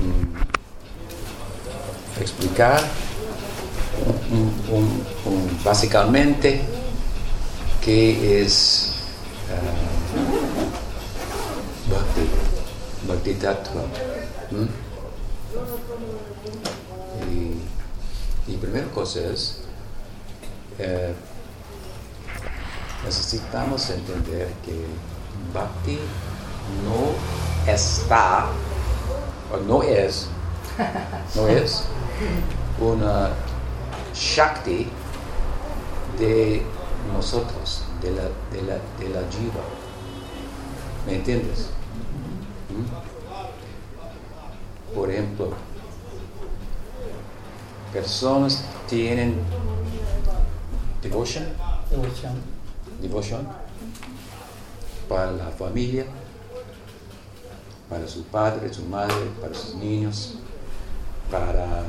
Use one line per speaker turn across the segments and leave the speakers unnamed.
mm, explicar um, um, um, basicamente que es uh, bhakti, bhakti tattva. ¿Mm? Y, y primera cosa es, eh, necesitamos entender que bhakti no está, o no es, no es una Shakti de nosotros, de la, de la, de la jiva. ¿Me entiendes? ¿Mm? Por ejemplo, personas tienen devotion,
Devoción.
devotion para la familia, para su padre, su madre, para sus niños, para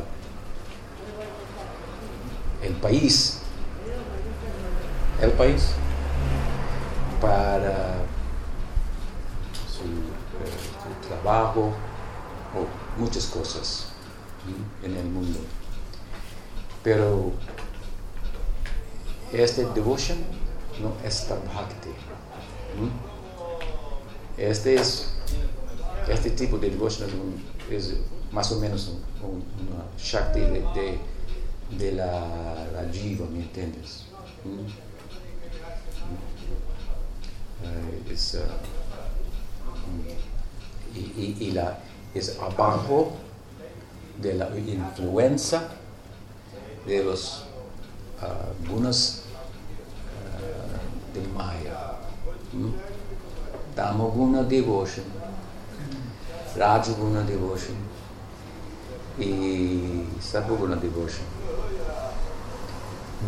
el país, el país, para su, eh, su trabajo o muchas cosas ¿sí? en el mundo. Pero este devotion no está bhakti. ¿sí? Este, es, este tipo de devotion es, un- es más o menos un- un- una shakti de- de de la, la jiva, ¿me entiendes? ¿Mm? Eh, es, ah, mm, y, y- y la, es abajo de la influencia de los ah, gunas ah, del Maya. Hm? ¿Mm? Tamoguna devotion, Rajaguna devotion y Satvaguna devotion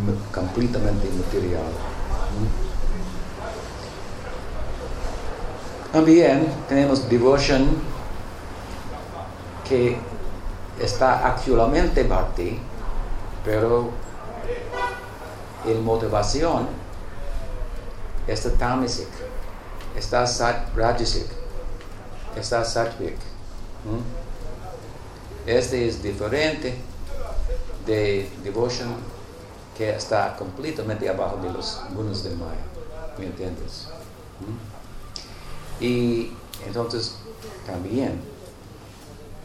m- completamente inmaterial. Hm? ¿Mm? También tenemos devotion que está actualmente bhakti, pero el motivación está tamasic, está sat- rajasic, está sattvic. ¿Mm? Este es diferente de devotion que está completamente abajo de los gunas del Maya. ¿Me entiendes? ¿Mm? Y entonces también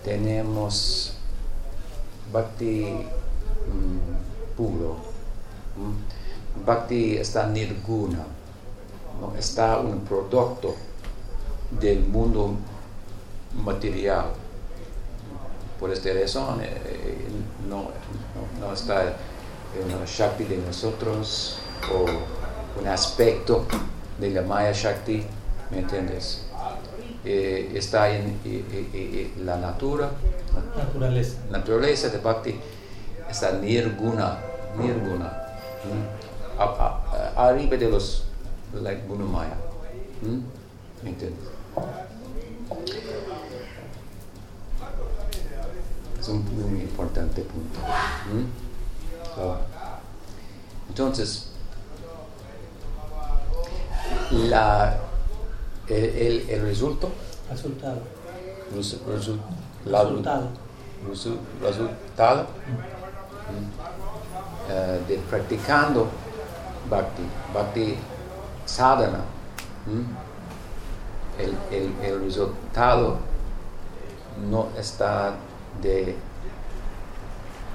tenemos bhakti mm, puro. ¿Mm? Bhakti está nirguna, ¿no? está un producto del mundo material. Por esta razón eh, eh, no, no- no está una Shakti de nosotros o un aspecto de la Maya Shakti, ¿me entiendes? Eh, está en eh, eh, eh, la natura, la
Naturaleza.
naturaleza de Bhakti, está nirguna, nirguna, ¿m? A- a- a- arriba de los la guna Maya, ¿m? ¿me entiendes? Es un muy importante punto. ¿m? So, entonces, la, el, el, el resultado,
Resultado.
resu- resu- la-
Resultado.
resu- resultado ¿m? eh, de practicando bhakti, bhakti sadhana, ¿m? el, el, el resultado no está de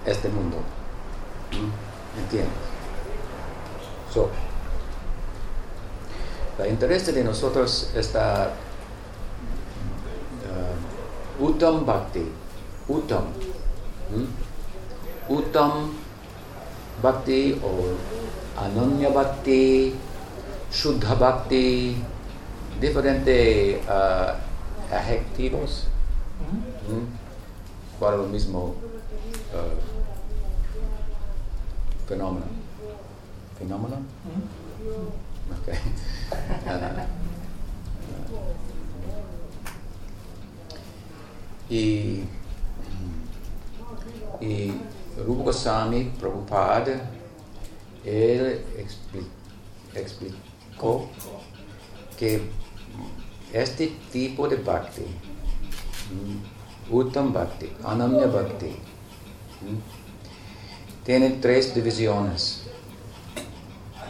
este mundo. ¿m? ¿Entiendes? So, la interés de nosotros está uh, Uttam Bhakti. Hmm? Uttam. ¿Mm? Uttam Bhakti o Ananya Bhakti, Shuddha Bhakti, diferentes ah, adjetivos
Ujú.
¿Mm? para lo mismo uh, ah, fenómeno. ¿Fenómeno?
Ujú.
Okay. Ah, y, y Rupa Goswami Prabhupada, él expli- explicó que este tipo de bhakti, mm, Uttam Bhakti, Ananya Bhakti, ¿Mm? Tiene tres divisiones.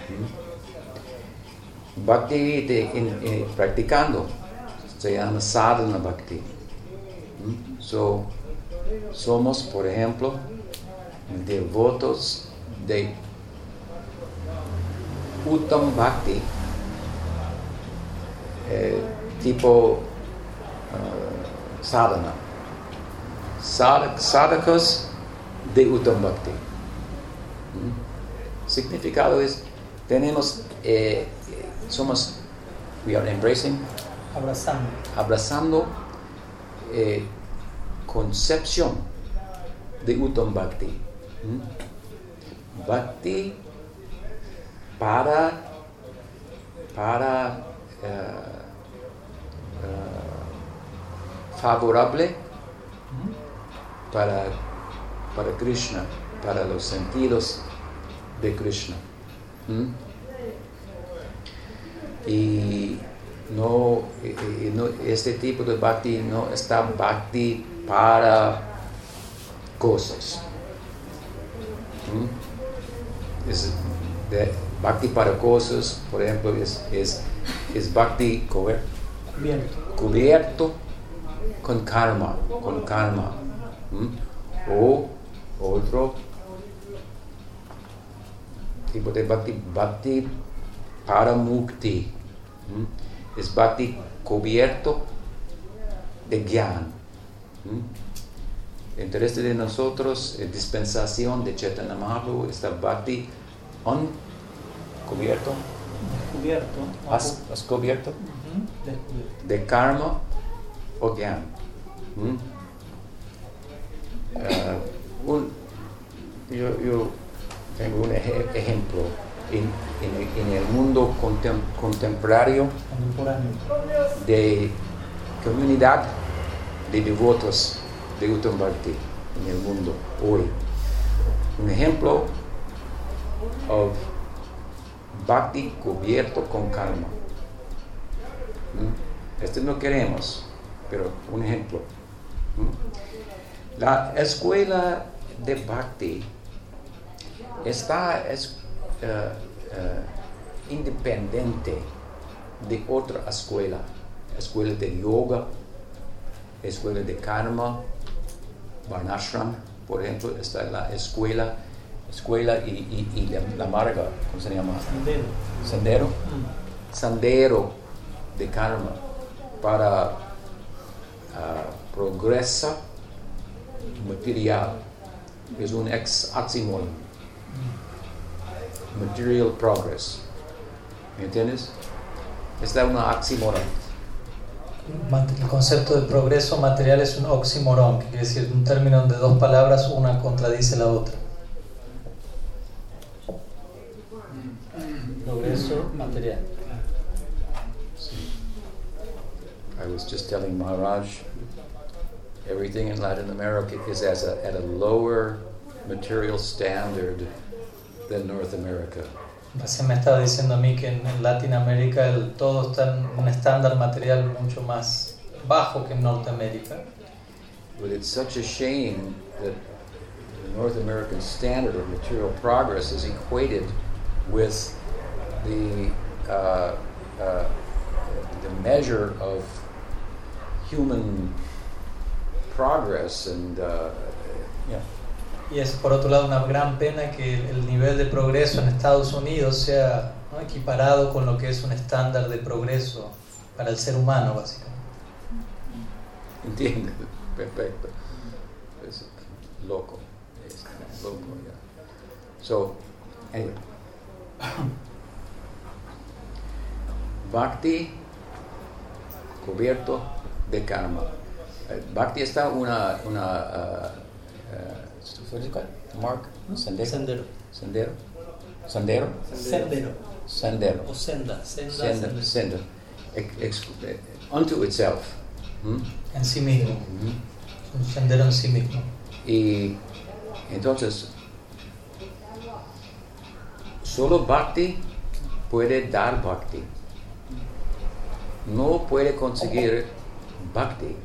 ¿Mm? Bhakti de- en- eh, practicando se llama sadhana bhakti. ¿Mm? So, somos, por ejemplo, devotos de Uttam Bhakti, eh, tipo eh, sadhana. Sadhak- sadhakas de Uttam Bhakti. ¿Mm? Significado es, tenemos, eh, somos, we are embracing,
abrazando.
abrazando eh, concepción de Uttam Bhakti. ¿Mm? Bhakti para, para eh, eh, favorable ¿Mm? para, para Krishna, para los sentidos de Krishna. ¿Mm? y no, y- y no- este tipo de bhakti no está bhakti para cosas. ¿Mm? Es de- bhakti para cosas, por ejemplo, es, es, es bhakti cober-
Bien.
cubierto con karma, con karma. ¿Mm? O otro tipo de bhakti, bhakti para mukti. ¿Mm? Es bhakti cubierto de gyan. ¿Mm? Interés de nosotros, eh, dispensación de Chaitanya Mahaprabhu, está bhakti on cubierto,
Descubierto.
has- has cubierto
Ujú, Descubierto.
de karma o gyan. ¿Mm? Ah, un- yo, yo tengo un eje- ejemplo. En, en el- en el mundo contem- contemporáneo
Contemporáneo.
de comunidad de devotos de Uttam Bhakti en el mundo hoy. Un ejemplo of Bhakti cubierto con calma. ¿Mm? Este no queremos, pero un ejemplo. ¿Mm? La escuela de Bhakti está es- eh, eh, independiente de otra escuela, escuela de yoga, escuela de karma, varnashram, por ejemplo, está la escuela, escuela y, y- y la, la marga, ¿cómo se llama?
Sendero.
Sendero,
Mm,
sendero de karma para ah, progresa material, es un ex oxymoron, material progress, ¿me entiendes? Está una oxymoron.
Mate- El concepto de progreso material es un oxímoron, que quiere decir un término donde dos palabras, una contradice la otra.
Progreso material.
I was just telling Maharaj, everything in Latin America is as a, at a lower material standard than North America.
Recién me estaba diciendo a mí que en, en Latinoamérica el, todo está en un estándar material mucho más bajo que en Norteamérica.
But it's such a shame that the North American standard of material progress is equated with the, uh, uh, the measure of human progress and uh, you know,
Y es por otro lado una gran pena que el, el nivel de progreso en Estados Unidos sea ¿no? equiparado con lo que es un estándar de progreso para el ser humano, básicamente.
Entiendo, perfecto. Es loco, es loco, yeah. So, anyway. Bhakti cubierto de karma. Eh, Bhakti está una, una ah, ah, what is it called? Mark, sendero,
Sendero.
sendero, sendero,
Sendero.
sendero
O senda. Senda.
sender,
sendero.
sender, ex- ex- eh, unto itself. Hmm?
En sí mismo. Es un sendero en sí mismo.
Y E, entonces, solo bhakti puede dar bhakti. No puede conseguir bhakti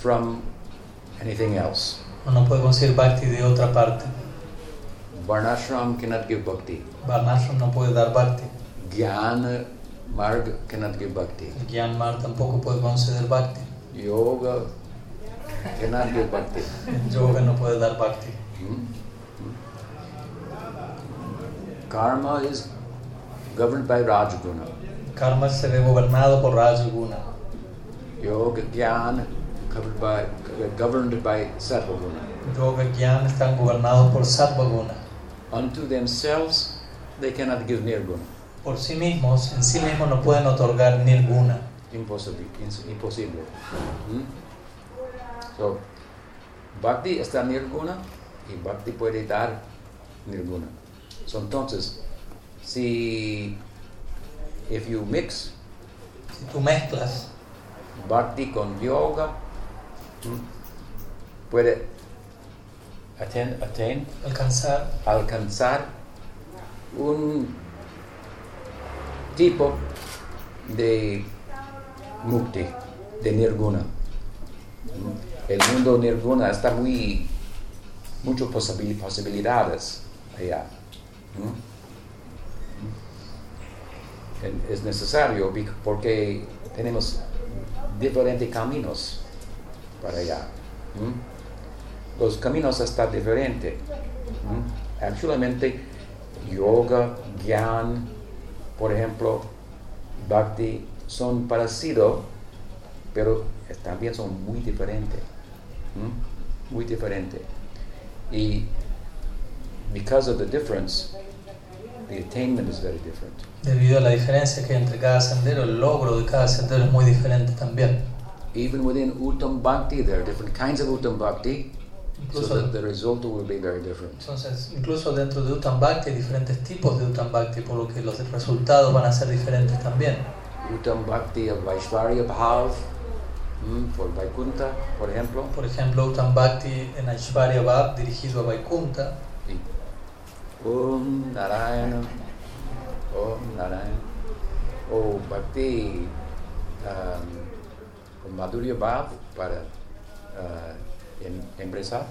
from anything else.
Uno no puede conseguir bhakti de otra parte.
Varnashram cannot give bhakti.
Varnashram no puede dar bhakti.
Jnana Marg cannot give bhakti.
El Gyan Mar tampoco puede conceder bhakti.
Yoga cannot give bhakti.
El yoga no puede dar bhakti.
Hmm? Hmm? Karma is governed by Rajguna.
Karma se ve gobernado por Raja Guna.
Yoga Gyan governed by, governed by Sattva Guna.
Yoga y Gyan están gobernados por Sattva Guna.
Unto themselves they cannot give Nirguna.
Por sí mismos, en sí mismos no pueden otorgar nirguna.
Impossible. ins- impossible. Hmm? So, Bhakti está Nirguna y Bhakti puede dar Nirguna. So, entonces, si if you mix
Si tú mezclas
Bhakti con yoga, ¿m? puede aten- aten-
alcanzar
alcanzar un tipo de mukti, de nirguna. ¿M? El mundo nirguna está muy, muchas posibil- posibilidades allá. ¿m? En- Es necesario bec- porque tenemos diferentes caminos para allá. ¿m? Los caminos están diferentes. ¿m? Actualmente, Mm-hmm. yoga, gyan, por ejemplo, bhakti, son parecidos, pero también son muy diferentes. ¿m? Muy diferentes. Y because of the difference, the attainment is very different.
debido a la diferencia que hay entre cada sendero, el logro de cada sendero es muy diferente también.
Even within Uttam Bhakti, there are different kinds of Uttam Bhakti, so
Incluso,
that the result will be very different.
entonces, incluso dentro de Uttam Bhakti hay diferentes tipos de Uttam Bhakti, por lo que los resultados van a ser diferentes también.
Uttam Bhakti of Vaishvarya Bhav, mm, for Vaikuntha, por ejemplo,
Por ejemplo, Uttam Bhakti en Aishwarya Bhav, dirigido a Vaikunta,
y Om Narayana, Om Narayana, o Bhakti um, con Madhurya Bhav para ah, em- embrasar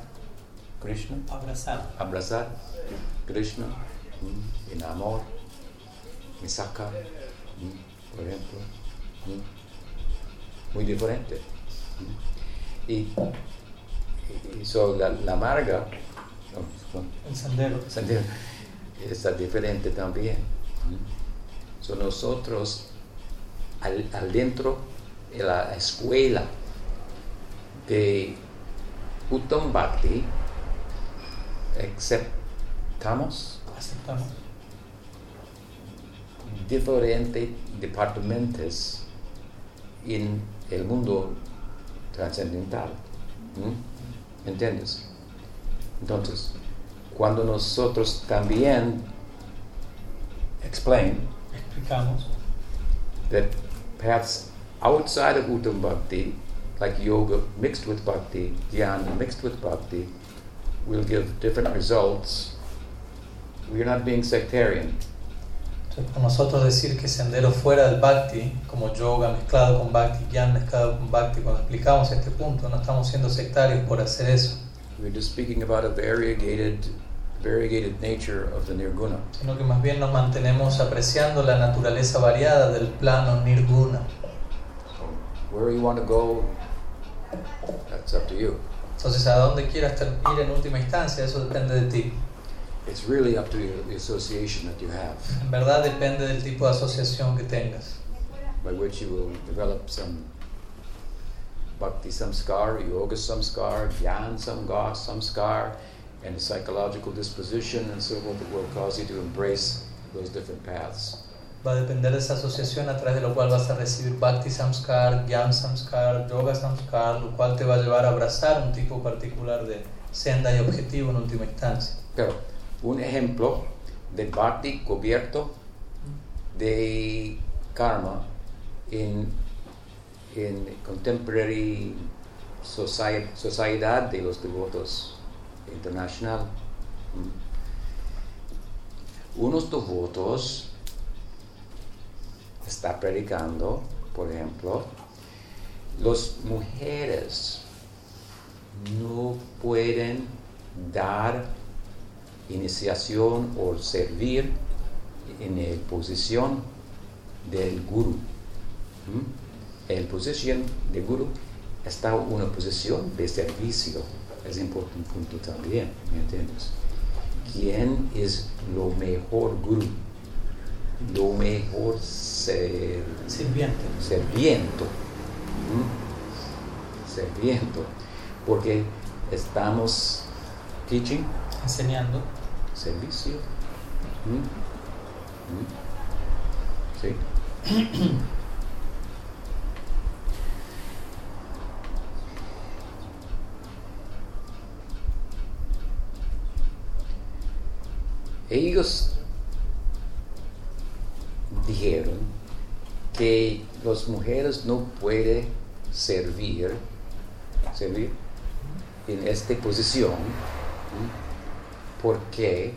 Krishna.
Abrazar.
abrazar Krishna ¿m? en amor, en saca, ¿m? por ejemplo, ¿m? muy diferente. ¿m? Y, y- y so la, la marga no, no,
el sendero.
sendero, está diferente también. ¿m? So nosotros al, adentro de la escuela de Uttam Bhakti, aceptamos
Aceptamos
diferentes departamentos en el mundo trascendental. ¿Mm? ¿Entiendes? Entonces, cuando nosotros también explain
explicamos
that paths outside of Uttam Bhakti, like yoga mixed with bhakti, jnana mixed with bhakti, will give different results. We are not being sectarian.
Entonces, por nosotros decir que sendero fuera del bhakti, como yoga mezclado con bhakti, gyan mezclado con bhakti, cuando explicamos este punto, no estamos siendo sectarios por hacer eso,
We're just speaking about a variegated, variegated nature of the nirguna.
sino que más bien nos mantenemos apreciando la naturaleza variada del plano nirguna.
Where you want to go, that's up to you.
Entonces, a dónde quieras ter- ir en última instancia, eso depende de ti.
It's really up to you, the association that you have,
En verdad depende del tipo de asociación que tengas,
by which you will develop some bhakti samskar, yoga samskar, jnana samgar, samskar, and psychological disposition and so forth that will cause you to embrace those different paths.
va a depender de esa asociación a través de lo cual vas a recibir Bhakti Samskar, Gyan Samskar, Yoga Samskar, lo cual te va a llevar a abrazar un tipo particular de senda y objetivo en última instancia.
Pero un ejemplo de bhakti cubierto de karma en, en contemporary society, sociedad de los devotos internacional. Mm. Unos devotos está predicando, por ejemplo, las mujeres no pueden dar iniciación o servir en la posición del guru. ¿Mm? El posición del guru está una posición de servicio, es importante punto también, ¿me entiendes? ¿Quién es lo mejor guru? Lo mejor ser,
Sirviente.
serviento. ¿Mm? Serviento. Porque estamos teaching,
enseñando.
servicio. ¿Mm? ¿Mm? Sí. E Ellos dijeron que las mujeres no pueden servir, servir en esta posición ¿m? porque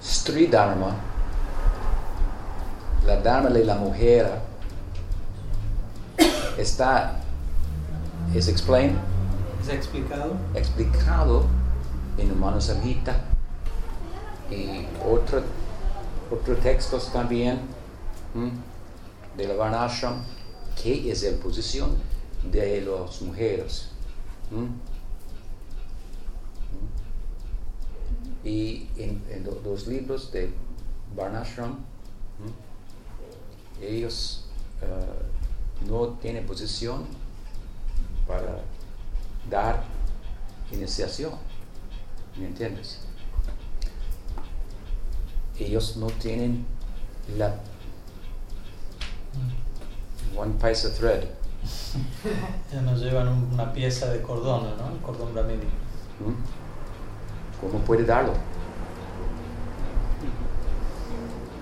Sri Dharma, la Dharma de la mujer, está, es explained,
¿Se ha explicado?
explicado en Humano Samhita y otro- otros textos también ¿m? de la Varnashram, que es la posición de las mujeres. ¿m? ¿m? Y en, en lo- los libros de Varnashram, ¿m? ellos eh, no tienen posición para dar iniciación. ¿Me entiendes? Ellos no tienen la one piece of thread.
Ya nos llevan un- una pieza de cordón, ¿no? El cordón brahmini.
¿m? ¿Cómo puede darlo?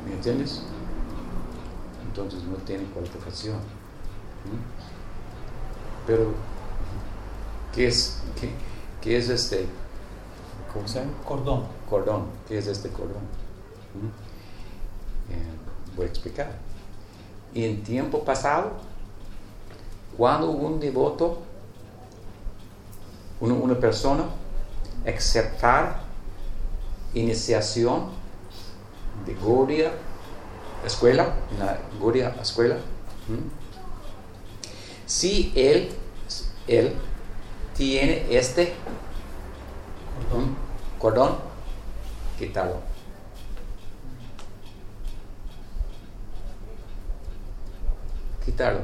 ¿Me entiendes? Entonces no tienen cualificación. ¿m? Pero, ¿qué es, qué, qué es este? ¿Cómo se llama?
Cordón.
cordón. ¿Qué es este cordón? ¿Mm? Eh, voy a explicar. En tiempo pasado, cuando un devoto, uno- una persona, aceptar iniciación de Gaudiya escuela, en la Gaudiya escuela, ¿mm? si él, él tiene este ¿Mm?
Cordón.
cordón, quitarlo. Quitarlo.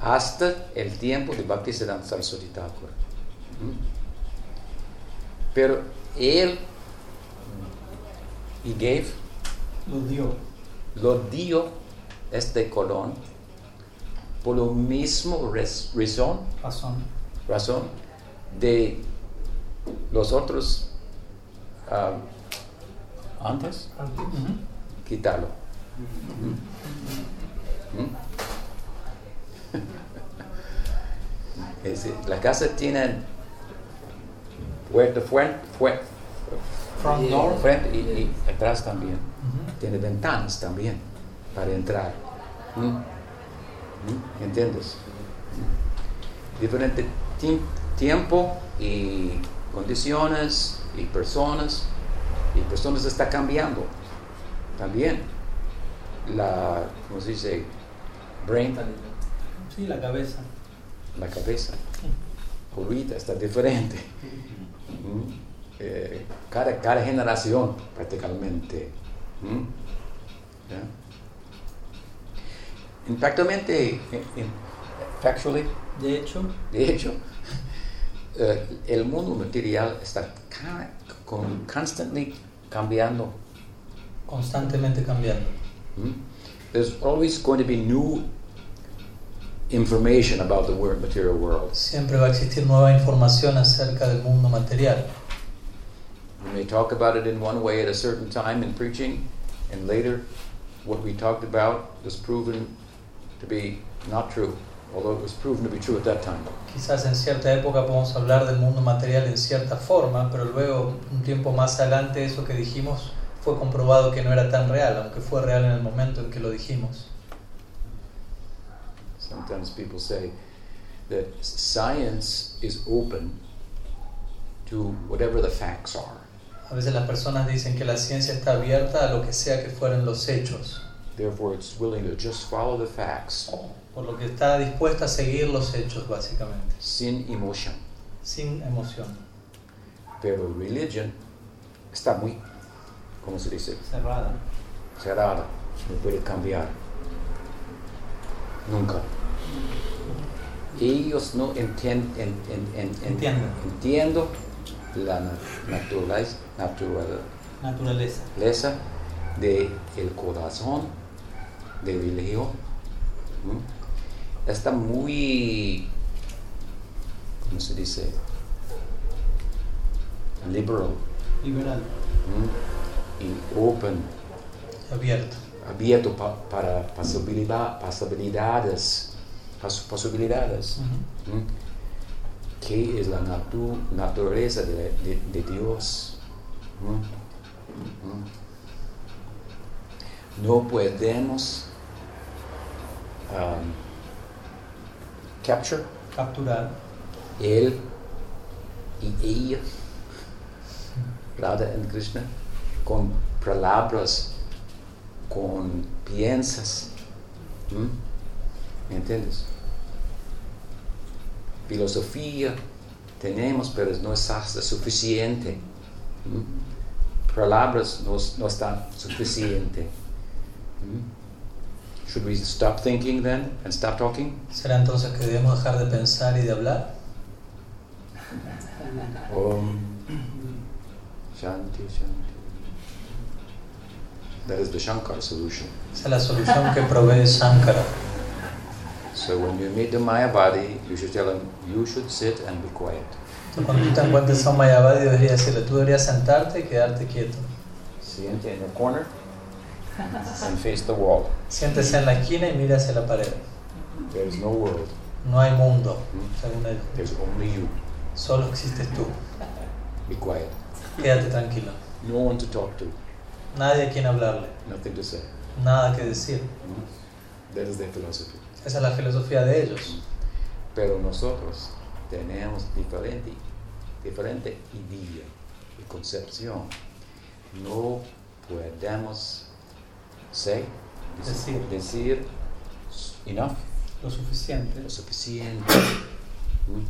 Hasta el tiempo de Bhakti Siddhanta Saraswati Thakur. ¿Mm? Pero él, he gave,
Lo dio.
lo dio este cordón por lo mismo res- razón
Razón.
razón de los otros ah, antes
Ujú.
quitarlo. ¿Mm? Es decir, la casa tiene puerta fuerte,
Front door.
frente y, y atrás también.
Ujú.
Tiene ventanas también para entrar. ¿Mm? ¿Mm? ¿Entiendes? ¿Mm? Diferente ti- tiempo y condiciones y personas. Y personas está cambiando. También la, ¿cómo se dice? Brain,
Sí, la cabeza.
la cabeza. Ahorita está diferente. ¿Mm? Eh, cada, cada generación prácticamente. ¿Mm? ¿Ya? En Prácticamente, en- en- eh, factually,
De hecho,
de hecho, eh, el mundo material está ca- con, constantly cambiando.
Constantemente cambiando.
¿Mm? There's always going to be new information about the wor- material world.
Siempre va a existir nueva información acerca del mundo material.
We may talk about it in one way at a certain time in preaching, and later what we talked about was proven to be not true, although it was proven to be true at that time.
Quizás en cierta época podemos hablar del mundo material en cierta forma, pero luego, un tiempo más adelante, eso que dijimos fue comprobado que no era tan real, aunque fue real en el momento en que lo dijimos.
Sometimes people say that science is open to whatever the facts are.
A veces las personas dicen que la ciencia está abierta a lo que sea que fueran los hechos,
Therefore, it's willing to just follow the facts
por lo que está dispuesta a seguir los hechos básicamente,
sin emotion.
sin emoción,
Pero religion está muy, como se dice,
cerrada.
cerrada. No puede cambiar. Nunca. Ellos no entien- en- en- en- en-
Entienden.
entiendo la na- naturaleza, naturaleza
Naturaleza.
del corazón de religión. ¿Mm? Está muy, ¿cómo se dice? Liberal
Liberal.
¿Mm? y open
abierto.
abierto pa- para posibilidad, posibilidades, pos- posibilidades. ¿m? ¿Qué es la natu- naturaleza de, de- de Dios? Mm. ¿m? ¿m? No podemos um, capture
Capturar.
él y ella, Radha y Krishna, con palabras, con piensas. ¿m? ¿Me entiendes? Filosofía tenemos, pero no es hasta suficiente. ¿m? Palabras no, es- no están suficiente. ¿m? Should we stop thinking then and stop talking?
¿Será entonces que debemos dejar de pensar y de hablar?
Om Shanti Shanti. That is the Shankara solution.
Esa es la solución que provee Sankara.
So when you meet the Mayavadi, you should tell him you should sit and be quiet.
Entonces, Cuando tú te encuentres a un Mayavadi, deberías decirle, tú deberías sentarte y quedarte quieto.
Sit in a corner and face the wall.
Siéntese en la esquina y mira hacia la pared.
There is no world.
No hay mundo, según él.
There's only you.
Solo existes tú.
Be quiet.
Quédate tranquilo.
No one to talk to.
Nadie a quien hablarle.
Nothing to say. Hmm?
Nada que decir.
That is their philosophy.
Esa es la filosofía de ellos.
Pero nosotros tenemos diferente, diferente idea y concepción. No podemos say,
Decir.
decir enough,
Lo suficiente.
lo suficiente. Mm.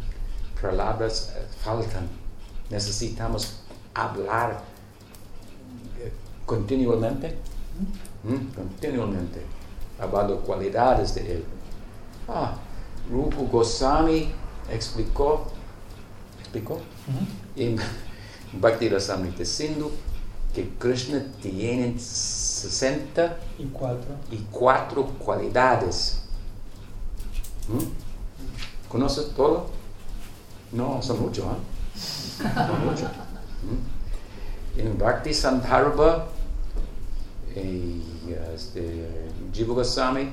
Palabras eh, faltan. Necesitamos hablar eh, continuamente, Mm, continuamente, hablando cualidades de él. Ah, Rupa Goswami explicó, explicó,
Ujú.
en Bhakti Rasamrita Sindhu, que Krishna tiene 60
Y cuatro.
y cuatro cualidades. ¿Mm? ¿Conoces todo? No, son muchos, ¿eh? Son muchos. ¿Mm? En Bhakti Sandharva, eh, este, Jiva Goswami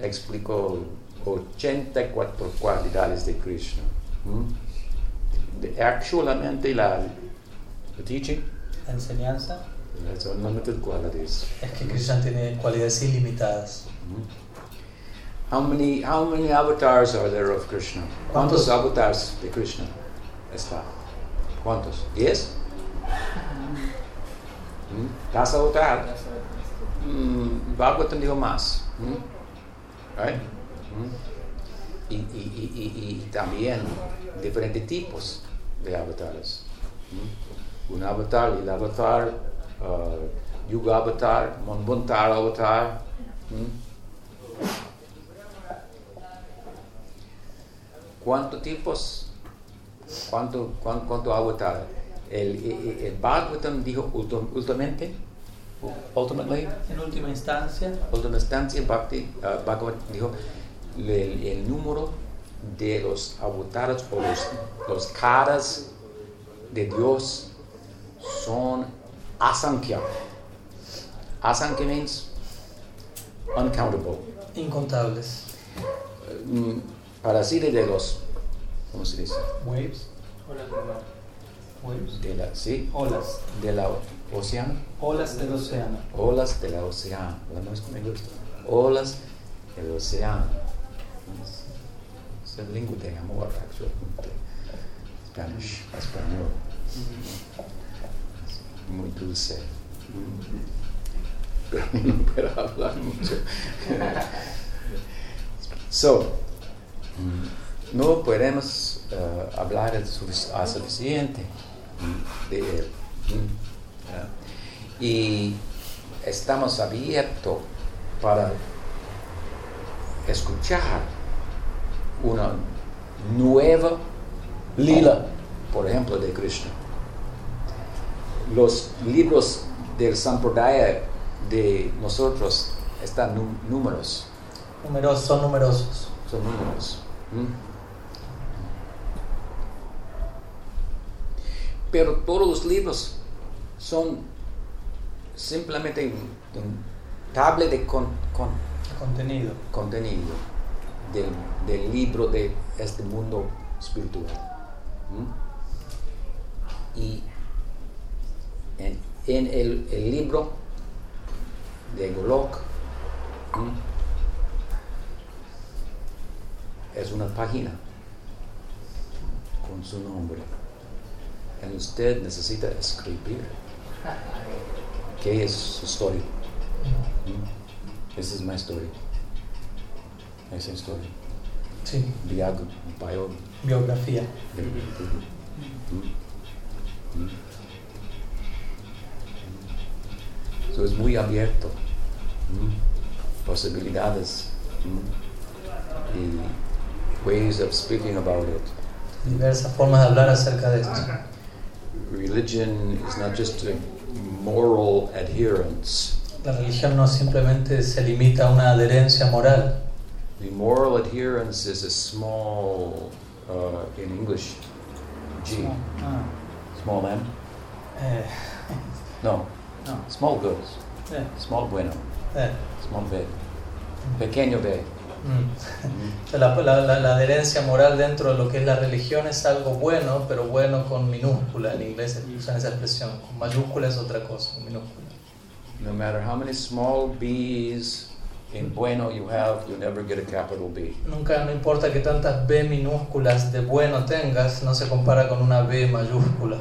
explicó 84 cualidades de Krishna. ¿Mm? De- Actualmente la, the teaching
La enseñanza
has unlimited qualities.
Es que Krishna tiene cualidades ilimitadas.
How many how many avatars are there of Krishna? ¿Cuántos
¿Cuántos?
avatars de Krishna está? ¿Cuántos? ¿Diez? ¿Mm? ¿Das avatar? Mm, Bhagavatam dijo más. ¿Mm? Right? ¿Mm? Y, y, y, y, y también diferentes tipos de avatares. ¿Mm? Un avatar, el avatar, uh, Yuga avatar, Monbuntar avatar. ¿Mm? ¿Cuántos tipos? ¿Cuánto, cuán- cuánto avatar? El, el, el Bhagavatam dijo ultim- ultimamente, ultimately,
en última instancia.
última instancia, Bhakti, uh, Bhagavat dijo el, el número de los avatares o los, los caras de Dios son asankhya. Asankhya means uncountable.
Incontables.
Mm, Para decir de los, ¿cómo se dice?
Waves. Waves.
De la, sí,
Olas.
de la océano,
olas del océano,
olas del océano, hablamos con ellos, olas del océano. Es- Es el lengua de amor, actualmente. Spanish, español. Es Muy dulce. Pero no puedo hablar mucho. so, mm, no podemos eh, hablar el sufic- a suficiente mm, de él. mm, ¿verdad? y estamos abiertos para escuchar una nueva lila, por ejemplo, de Krishna. Los libros del Sampradaya de nosotros están nu- números,
Numerosos, son numerosos.
son números. ¿m? Pero todos los libros son simplemente un, un tabla de con- con-
El contenido.
contenido del, del libro de este mundo espiritual. ¿Mm? Y en, en el, el libro de Golok ¿Mm? es una página con su nombre. Y usted necesita escribir qué es su historia. ¿Mm? Esa es mi historia. Esa historia.
Sí,
Biago, bio,
biografía.
de- de- de- So, es muy abierto. ¿mm? Posibilidades. ¿mm? Y e ways of speaking about it.
Diversas formas de hablar acerca de esto.
Religion is not just a moral adherence.
La religión no simplemente se limita a una adherencia moral.
The moral adherence is a small, uh, in English, G.
No, ah,
Small M?
Eh,
No,
no,
small goods.
eh,
Small bueno.
eh,
Small B. Pequeño B.
mm. La, la- la- la adherencia moral dentro de lo que es la religión es algo bueno, pero bueno con minúscula. En inglés usan esa expresión. Con mayúscula es otra cosa, con minúscula.
No matter how many small B's in bueno you have, you never get a capital B.
Nunca, no importa que tantas B minúsculas de bueno tengas, no se compara con una B mayúscula.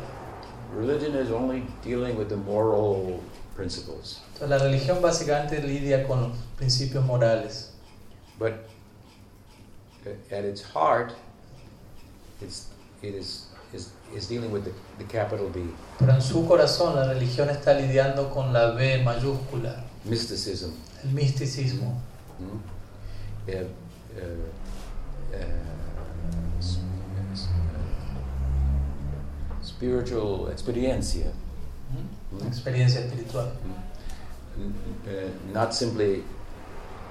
Religion is only dealing with the moral principles.
Entonces, la religión básicamente lidia con los principios morales,
But uh, at its heart, it's, it is, is, is dealing with the, the capital B.
pero en su corazón la religión está lidiando con la B mayúscula,
Mysticism.
el misticismo,
Hmm? Uh, uh, uh, s- s- uh, spiritual experiencia.
una experiencia espiritual.
N- uh, not simply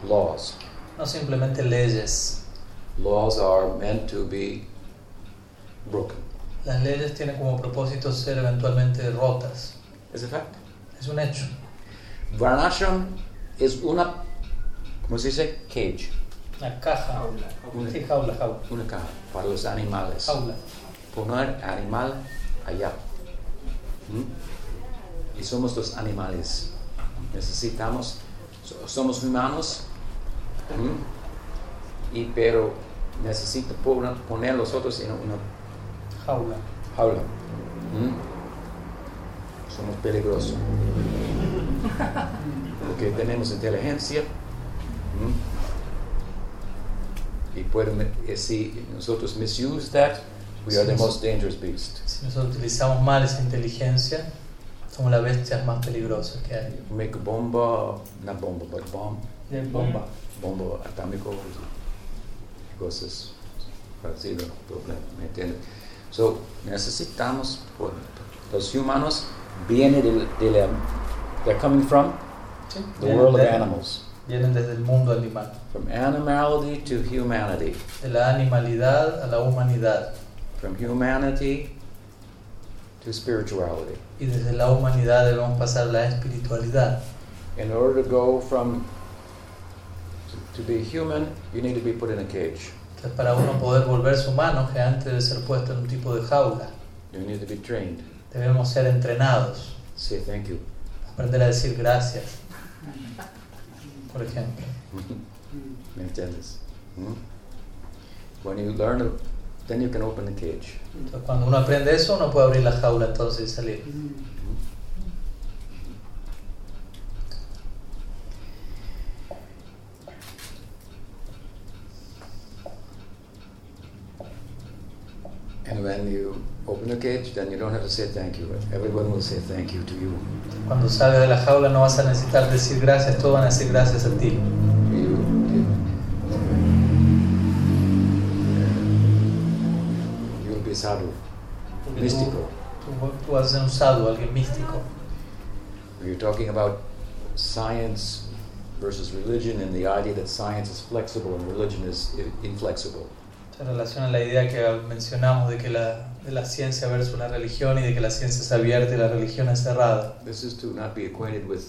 laws.
No simplemente leyes.
Laws are meant to be broken.
Las leyes tienen como propósito ser eventualmente rotas.
Es a fact.
Es un hecho.
Varnashram es una, ¿cómo se dice? Cage,
Una caja. Jaula. Sí, jaula, jaula.
una caja para los animales.
Jaula.
Poner animal allá. ¿Mm? Y somos los animales. Necesitamos, so- somos humanos, ¿Mm? y pero necesito pon- poner los otros en una
Jaula.
Habla. Somos peligrosos. Porque tenemos inteligencia. ¿m? Y pueden, eh, si nosotros misuse that, we are the most dangerous beast.
Si nosotros utilizamos mal esa inteligencia, somos las bestias más peligrosas que hay.
Make a bomba, not bomba, but bomb, Mm-hmm.
de
Bomba.
bomba.
bomba atómico, cosas parecidas, problema, ¿me entiendes? So, necesitamos, por- los humanos vienen del, del, um, they're coming from
Sí.
The
Vienen
world of
de-
animals.
Vienen desde el mundo animal,
From animality to humanity.
de la animalidad a la humanidad
From humanity to spirituality.
y desde la humanidad debemos pasar a la espiritualidad.
In order to go from to be human, you need to be put in a cage.
Entonces para uno poder volverse humano, que antes de ser puesto en un tipo de jaula,
You need to be trained.
debemos ser entrenados.
Say thank you.
Aprender a decir gracias, por ejemplo.
Mindfulness. Hmm? When you learn, it, then you can open the cage.
Entonces, cuando uno aprende eso, uno puede abrir la jaula entonces y salir.
And when you open the cage, then you don't have to say thank you. Everyone will say thank you to you.
Cuando salgas de la jaula no vas a necesitar decir gracias, todos van a decir gracias a ti.
You you will be sadhu,
Porque tú,
mystical.
Tú, tú vas a ser un sadhu, alguien místico.
We are talking about science versus religion and the idea that science is flexible and religion is i- inflexible.
Se relaciona la idea que mencionamos de que la, de la ciencia versus la religión y de que la ciencia es abierta y la religión es cerrada.
This is to not be acquainted with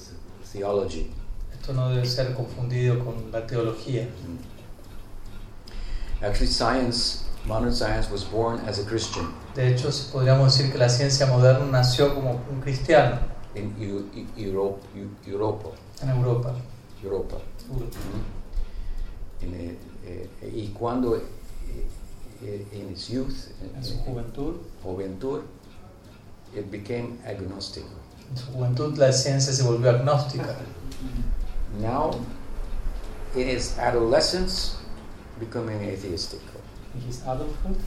theology.
Esto no debe ser confundido con la teología.
Actually, science, modern science, was born as a Christian.
De hecho, si podríamos decir que la ciencia moderna nació como un cristiano
in Eu- Eu- Europe, Eu- Europa,
en Europa.
Europa. In, eh, eh, y cuando eh, eh, in its youth, eh,
en su juventud,
juventud, it became agnostic.
En su juventud la ciencia se volvió agnóstica.
Now, in its adolescence, becoming atheistic.
en his adulthood,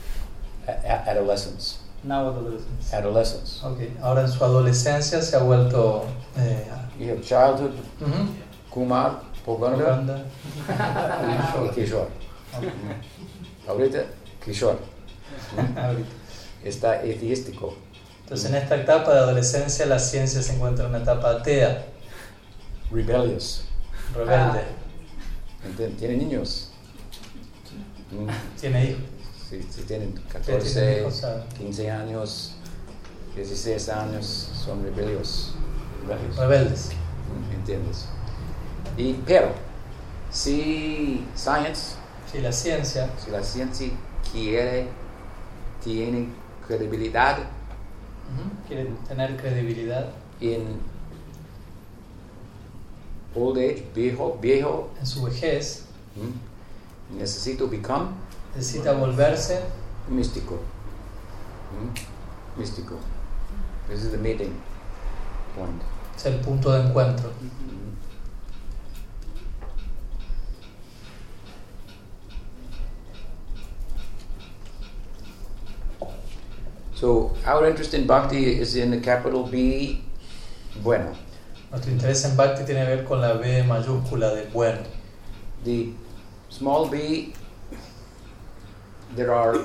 A- a- adolescence,
now adolescence.
adolescence.
Ok, Ahora en su adolescencia se ha vuelto... eh,
You have childhood,
ujú,
Kumar, Poganda,
propaganda.
y Kishore. Ahorita, Kishore.
Ahorita.
Está ateístico.
Entonces en esta etapa de adolescencia la ciencia se encuentra en una etapa atea,
Rebellious.
rebelde,
Enten- Tiene niños. Mm,
tiene hijos.
Si, si tienen
tiene
14,
hijos, ah.
15 años, 16 años, son rebeldes. rebeldes.
rebeldes.
Mm, ¿Entiendes? Y, pero, si science,
Si la ciencia
si la ciencia quiere, tiene credibilidad
ujú, quiere tener credibilidad
en old age, viejo, viejo,
en su vejez,
mm, necesito become
necesita volverse
místico. ¿Mm? Místico. This is the meeting point.
es el punto de encuentro.
So our interest in bhakti is in the capital B, bueno.
Nuestro interés en Bhakti tiene que ver con la B mayúscula de bueno.
The small b, there are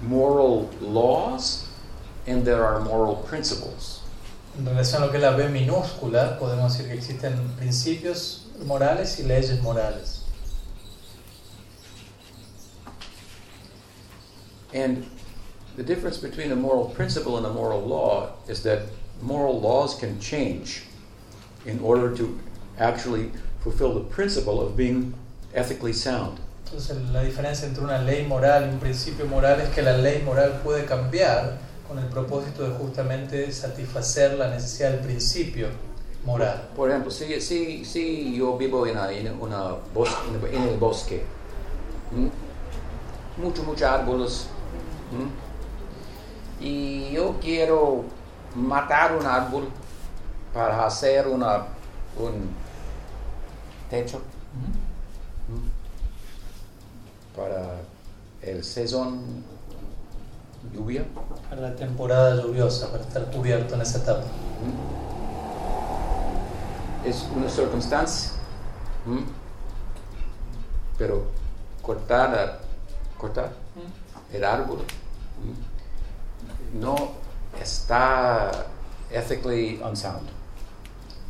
moral laws and there are moral principles.
En relación a lo que es la B minúscula, podemos decir que existen principios morales y leyes morales.
And the difference between a moral principle and a moral law is that moral laws can change in order to actually fulfill the principle of being ethically sound.
Entonces la diferencia entre una ley moral y un principio moral es que la ley moral puede cambiar con el propósito de justamente satisfacer la necesidad del principio moral.
Por ejemplo, si, si, si yo vivo en, una- en, una bos- en- en el bosque, ¿mm? muchos, muchos árboles, ¿mm? y yo quiero matar un árbol para hacer una, un techo ¿mm? para el sezón lluvia.
Para la temporada lluviosa, para estar cubierto en esa etapa.
es una circunstancia, ¿m? pero cortar, a- cortar el árbol ¿m? no está ethically unsound.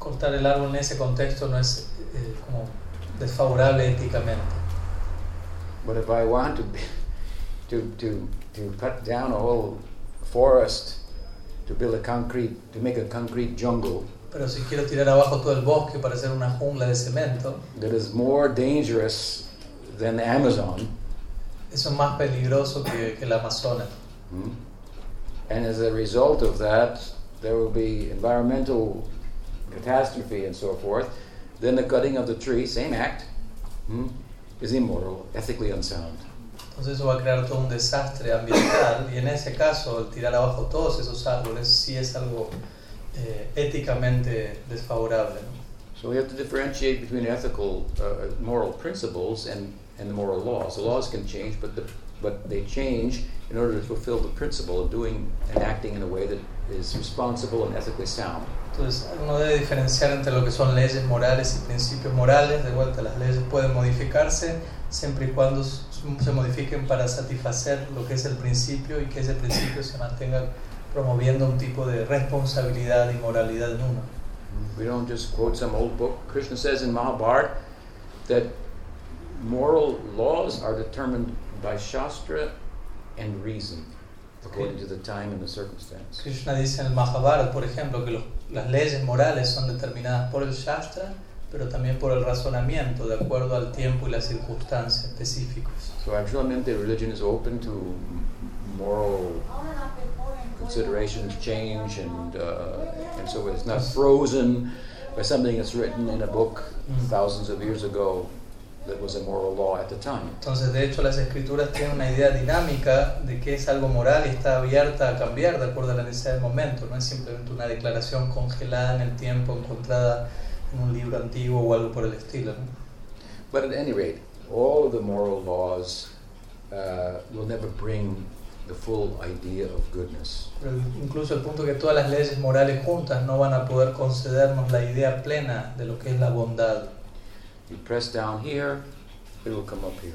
Cortar el árbol en ese contexto no es eh, como desfavorable éticamente.
But if I want to, be- to, to, to cut down a whole forest to build a concrete, to make a concrete jungle,
Pero si quiero tirar abajo todo el bosque para hacer una jungla de cemento,
that is more dangerous than the Amazon,
eso es más peligroso que, que el Amazonas.
¿m? Hmm? And as a result of that, there will be environmental catastrophe and so forth. Then the cutting of the tree, same act, hmm, is immoral, ethically unsound.
Entonces eso va a crear todo un desastre ambiental y en ese caso el tirar abajo todos esos árboles sí es algo eh, éticamente desfavorable. ¿no?
So we have to differentiate between ethical, uh, moral principles and, and the moral laws. The laws can change, but, the, but they change in order to fulfill the principle of doing and acting in a way that is responsible and ethically sound.
Entonces uno debe diferenciar entre lo que son leyes morales y principios morales. De vuelta, las leyes pueden modificarse siempre y cuando s- se modifiquen para satisfacer lo que es el principio y que ese principio se mantenga promoviendo un tipo de responsabilidad y moralidad en uno.
We don't just quote some old book. Krishna says in Mahabharata that moral laws are determined by Shastra and reason, according to the time and the circumstance.
Krishna dice en el Mahabharata, por ejemplo, que los- las leyes morales son determinadas por el Shastra, pero también por el razonamiento, de acuerdo al tiempo y las circunstancias específicos.
So actualmente religion is open to m- moral considerations, change, and uh, and so it's not frozen by something that's written in a book
Mm.
thousands of years ago that was a moral law at the time.
Entonces, de hecho, las escrituras tienen una idea dinámica de que es algo moral y está abierta a cambiar de acuerdo a la necesidad del momento. No es simplemente una declaración congelada en el tiempo, encontrada en un libro antiguo o algo por el estilo. ¿no?
But at any rate, all of the moral laws uh, will never bring the full idea of goodness.
Pero el- incluso el punto que todas las leyes morales juntas no van a poder concedernos la idea plena de lo que es la bondad.
You press down here, it will come up here.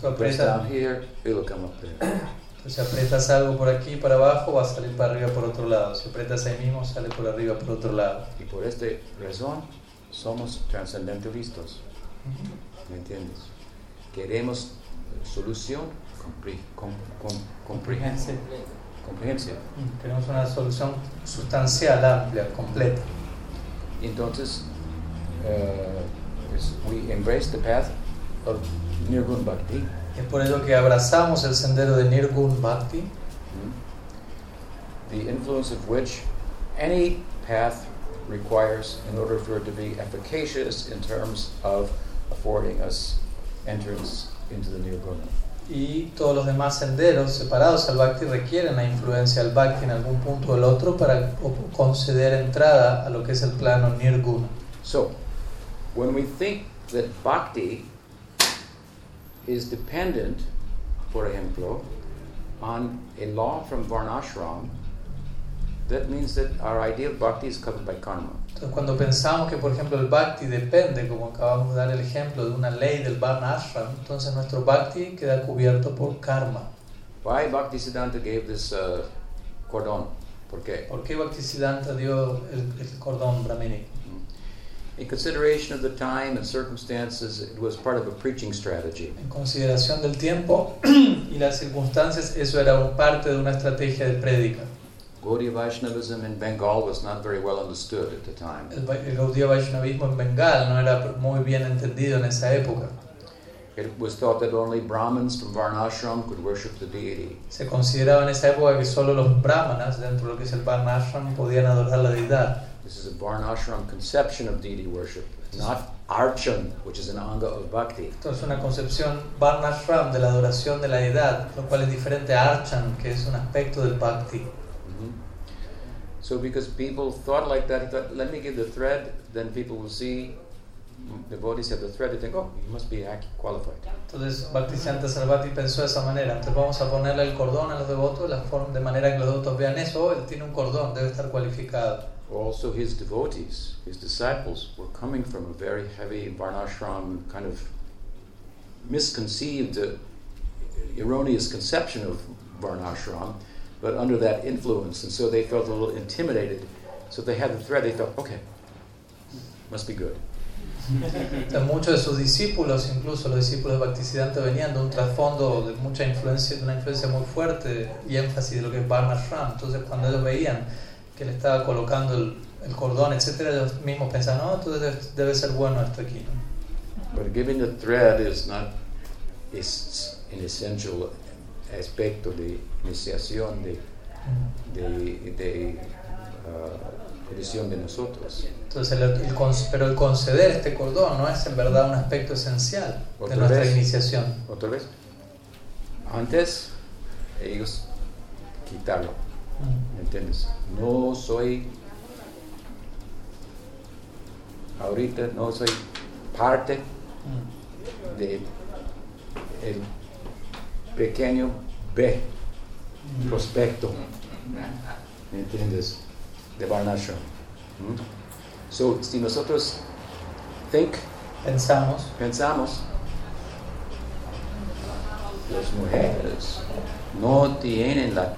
Tú
Press
aprietas-
down here, it will come up there.
Entonces, si aprietas algo por aquí para abajo, va a salir para arriba por otro lado. Si aprietas ahí mismo, sale por arriba por otro lado.
Y por esta razón somos transcendentalistas. ¿Me entiendes? Queremos solución compri, com, com, comprehensive. comprehensive.
Mm, Queremos una solución sustancial, amplia, completa.
Entonces, eh, es- we embrace the path of Nirgun Bhakti.
Es por ello que abrazamos el sendero de Nirgun Bhakti,
Hmm? the influence of which any path requires in order for it to be efficacious in terms of affording us entrance into the Nirguna.
y todos los demás senderos separados al Bhakti requieren la influencia del Bhakti en algún punto o el otro para o- conceder entrada a lo que es el plano Nirguna.
So, when we think that bhakti is dependent, por ejemplo, on a law from Varnashram, that means that our idea of bhakti is covered by karma.
Entonces, cuando pensamos que, por ejemplo, el bhakti depende, como acabamos de dar el ejemplo de una ley del Varna Ashram, entonces nuestro bhakti queda cubierto por karma.
Why Bhakti Siddhanta gave this uh, cordon? Por qué?
¿Por qué Bhaktisiddhanta dio el, el cordón brahmínico?
In consideration of the time and circumstances, it was part of a preaching strategy.
En consideración del tiempo y las circunstancias, eso era un parte de una estrategia de prédica.
Gaudiya Vaishnavism in Bengal was not very well understood at the time.
El, va- el Gaudiya Vaishnavismo en Bengal no era muy bien entendido en esa época.
It was thought that only Brahmins from Varnashram could worship the deity.
Se consideraba en esa época que solo los brahmanas, dentro de lo que es el Varna Ashram, podían adorar la deidad.
This is a Varnashram conception of deity worship, not Archan, which is an anga of bhakti.
Esto es una concepción Varnashram de la adoración de la deidad, lo cual es diferente a Archan, que es un aspecto del Bhakti.
Mhm. So, because people thought like that, he thought, let me give the thread, then people will see the devotees have the thread, they think, oh, you must be ac- qualified.
Entonces Bhaktisiddhanta Sarvati pensó de esa manera. Entonces vamos a ponerle el cordón a los devotos la forma- de manera que los devotos vean eso. "Oh, él tiene un cordón, debe estar cualificado.
Also, his devotees, his disciples, were coming from a very heavy Varnashram kind of misconceived, uh, erroneous conception of Varnashram, but under that influence, and so they felt a little intimidated. So they had the thread, they thought, okay, must be good.
Entonces, muchos de sus discípulos, incluso los discípulos de Bhaktisiddhanta, venían de un trasfondo de mucha influencia, de una influencia muy fuerte y énfasis de lo que es Varnashram. Entonces, cuando ellos veían que le estaba colocando el, el cordón, etcétera, ellos mismos pensaban, no, entonces debe, debe ser bueno esto aquí. ¿no?
But giving the thread is not is an essential aspecto de iniciación de de, de ah, condición de nosotros.
Entonces, el, el con- pero el conceder este cordón no es en verdad un aspecto esencial de
Otra
nuestra
vez.
iniciación.
Otra vez, antes ellos quitarlo,
Mm.
¿me entiendes? No soy, ahorita no soy parte
Mm.
de el pequeño B, prospecto, ¿me entiendes? De Varnashram. ¿Mm? So, si nosotros think,
Pensamos,
pensamos, las mujeres no tienen la,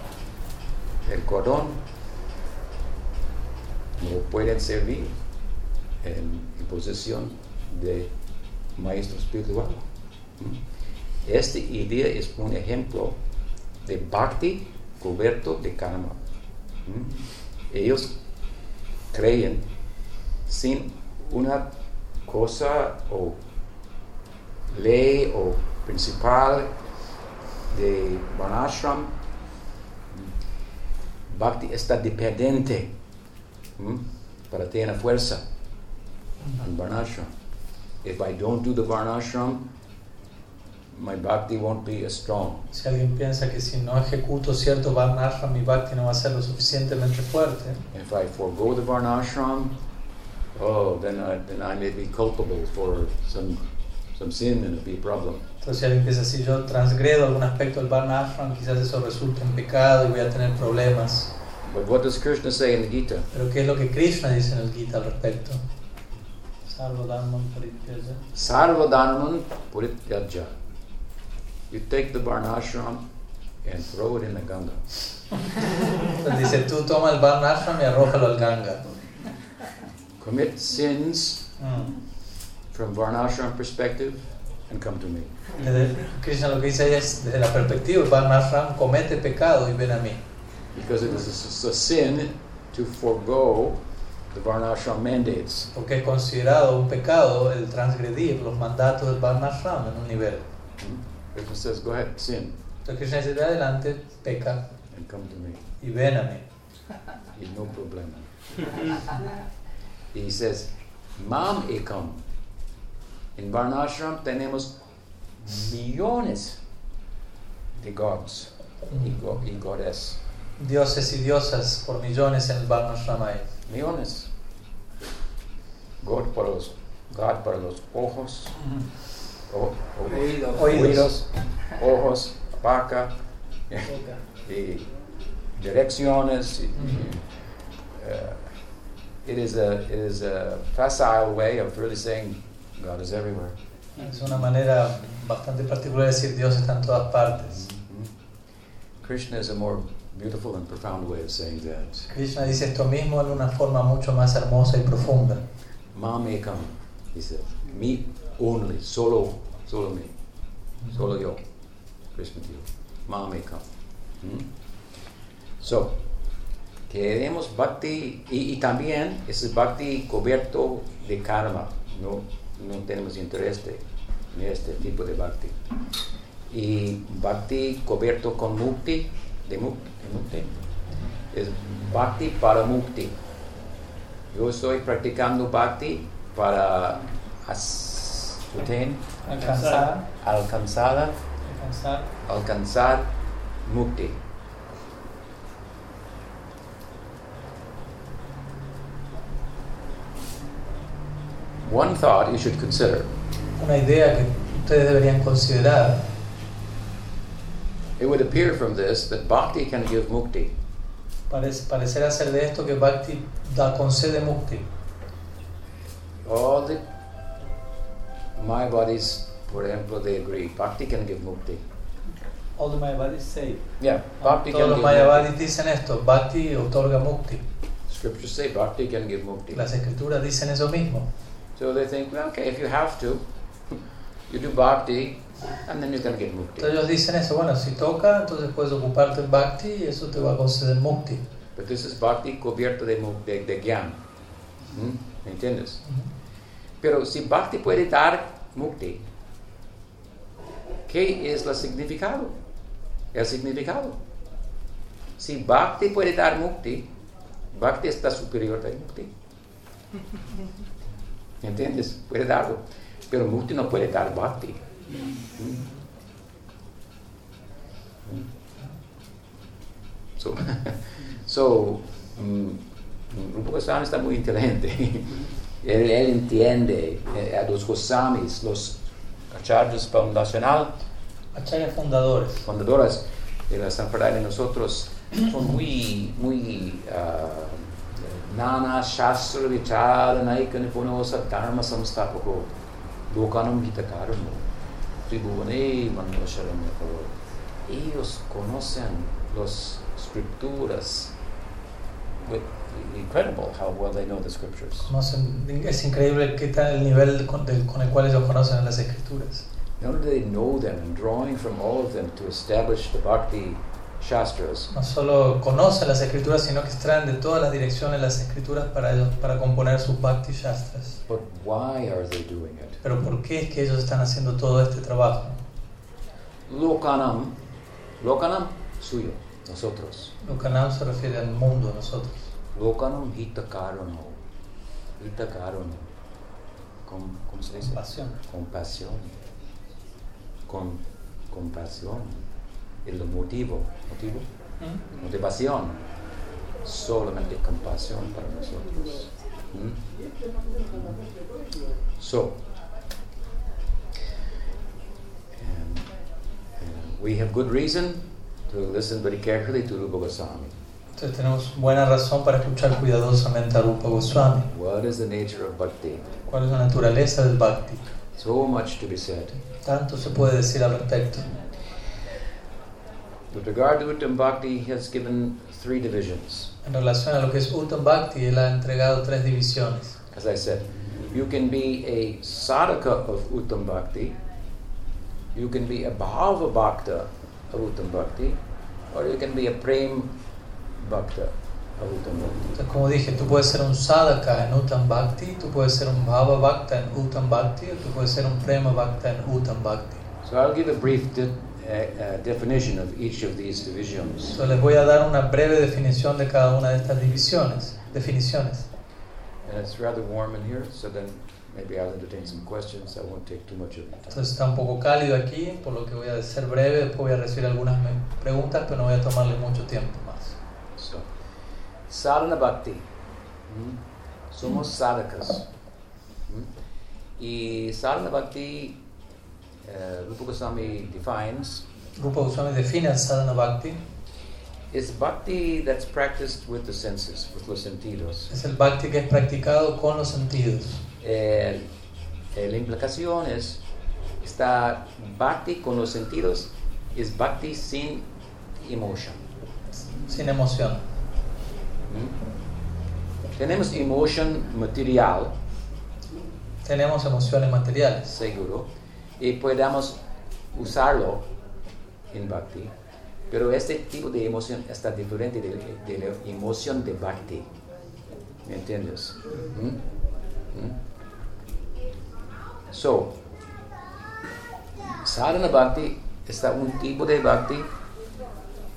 el cordón, no pueden servir en, en posición de maestro espiritual. ¿Mm? Esta idea es un ejemplo de bhakti cubierto de karma. ¿Mm? Ellos creen sin una cosa o ley o principal de Varnashram, Bhakti está dependiente ¿m? para tener fuerza en Varnashram. If I don't do the Varnashram, my Bhakti won't be as strong.
si alguien piensa que si no ejecuto cierto Varnashram, mi Bhakti no va a ser lo suficientemente fuerte,
If I forego the Varnashram, oh, then I, then I may be culpable for some, some sin and it'll be a problem.
entonces si alguien piensa si yo transgredo algún aspecto del Varnashram, quizás eso resulte en pecado y voy a tener problemas.
But what does Krishna say in the Gita?
Pero ¿qué es lo que Krishna dice en el Gita al respecto?
Sarvadharman parityaja.
Sarvadharman Purityaja. You take the Varnashram and throw it in the Ganga.
Entonces dice, tú toma el Varnashram y arrójalo al Ganga.
Commit sins
Mm.
from Varnashram perspective and come to me.
Desde- Krishna lo que dice ahí es, desde la perspectiva del Varnashram, comete pecado y ven a mí.
Because it is a, s- a sin to forego the Varnashram mandates.
Porque es considerado un pecado el transgredir los mandatos del Varnashram en un nivel.
Hmm? Krishna says, go ahead, sin
Entonces Krishna dice, de adelante, peca
and come to me.
y ven a mí.
Y no problema. he says, Mam ekam. En Varnashram tenemos millones de gods. y, go- y goddess.
Dioses y diosas por millones en el Varnashram hay.
Millones. God para los, God para los ojos, o- o-
Oídos.
oídos, ojos, vaca, y direcciones. y-
Ujú.
uh, it, is a, it is a facile way of really saying God is everywhere.
Es una manera bastante particular de decir Dios está en todas partes.
Krishna is a more beautiful and profound way of saying that.
Krishna dice esto mismo en una forma mucho más hermosa y profunda.
Mom may come, he said. Me only, solo, solo me, solo yo, Pues Krishna Dios. Mom may come. Hmm? So, queremos bhakti y, y también ese bhakti cubierto de karma. No, no tenemos interés de- en este tipo de bhakti. Y bhakti cubierto con mukti, de muk- de mukti, es bhakti para mukti. Yo estoy practicando bhakti para as- obtener,
Alcanzar.
alcanzar,
Alcanzar.
alcanzar mukti. One thought you should consider.
Una idea que ustedes deberían considerar.
It would appear from this that bhakti can give mukti.
Parece, parecerá ser de esto que Bhakti da, concede mukti.
All the my bodies, por ejemplo, they agree. Bhakti can give mukti.
All the Mayavadis say.
Yeah, bhakti
Todos
can
los
give mukti.
Mayavadis dicen esto, Bhakti otorga mukti.
Scriptures say bhakti can give mukti.
Las escrituras dicen eso mismo.
So they think, well, okay, if you have to, you do bhakti, and then you can get mukti.
Entonces ellos dicen eso, bueno, si toca, entonces puedes ocuparte en Bhakti y eso te va a conceder mukti.
But this is bhakti cubierto de, mu- de, de gyan. ¿Mm? ¿Me entiendes? Pero si bhakti puede dar mukti, ¿qué es el significado? El significado. Si Bhakti puede dar mukti, Bhakti está superior de mukti. ¿Entiendes? Puede darlo. Pero mukti no puede dar Bhakti. ¿Mm? ¿Mm? So, so mm, Rupa Goswami está muy inteligente. él, él entiende eh, a los Gosamis, los acharyas fundacional,
Achayas fundadores.
fundadoras de la Sampradaya de nosotros, son muy, muy uh, Nana Shastra Vichara Naika Nipunosa Dharma Samstapako Lokanam Hitakaramo Tribhuvane Manvasharam Ellos conocen las escrituras. With- Incredible how well they know the scriptures.
Conocen- es increíble qué tal el nivel con, del- con el cual ellos conocen las escrituras.
Not only they know them and drawing from all of them to establish the Bhakti Shastras,
No solo conocen las escrituras, sino que extraen de todas las direcciones las escrituras para ellos, para componer sus Bhakti Shastras.
but why are they doing it?
Pero ¿por qué es que ellos están haciendo todo este trabajo?
Lokanam, Lokanam, suyo, nosotros.
Lokanam se refiere al mundo, a nosotros.
Lokanam hitakarano, hitakarano. ¿Cómo, ¿Cómo se dice?
Pasión.
Compasión. Con, compasión. El motivo, motivo,
¿Mm?
motivación. Solamente compasión para nosotros. ¿Mm? So, and, and eh, we have good reason to listen very carefully to Rupa Goswami.
Entonces tenemos buena razón para escuchar cuidadosamente a Rupa Goswami.
What is the nature of bhakti?
¿Cuál es la naturaleza del Bhakti?
So much to be said.
Tanto se puede decir al respecto.
With regard to Uttam Bhakti, he has given three divisions.
En relación a lo que es Uttam Bhakti, él ha entregado tres divisiones.
As I said, you can be a sadhaka of Uttam Bhakti, you can be a bhava bhakta of Uttam Bhakti, or you can be a prem bhakta of Uttam Bhakti.
Entonces, como dije, tú puedes ser un sadhaka en Uttam Bhakti, tú puedes ser un bhava bhakta en Uttam Bhakti, o tú puedes ser un prema bhakta en Uttam Bhakti.
So I'll give a brief de- uh, uh, definition of each of these divisions.
Entonces, les voy a dar una breve definición de cada una de estas divisiones, definiciones.
And it's rather warm in here, so then maybe I'll entertain some questions. I won't take too much of your time.
Entonces está un poco cálido aquí, por lo que voy a ser breve, después voy a recibir algunas me- preguntas, pero no voy a tomarle mucho tiempo más.
So, sadhana bhakti. Hmm? Somos sadhakas. Hmm? Y sadhana bhakti, uh, Rupa Goswami defines,
Rupa Goswami define al sadhana bhakti,
is bhakti that's practiced with the senses, with los sentidos.
es el bhakti que es practicado con los sentidos.
el- eh, la implicación es está bhakti con los sentidos es bhakti sin emotion
sin emoción.
¿Mm? tenemos emotion material
Tenemos emociones materiales
seguro y podemos usarlo en bhakti pero este tipo de emoción está diferente de, de la emoción de bhakti ¿me entiendes? ¿Mm? ¿Mm? So, sadhana bhakti está un tipo de bhakti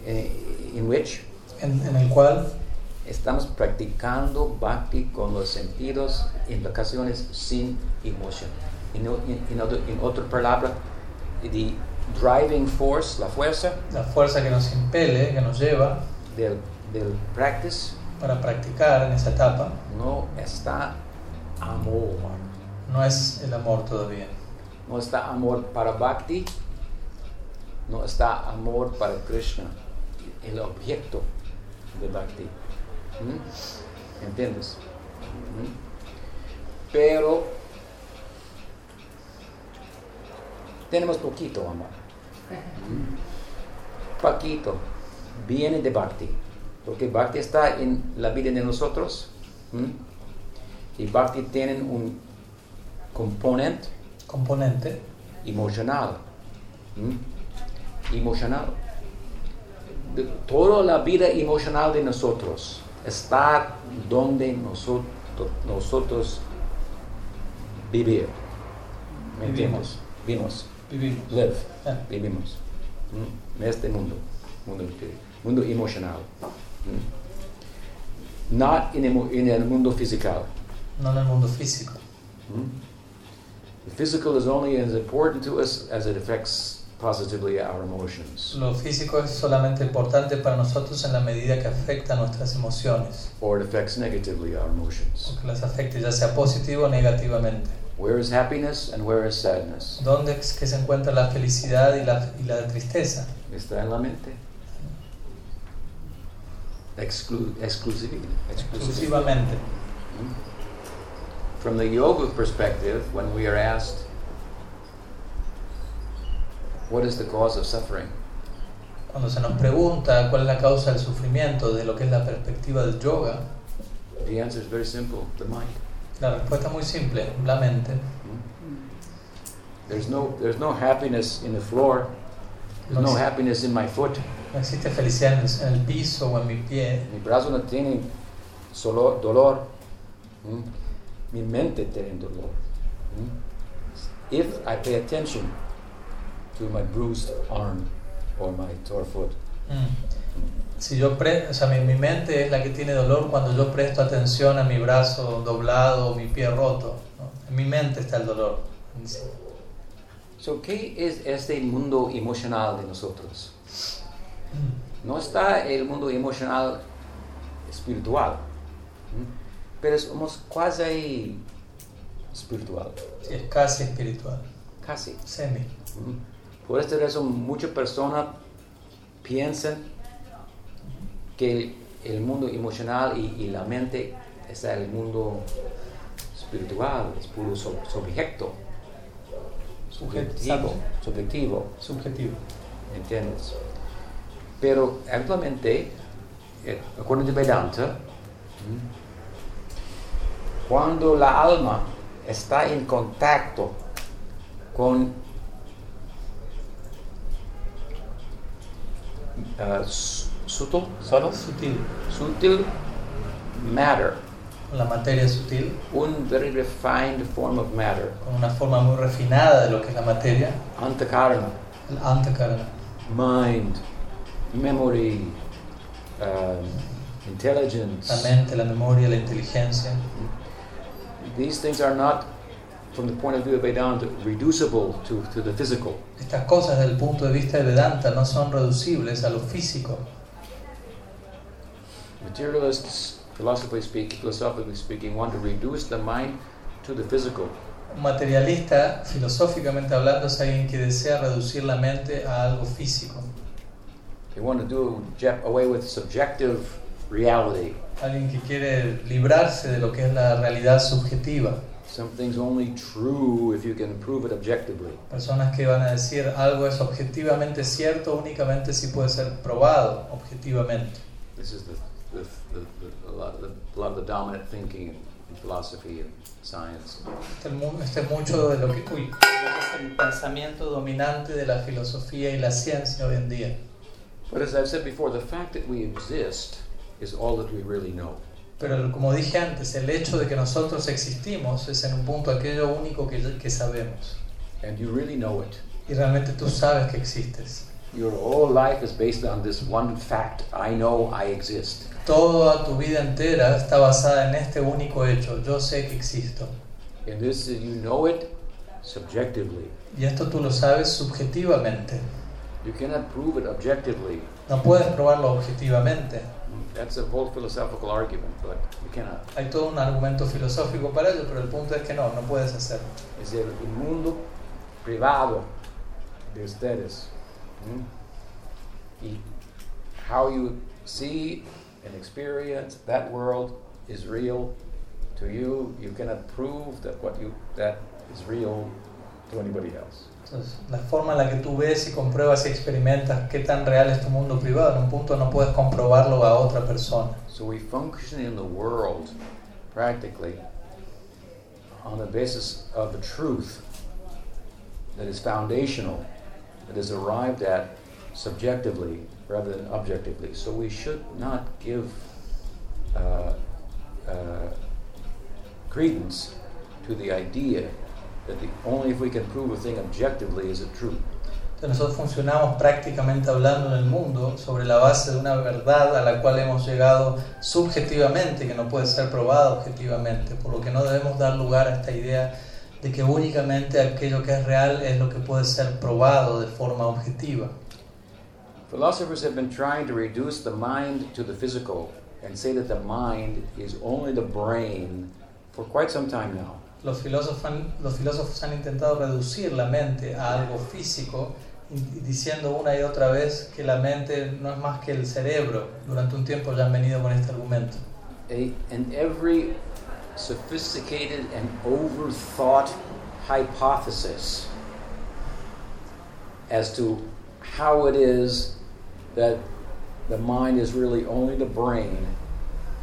eh, en which
en, en el cual
estamos practicando bhakti con los sentidos, implicaciones sin emoción. En, o- en- en otro- en otra palabra, the driving force, la fuerza
la fuerza que nos impele, que nos lleva
del, del practice
para practicar en esa etapa,
no está amor.
no es el amor todavía.
No está amor para bhakti, no está amor para Krishna, el objeto de bhakti. ¿Mm? ¿Entiendes? ¿Mm? Pero tenemos poquito amor. ¿Mm? Poquito viene de bhakti, porque bhakti está en la vida de nosotros ¿Mm? y bhakti tiene un componente
Componente
emocional. ¿m? Emocional. ¿Mm? De- toda la vida emocional de nosotros está donde nosotros, nosotros vivir. ¿Me entiendes? Vimos.
Vivimos.
Live. ¿Mm?
Ah.
Vivimos. ¿m? En este mundo. Mundo material. mundo emocional. ¿Mm? Not in, emo- in el mundo physical.
no en el mundo físico.
Hmm? The physical is only as important to us as it affects positively our emotions
Lo físico es solamente importante para nosotros en la medida que afecta nuestras emociones,
or it affects negatively our emotions.
o que las afecte ya sea positivo o negativamente.
Where is happiness and where is sadness?
¿Dónde es que se encuentra la felicidad y la, y la tristeza?
Está en la mente. Exclu- exclusivity. exclusivity.
Exclusivamente.
From the yoga perspective, when we are asked, what is the cause of suffering?
Cuando se nos pregunta cuál es la causa del sufrimiento de lo que es la perspectiva del yoga,
The answer is very simple the mind.
la respuesta es muy simple, la mente.
There's no, there's no happiness in the floor, there's no eh. happiness in my foot.
No existe felicidad en el- en el piso o en mi pie,
Mi brazo no tiene solo dolor. ¿m? Mi mente tiene dolor. ¿m? If I pay attention to my bruised arm or my sore foot,
Mm. Si yo pre- o sea, mi, mi mente es la que tiene dolor cuando yo presto atención a mi brazo doblado o mi pie roto. ¿no? En mi mente está el dolor.
So, ¿qué es este mundo emocional de nosotros? No está el mundo emocional espiritual, ¿m? pero somos quasi espiritual,
Sí, es casi espiritual,
casi.
semi.
¿m? Por esta razón, muchas personas piensan que el, el mundo emocional y, y la mente es el mundo espiritual, es puro sub- subjecto, subjetivo, subjetivo.
Subjetivo.
¿Entiendes? Pero actualmente, eh, according to Vedanta, ¿m? cuando la alma está en contacto con eh, su- sutil, subtle,
Sutil.
sutil matter,
Con la materia sutil,
un very refined form of matter,
con una forma muy refinada de lo que es la materia,
antakarna,
el antakarana.
mind, memory, um, intelligence.
La mente, la memoria, la inteligencia.
These things are not, from the point of view of Vedanta, reducible to, to the physical.
Estas cosas desde el punto de vista de Vedanta no son reducibles a lo físico.
Materialists, philosophically speaking, philosophically speaking, want to reduce the mind to the physical.
Un materialista, filosóficamente hablando, es alguien que desea reducir la mente a algo físico.
They want to do je- away with subjective reality.
Alguien que quiere librarse de lo que es la realidad subjetiva.
Something's only true if you can prove it objectively.
Personas que van a decir algo es objetivamente cierto únicamente si puede ser probado objetivamente.
This is the, the, the, the, a, lot of the, a lot of the dominant thinking in, in philosophy and science.
Este, es mu- este es mucho de lo, que, uy, de lo que es el pensamiento dominante de la filosofía y la ciencia hoy en día.
But as I've said before, the fact that we exist is all that we really know.
Pero como dije antes, el hecho de que nosotros existimos es en un punto aquello único que, que sabemos.
And you really know it.
Y realmente tú sabes que existes.
Your whole life is based on this one fact I know I exist.
Toda tu vida entera está basada en este único hecho. Yo sé que existo.
And this, you know it subjectively.
Y esto tú lo sabes subjetivamente.
You cannot prove it objectively.
No puedes probarlo objetivamente.
That's a whole philosophical argument, but you cannot.
Hay todo un argumento filosófico para ello, pero el punto es que no, no puedes hacerlo.
Es el el mundo privado de ustedes. ¿Mm? Y how you see and experience that world is real to you. You cannot prove that what you that is real to anybody else.
Entonces, la forma en la que tú ves y compruebas y experimentas qué tan real es tu mundo privado, en un punto no puedes comprobarlo a otra persona.
So we function in the world practically on the basis of a truth that is foundational, that is arrived at subjectively rather than objectively. So we should not give uh, uh, credence to the idea that the, only if we can prove a thing objectively is it true.
Entonces nosotros funcionamos prácticamente hablando en el mundo sobre la base de una verdad a la cual hemos llegado subjetivamente, que no puede ser probada objetivamente, por lo que no debemos dar lugar a esta idea de que únicamente aquello que es real es lo que puede ser probado de forma objetiva.
Philosophers have been trying to reduce the mind to the physical and say that the mind is only the brain for quite some time now.
Los filósofos, han, los filósofos han intentado reducir la mente a algo físico, y- y diciendo una y otra vez que la mente no es más que el cerebro. Durante un tiempo ya han venido con este argumento.
A, and every sophisticated and overthought hypothesis as to how it is that the mind is really only the brain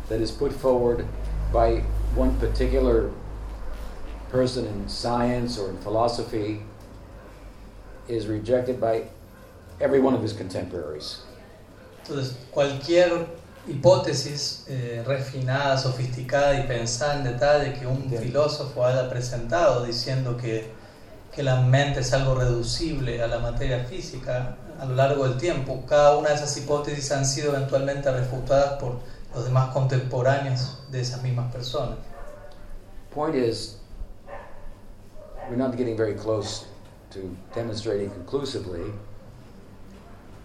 that is put forward by one particular person in science or in philosophy is rejected by every one of his contemporaries.
Entonces, cualquier hipótesis eh, refinada, sofisticada y pensada en detalle que un
Bien.
filósofo haya presentado diciendo que, que la mente es algo reducible a la materia física a lo largo del tiempo, cada una de esas hipótesis han sido eventualmente refutadas por los demás contemporáneos de esas mismas personas.
Point is, we're not getting very close to demonstrating conclusively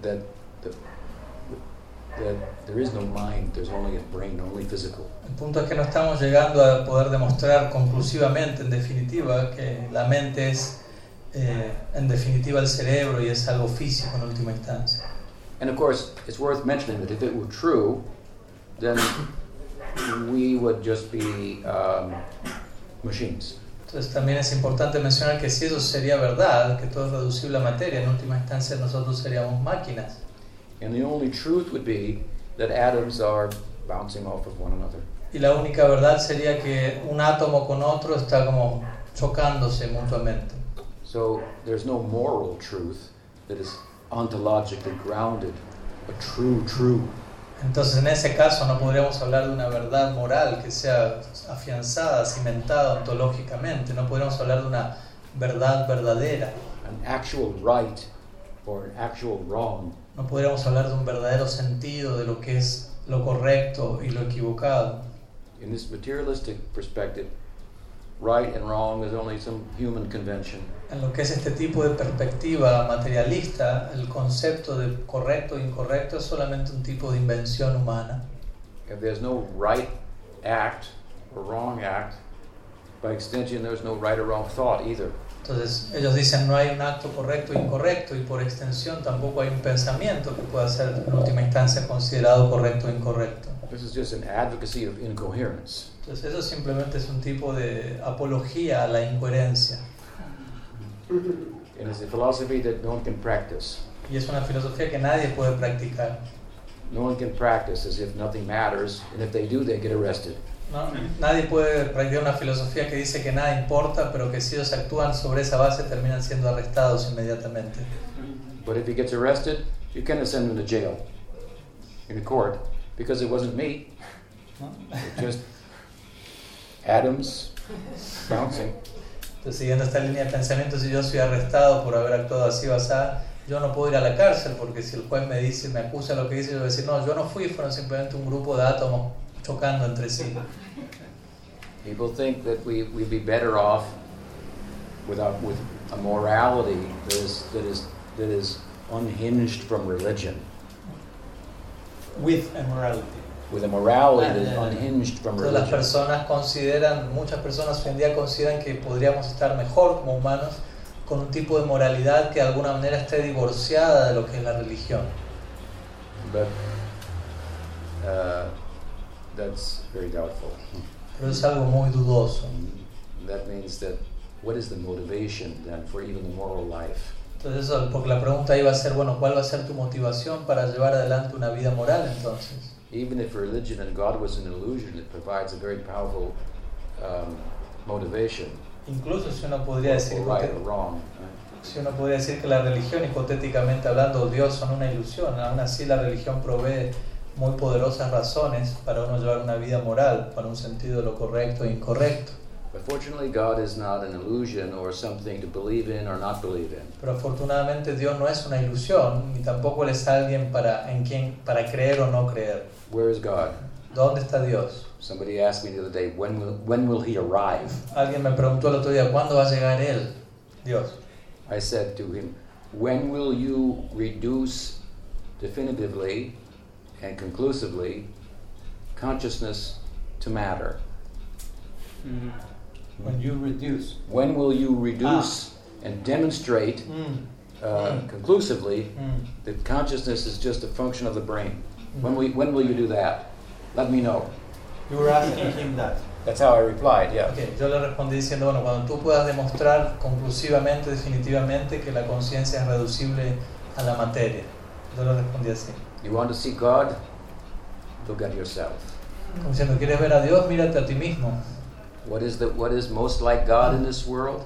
that the, that there is no mind, there's only a brain, only physical.
El punto es que no estamos llegando a poder demostrar conclusivamente, en definitiva, que la mente es, eh, en definitiva, el cerebro y es algo físico en última instancia.
And of course, it's worth mentioning that if it were true, then we would just be um, machines.
Entonces también es importante mencionar que si eso sería verdad, que todo es reducible a materia, en última instancia nosotros seríamos máquinas.
And the only truth would be that atoms are bouncing off of one another.
Y la única verdad sería que un átomo con otro está como chocándose mutuamente.
So there's no moral truth that is ontologically grounded, a true, true.
Entonces en ese caso no podríamos hablar de una verdad moral que sea afianzada, cimentada ontológicamente, no podríamos hablar de una verdad verdadera,
an actual right or an actual wrong.
no podríamos hablar de un verdadero sentido de lo que es lo correcto y lo equivocado.
In this materialistic perspective, right and wrong is only some human convention.
En lo que es este tipo de perspectiva materialista, el concepto de correcto e incorrecto es solamente un tipo de invención humana.
If there's no right act or wrong act, by extension, there's no right or wrong thought either.
Entonces ellos dicen no hay un acto correcto e incorrecto y por extensión tampoco hay un pensamiento que pueda ser en última instancia considerado correcto o incorrecto.
This is just an advocacy of incoherence.
Entonces eso simplemente es un tipo de apología a la incoherencia
It is a philosophy that no one can practice.
y es una filosofía que nadie puede practicar.
No one can practice as if nothing matters, and if they do, they get arrested.
¿no? Nadie puede practicar una filosofía que dice que nada importa, pero que si ellos actúan sobre esa base terminan siendo arrestados inmediatamente.
But if he gets arrested, you cannot send him to jail in a court because it wasn't me.
¿no?
It just atoms bouncing.
Entonces, siguiendo esta línea de pensamiento, si yo soy arrestado por haber actuado así o así, yo no puedo ir a la cárcel porque si el juez me dice, me acusa de lo que dice, yo voy a decir, no, yo no fui, fueron simplemente un grupo de átomos chocando entre sí.
People think that we, we'd be better off without with a morality that is that is that is unhinged from religion,
With immorality.
with a morality
Ah,
that is
yeah, yeah.
unhinged from
Entonces las
religion.
personas consideran, muchas personas hoy en día consideran que podríamos estar mejor como humanos con un tipo de moralidad que de alguna manera esté divorciada de lo que es la religión.
But uh, that's very doubtful.
Pero es algo muy dudoso.
That means that what is the motivation then for even the moral life?
Entonces, eso, porque la pregunta iba a ser, bueno, ¿cuál va a ser tu motivación para llevar adelante una vida moral entonces?
Even if religion and God was an illusion, it provides a very powerful um, motivation
Incluso si uno podría decir,
for right or wrong. right?
si uno podría decir que la religión, hipotéticamente hablando, o Dios son una ilusión, aún así la religión provee muy poderosas razones para uno llevar una vida moral, para un sentido de lo correcto e incorrecto.
But fortunately, God is not an illusion or something to believe in or not believe in.
Pero afortunadamente Dios no es una ilusión, ni tampoco Él es alguien para, en quien, para creer o no creer.
Where is God?
¿Dónde está Dios?
Somebody asked me the other day, when will, when will he arrive?
Alguien me preguntó el otro día, ¿cuándo va a llegar Él? Dios.
I said to him, When will you reduce definitively and conclusively consciousness to matter?
When you reduce. Ah.
When will you reduce and demonstrate uh, conclusively that consciousness is just a function of the brain? When will, when will you do that? Let me know.
You were asking him that.
That's how I replied, yeah.
Ok, Yo le respondí diciendo, bueno, cuando tú puedas demostrar conclusivamente, definitivamente, que la conciencia es reducible a la materia. Yo le respondí así.
You want to see God? Look at yourself.
Como diciendo, ¿quieres ver a Dios? Mírate a ti mismo.
What is, the, what is most like God in this world?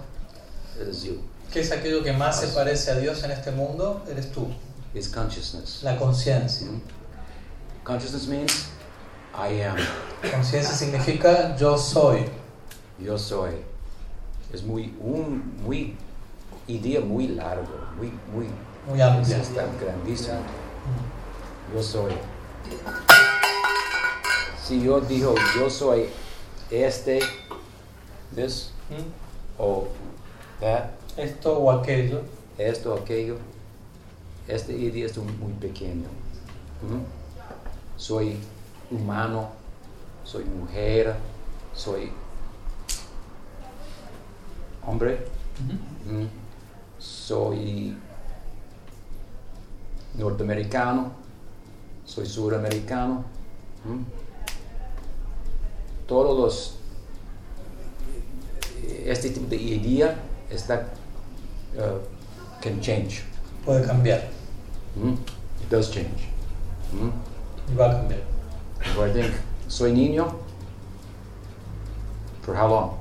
It is you,
¿Qué es aquello que más se parece a Dios en este mundo? Eres tú,
is consciousness.
la conciencia.
Consciousness means I am.
Conciencia significa yo soy.
Yo soy. Es muy, un, muy idea muy largo, muy, muy,
Muy amplia.
es tan grandísimo. Yo soy. Si yo digo yo soy este, this,
¿Mm?
o that,
Esto o aquello.
esto, aquello, este idea es un- muy pequeño. ¿Mm? Soy humano, soy mujer, soy hombre. Mm. Soy norteamericano, soy suramericano. Mm. Todos los. Este tipo de idea está. uh, can change.
Puede cambiar.
Mm. It does change. Mm.
Y va a cambiar.
So I think, soy niño. For how long?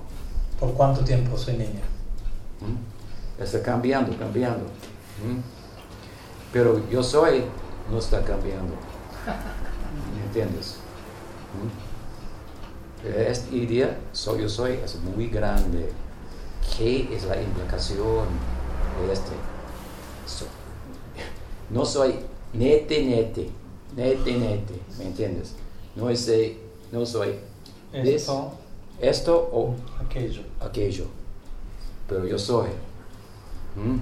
¿Por cuánto tiempo soy niño?
¿Mm? Está cambiando, cambiando. ¿Mm? Pero yo soy, no está cambiando. ¿Me entiendes? ¿Mm? Esta idea, soy yo soy, es muy grande. ¿Qué es la implicación de este? So- no soy nete, nete, nete, nete, ¿me entiendes? No, es, eh, no soy This.
Esto,
esto o
aquello.
aquello, pero yo soy. ¿Mm?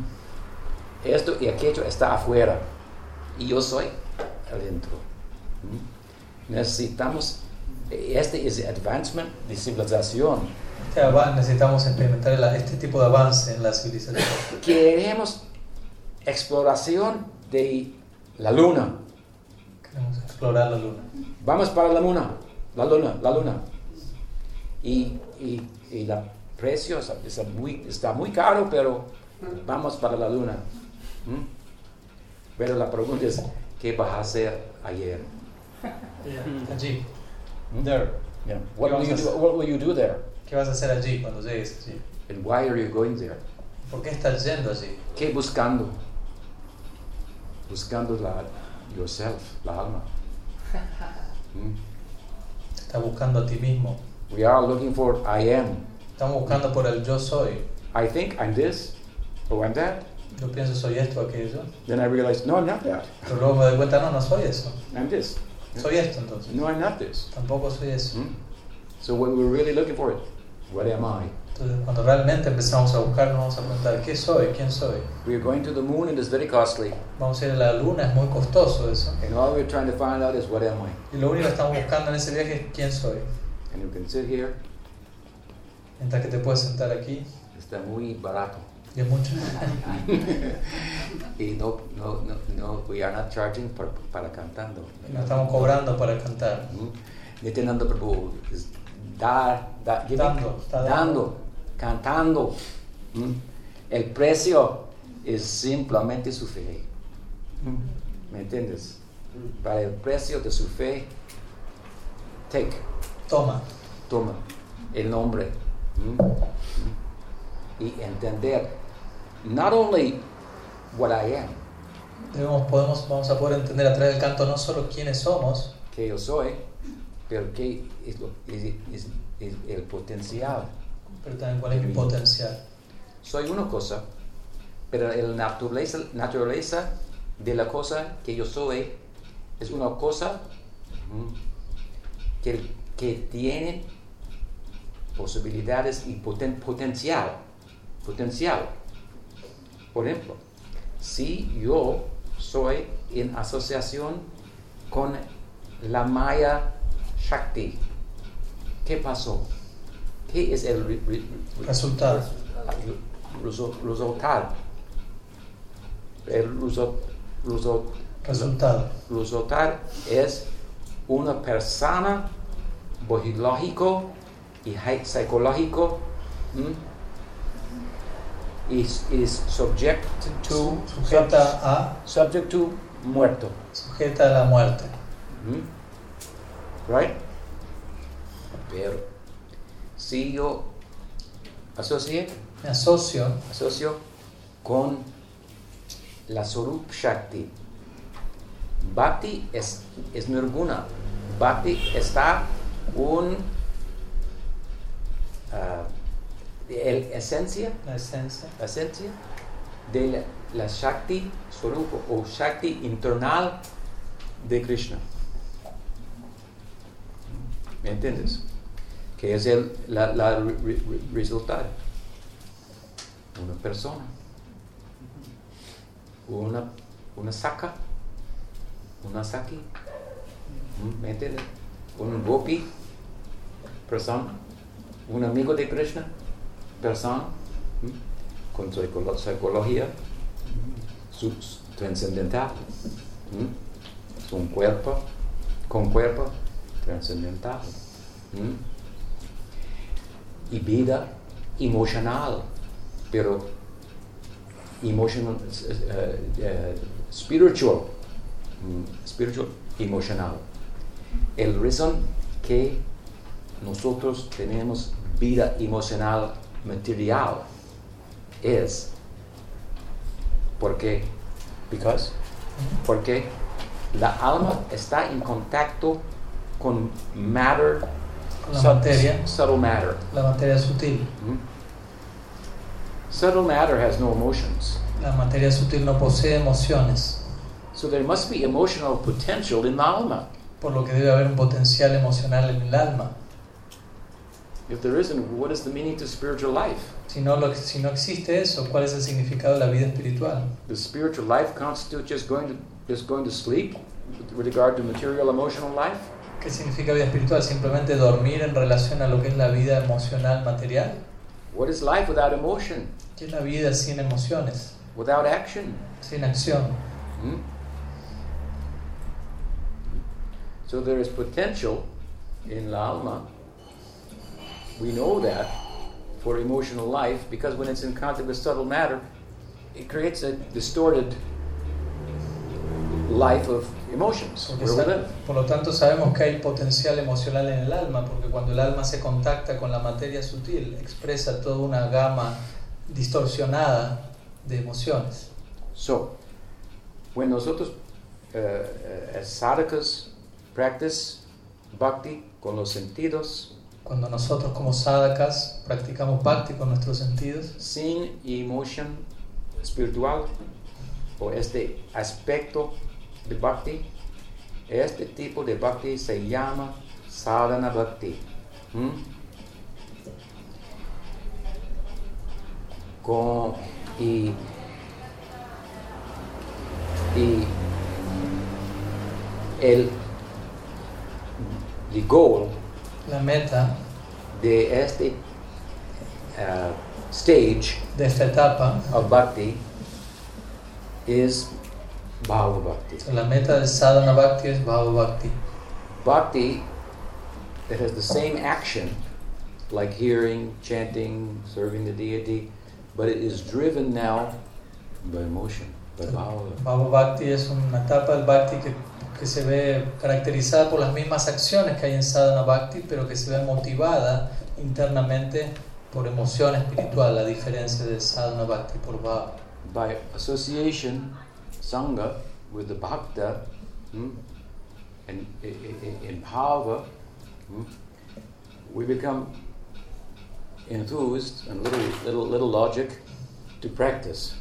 Esto y aquello está afuera y yo soy adentro. ¿Mm? Necesitamos, este es el advancement de civilización.
Este ava- necesitamos experimentar la- este tipo de avance en la civilización.
Queremos exploración de la luna.
Queremos explorar la luna.
Vamos para la luna, la luna, la luna. Y, y, y la precio es- es muy- está muy caro, pero vamos para la luna. ¿Mm? Pero la pregunta es, ¿qué vas a hacer ayer?
Allí.
There.
Yeah. What, will you do, what will you do there?
¿Qué vas a hacer allí cuando llegues allí?
And why are you going there?
¿Por qué estás yendo allí?
¿Qué buscando? Buscando la yourself, la alma. ¿Mm?
Te estás buscando a ti mismo.
We are looking for I am.
Estamos buscando por el yo soy.
I think I'm this, or I'm that.
Yo pienso soy esto o aquello.
Then I realized, no, I'm not that.
Pero luego me doy cuenta, no, no soy eso.
I'm this.
Soy esto entonces.
No, I'm not this.
Tampoco soy eso.
Hmm? So what we're really looking for is, what am I?
Entonces cuando realmente empezamos a buscar, nos vamos a preguntar, ¿qué soy? ¿Quién soy?
We are going to the moon and it's very costly.
Vamos a ir a la luna, es muy costoso eso.
And all we're trying to find out is, what am I?
Y lo único que estamos buscando en ese viaje es quién soy.
And you can sit here.
Mientras que te puedes sentar aquí,
Está muy barato.
y es mucho.
Y no, no, no, no, we are not charging para, para cantando.
Nos estamos cobrando para cantar.
Hmm? Nityananda Prabhu is dar, da- giving-
Dando, está
dando, cantando. Hmm? El precio es simplemente su fe.
Mm.
¿Me entiendes? Para el precio de su fe, take,
Toma.
toma el nombre. ¿Mm? ¿Mm? Y entender, not only what I am,
Debemos, podemos, vamos a poder entender a través del canto no solo quiénes somos,
que yo soy, pero que es, lo- es- es- es el potencial
pero también cuál es mi potencial.
Soy una cosa, pero la naturaleza, naturaleza de la cosa que yo soy es una cosa mm, que, que tiene posibilidades y poten- potencial. Potencial. Por ejemplo, si yo soy en asociación con la Maya Shakti, ¿qué pasó? ¿Qué es el re- re-
Resultado.
resu- resultado? El resu- resu-
Resultado.
resultar es una persona biológico y hi- psicológico ¿m? is, is subject to
Sujeta a,
subject to muerto
sujeta a la muerte.
¿m? right pero si yo asocié
Me asocio
asocio con la Sorup Shakti. Bhakti es, es Nirguna. Bhakti está un. ah, el esencia,
la esencia
esencia de la, la Shakti Sorup o Shakti internal de Krishna. ¿Me entiendes? Que es el la, la re- re- re- resultado. Una persona. Una, una saca. Una saki. ¿Mm? ¿Me entiendes? Un gopi. Persona. Un amigo de Krishna. Persona. ¿Mm? Con psicolo- psicología. Su, su- transcendental. ¿Mm? Es un cuerpo. Con cuerpo. Transcendental. ¿Mm? y vida emocional, pero emotional, eh, eh, spiritual, mm, spiritual, emocional. El razón que nosotros tenemos vida emocional material es porque, because, porque la alma está en contacto con matter,
Con la
sub-
materia.
subtle matter.
la materia sutil.
Hmm? Subtle matter has no emotions.
La materia sutil no posee emociones,
So there must be emotional potential in the alma.
por lo que debe haber un potencial emocional en el alma.
If there isn't, what is the meaning to spiritual life?
Si no, lo- si no existe eso, ¿cuál es el significado de la vida espiritual?
Does spiritual life constitute just going to just going to sleep with regard to material emotional life?
¿Qué significa vida espiritual? ¿Simplemente dormir en relación a lo que es la vida emocional material?
What is life without emotion,
¿Qué es la vida sin emociones,
without action?
sin acción?
Hmm? So there is potential in la alma. We know that for emotional life because when it's in contact with subtle matter, it creates a distorted life of emotions
Porque
where we
sa-
live.
por lo tanto sabemos que hay potencial emocional en el alma, porque cuando el alma se contacta con la materia sutil, expresa toda una gama distorsionada de emociones.
So, when nosotros uh, uh, as sadhakas practice bhakti con los sentidos,
Cuando nosotros como sadhakas practicamos bhakti con nuestros sentidos,
sin emoción espiritual o este aspecto de bhakti, este tipo de bhakti se llama sadhana bhakti. ¿Mm? Con, y, y el the goal
la meta
de este uh, stage
de esta etapa,
of bhakti is bhava bhakti.
la meta de sadhana bhakti es bhava bhakti.
Bhakti that has the same action like hearing, chanting, serving the deity, but it is driven now by emotion, by bhava.
Bhava Bhakti es una etapa del Bhakti que, que se ve caracterizada por las mismas acciones que hay en Sadhana Bhakti, pero que se ve motivada internamente por emoción espiritual, la diferencia de Sadhana Bhakti por Bhava.
By association, sangha with the bhakta hmm, and e, i- i- i- in bhava, hmm, we become enthused and little, little, little logic to practice.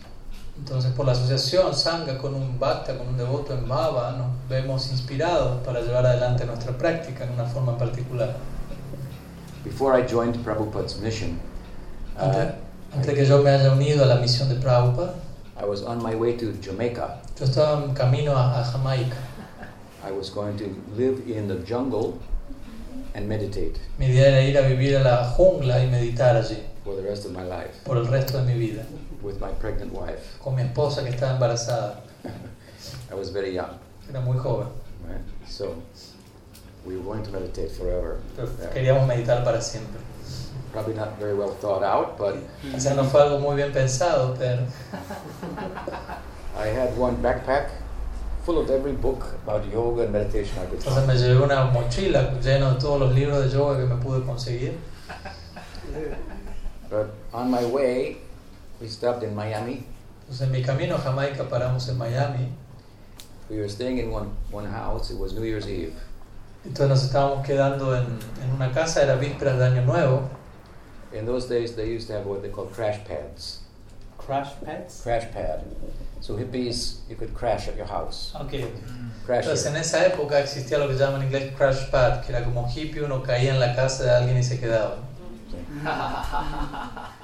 Entonces, por la asociación Sangha con un Bhakta, con un devoto en Baba, nos vemos inspirados para llevar adelante nuestra práctica en una forma particular.
Before I joined Prabhupada's mission,
Antes,
uh,
antes que yo me haya unido a la misión de Prabhupada,
I was on my way to Jamaica.
yo estaba en camino a, a Jamaica.
I was going to live in the jungle and meditate
Mi idea era ir a vivir a la jungla y meditar allí
for the rest of my life
por el resto de mi vida,
with my pregnant wife.
con mi esposa que estaba embarazada,
I was very young,
era muy joven,
right? So we were going to meditate forever.
pero
Yeah.
queríamos meditar para siempre.
Probably not very well thought out, but
Quizás no fue algo muy bien pensado, pero
I had one backpack full of every book about yoga and meditation I could
entonces
find.
me llevé una mochila llena de todos los libros de yoga que me pude conseguir.
But on my way, we stopped in Miami.
Entonces en mi camino a Jamaica paramos en Miami,
We were staying in one, one house. It was New Year's Eve.
entonces nos estábamos quedando en, en una casa, era vísperas de Año Nuevo,
In those days, they used to have what they call crash pads.
Crash pets?
Crash pad. So hippies, you could crash at your house.
Okay.
Crash
Entonces en
it.
esa época existía lo que llaman en inglés crash pad, que era como hippie, uno caía en la casa de alguien y se quedaba.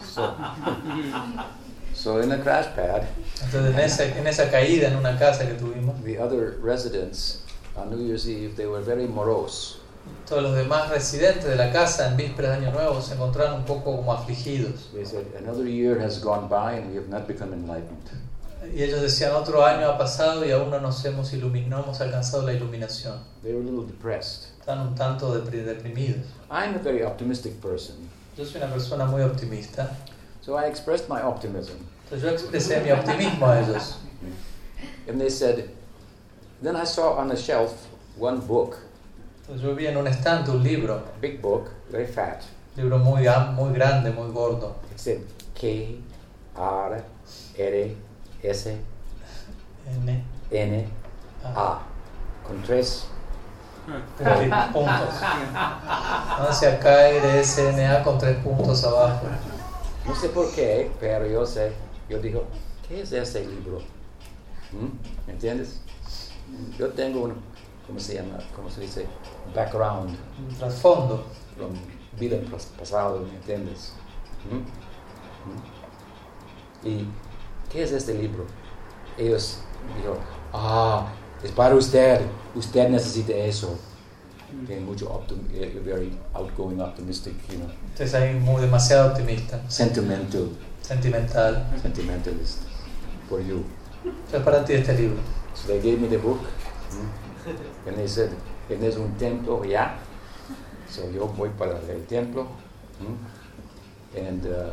So, so in the crash pad,
Entonces en esa, en esa caída en una casa que tuvimos,
the other residents on New Year's Eve, they were very morose.
todos los demás residentes de la casa en vísperas de Año Nuevo se encontraron un poco como afligidos.
They said, another year has gone by and we have not become enlightened.
Y ellos decían, otro año ha pasado y aún no nos hemos iluminado, no hemos alcanzado la iluminación.
They were a little depressed.
Están un tanto depri- deprimidos.
I'm a very optimistic person,
Yo soy una persona muy optimista,
so I expressed my optimism.
entonces yo expresé mi optimismo a ellos.
And they said, then I saw on the shelf one book,
Entonces yo vi en un estante un libro,
a big book, very fat.
un libro muy, am- muy grande, muy gordo.
It said K R R S
N.
N
Ah.
A. Con tres.
Pero sin puntos. No decía KRSNA con tres puntos abajo.
No sé por qué, pero yo sé. Yo digo, ¿qué es ese libro? ¿Mm? ¿Entiendes? Yo tengo un, ¿cómo se llama? ¿Cómo se dice? Background.
Un trasfondo.
from vida pas- pasada, ¿me entiendes? ¿Mm? ¿Mm? ¿Y qué es este libro? Ellos dijeron, ah, es para usted, usted necesita eso. Tienen mucho optim- eh, very outgoing, optimistic, you know,
Entonces ahí muy demasiado optimista,
sentimental,
sentimental.
sentimentalist for you.
Yo es para ti este libro.
So they gave me the book, mm, and they said, and es un templo ya. So yo voy para el templo, mm, and uh,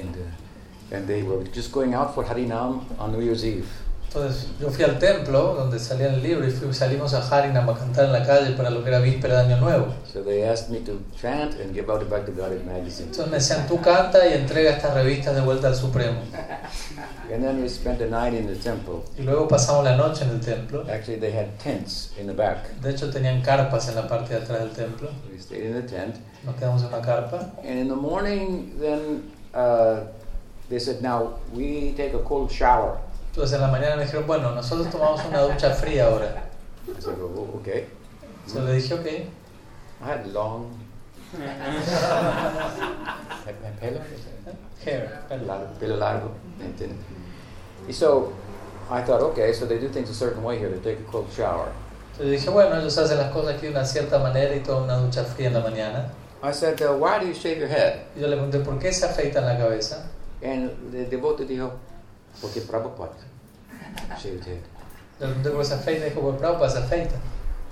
and uh, and they were just going out for Harinam on New Year's Eve.
Entonces yo fui al templo donde salía el libro y fui- salimos a Harinam a cantar en la calle para lo que era víspera de Año Nuevo.
So they asked me to chant and give out the Bhakti Godhead magazine.
Entonces me decían, tú canta y entrega estas revistas de vuelta al Supremo.
And then we spent the night in the temple.
Y luego pasamos la noche en el templo.
Actually, they had tents in the back.
De hecho tenían carpas en la parte de atrás del templo.
We stayed in the tent,
Nos quedamos en una carpa.
and in the morning, then uh, they said, "Now we take a cold shower."
Entonces en la mañana me dijeron, bueno, nosotros tomamos una ducha fría ahora.
I said, oh, okay.
Entonces le dije, ok.
I had long. my, my pelo,
Hair.
pelo largo, pelo largo. And then- so I thought, okay, so they do things a certain way here. They take a cold shower.
Entonces dije, bueno, ellos hacen las cosas aquí de una cierta manera y toman una ducha fría en la mañana.
I said, uh, why do you shave your head?
Y yo le pregunté, ¿por qué se afeitan la cabeza?
And the devotee dijo, porque Prabhupada shaved head.
Le pregunté, ¿por qué se afeitan? Y dijo, pues Prabhupada se afeita.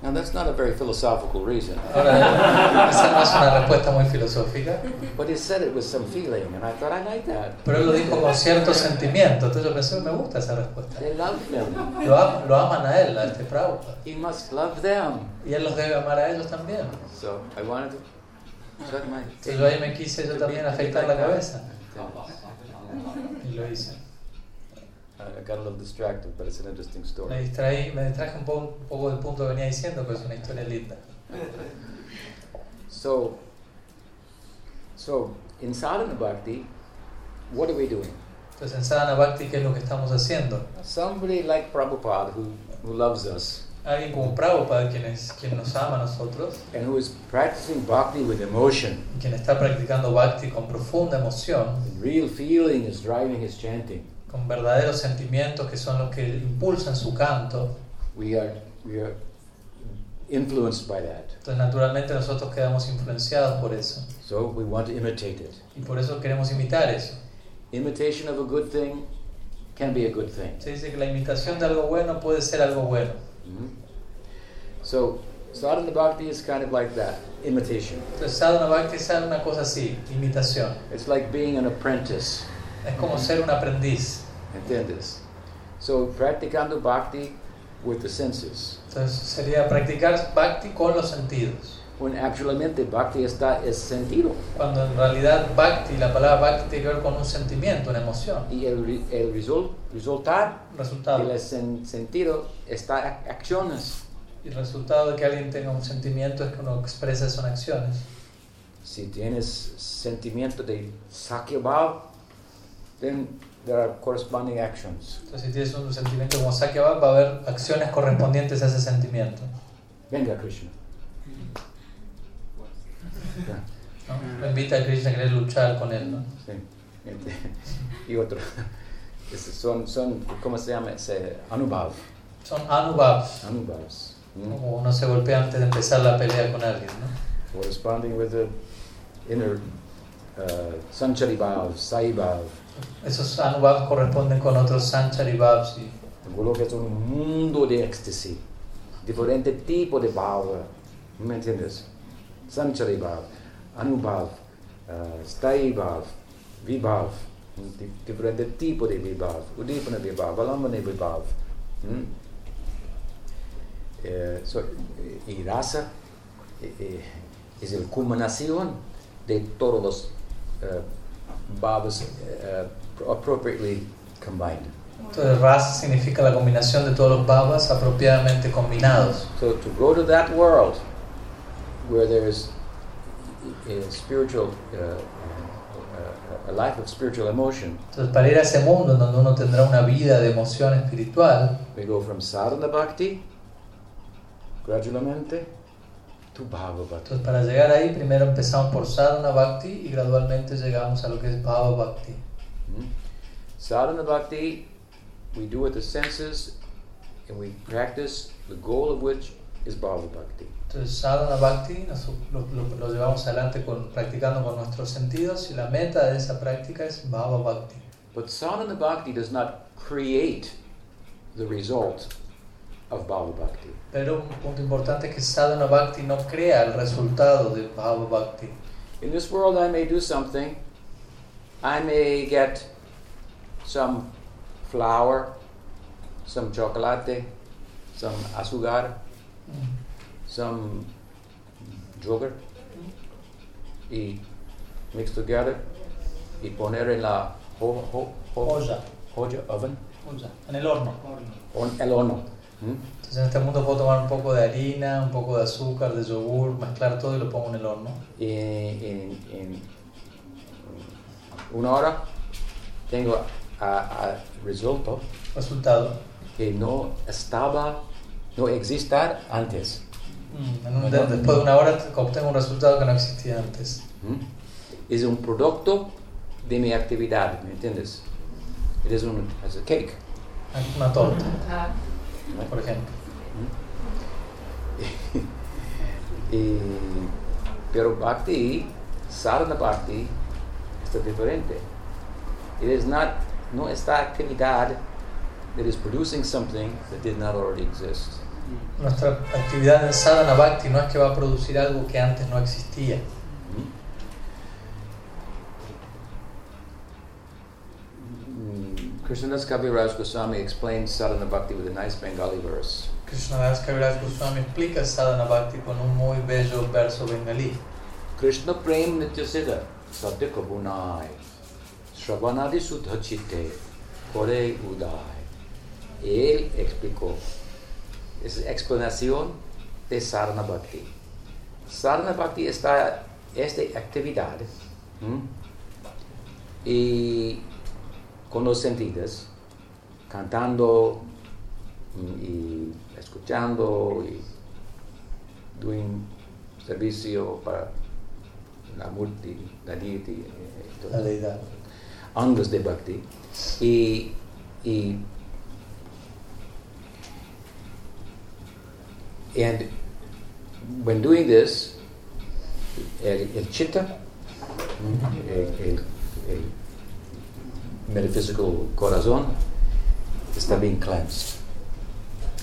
Now that's not a very philosophical reason,
Ahora, esa no es una respuesta muy filosófica,
but he said it with some feeling, and I thought I like that.
pero él lo dijo con cierto sentimiento. Entonces yo pensé, me gusta esa respuesta.
They love him.
Lo, am- lo aman a él, a este Prabhupada.
He must love them.
Y él los debe amar a ellos también.
So I wanted to shut my.
Entonces yo ahí me quise yo también afeitar la cabeza. Y lo hice.
I Uh, I got a little distracted, but it's an interesting
Me
story.
distraí, me distraje un poco, un poco del punto que venía pues diciendo, pero es una historia linda.
So, So in sadhana bhakti, what are we doing?
Entonces en sadhana bhakti, ¿qué es lo que estamos haciendo?
Somebody like Prabhupada who, who loves us
Alguien como Prabhupada, quien, es, quien nos ama a nosotros,
and who is practicing bhakti with emotion,
y quien está practicando bhakti con profunda emoción,
real feeling is driving his chanting.
con verdaderos sentimientos que son los que impulsan su canto,
We are, we are influenced by that.
entonces naturalmente nosotros quedamos influenciados por eso.
So we want to imitate it.
Y por eso queremos imitar eso.
Imitation of a good thing can be a good thing.
Se dice que la imitación de algo bueno puede ser algo bueno.
Mhm. So sadhana bhakti is kind of like that imitation.
Entonces sadhana bhakti es una cosa así, imitación.
It's like being an apprentice.
Es como ser un aprendiz.
Entiendes? So practicando bhakti with the senses.
Entonces sería practicar bhakti con los sentidos.
When actualmente bhakti está es sentido.
Cuando en realidad bhakti, la palabra bhakti tiene que ver con un sentimiento, una emoción.
Y el, re- el result, resultar
Resultado.
del sen- sentido está ac- acciones.
Y el resultado de que alguien tenga un sentimiento es que uno expresa eso en acciones.
Si tienes sentimiento de sakyabhav, then there are corresponding actions.
Entonces si tienes un sentimiento como Sakyabha, va a haber acciones correspondientes a ese sentimiento.
Venga Krishna.
¿no? Lo invita a Krishna a querer luchar con él. ¿no?
Sí. Ent- Y otro. Esos Son, son, ¿cómo se llama? Se- Anubhav.
Son anubhavs.
Anubhavs. Mm.
Como uno se golpea antes de empezar la pelea con alguien, ¿no?
corresponding with the inner uh, Sanchari Bhav, Sai Bhav.
Esos anubhavs corresponden con otros sanchari bhavs y
Lo que es un mundo de éxtasis, diferente tipo de bhava. ¿Me entiendes? Sanchari Bhav, Anubhav, uh, Stai Bhav, Vibhav, di- Um diferente tipo de Vibhav, Udipana Vibhav, Valambana Vibhav. Mm? Eh, so, eh, y raza eh, eh, es el culminación de todos los eh, bhavas eh, appropriately combined.
Entonces, raza significa la combinación de todos los bhavas apropiadamente combinados.
So to go to that world where there's a spiritual, uh, uh, a life of spiritual emotion,
Entonces, para ir a ese mundo en donde uno tendrá una vida de emoción espiritual,
we go from sadhana bhakti, gradualmente, to bhava bhakti.
entonces para llegar ahí primero empezamos por sadhana bhakti y gradualmente llegamos a lo que es bhava bhakti.
Hmm? Sadhana bhakti, we do with the senses and we practice, the goal of which is bhava bhakti.
Entonces, sadhana bhakti nos- lo, lo- lo llevamos adelante con, practicando con nuestros sentidos y la meta de esa práctica es bhava bhakti.
But sadhana bhakti does not create the result of bhava bhakti.
Pero un punto importante es que Sadhana Bhakti no crea el resultado de Bhava Bhakti.
In this world, I may do something. I may get some flour, some chocolate, some azúcar, some sugar, y mix together, y poner en la ho, ho, ho-
Olla.
olla, oven,
En el horno.
on el horno. ¿Mm?
Entonces en este mundo puedo tomar un poco de harina, un poco de azúcar, de yogur, mezclar todo y lo pongo en el horno.
Y en, en una hora tengo a, a resultado.
Resultado.
que no estaba, no existía antes.
Mm, en un- de- después de una hora obtengo un resultado que no existía antes.
¿m? Es un producto de mi actividad, ¿me entiendes? It is un es un cake.
Una torta,
Ah,
¿no?
por ejemplo.
Y- pero Bhakti, Sarna Bhakti, está diferente. It is not, no esta actividad that is producing something that did not already exist.
Nuestra actividad en Sadhana Bhakti no es que va a producir algo que antes no existía.
Mm, Krishnadas Kaviraj Goswami explained sadhana bhakti with a nice Bengali verse.
Krishnadas Kaviraj Goswami explica Sadhana Bhakti con un muy bello verso bengalí.
Krishna prem nityasiddha satya kabunai shravanadi sudha chitte kore udai. Él explicó esa es explanación de sadhana bhakti. Sadhana bhakti está esta actividad ¿Mm? Y con los sentidos, cantando mm, y escuchando y doing servicio para la multi, la deity, eh, todo
la deidad.
angles de bhakti y, y- and when doing this el, el chitta el, el, el metaphysical corazón está bien cleansed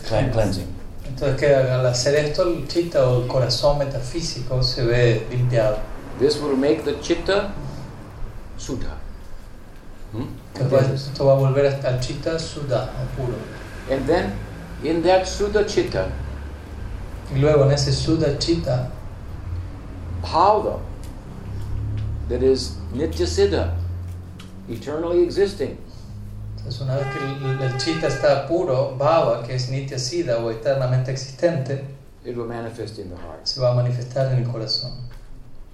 Clean- cleansing
Entonces que al hacer esto el chita o el corazón metafísico se ve limpiado.
this will make the chitta sutta Hmm?
Que va- esto va a volver hasta el chita sudá, o puro.
and then in that sutta chitta
Y luego en ese sudá chita,
power that is nitya siddha, eternally existing,
entonces una vez que el, el chita está puro, bhava, que es nitya sida o eternamente existente,
it will manifest in the heart.
se va a manifestar en el corazón.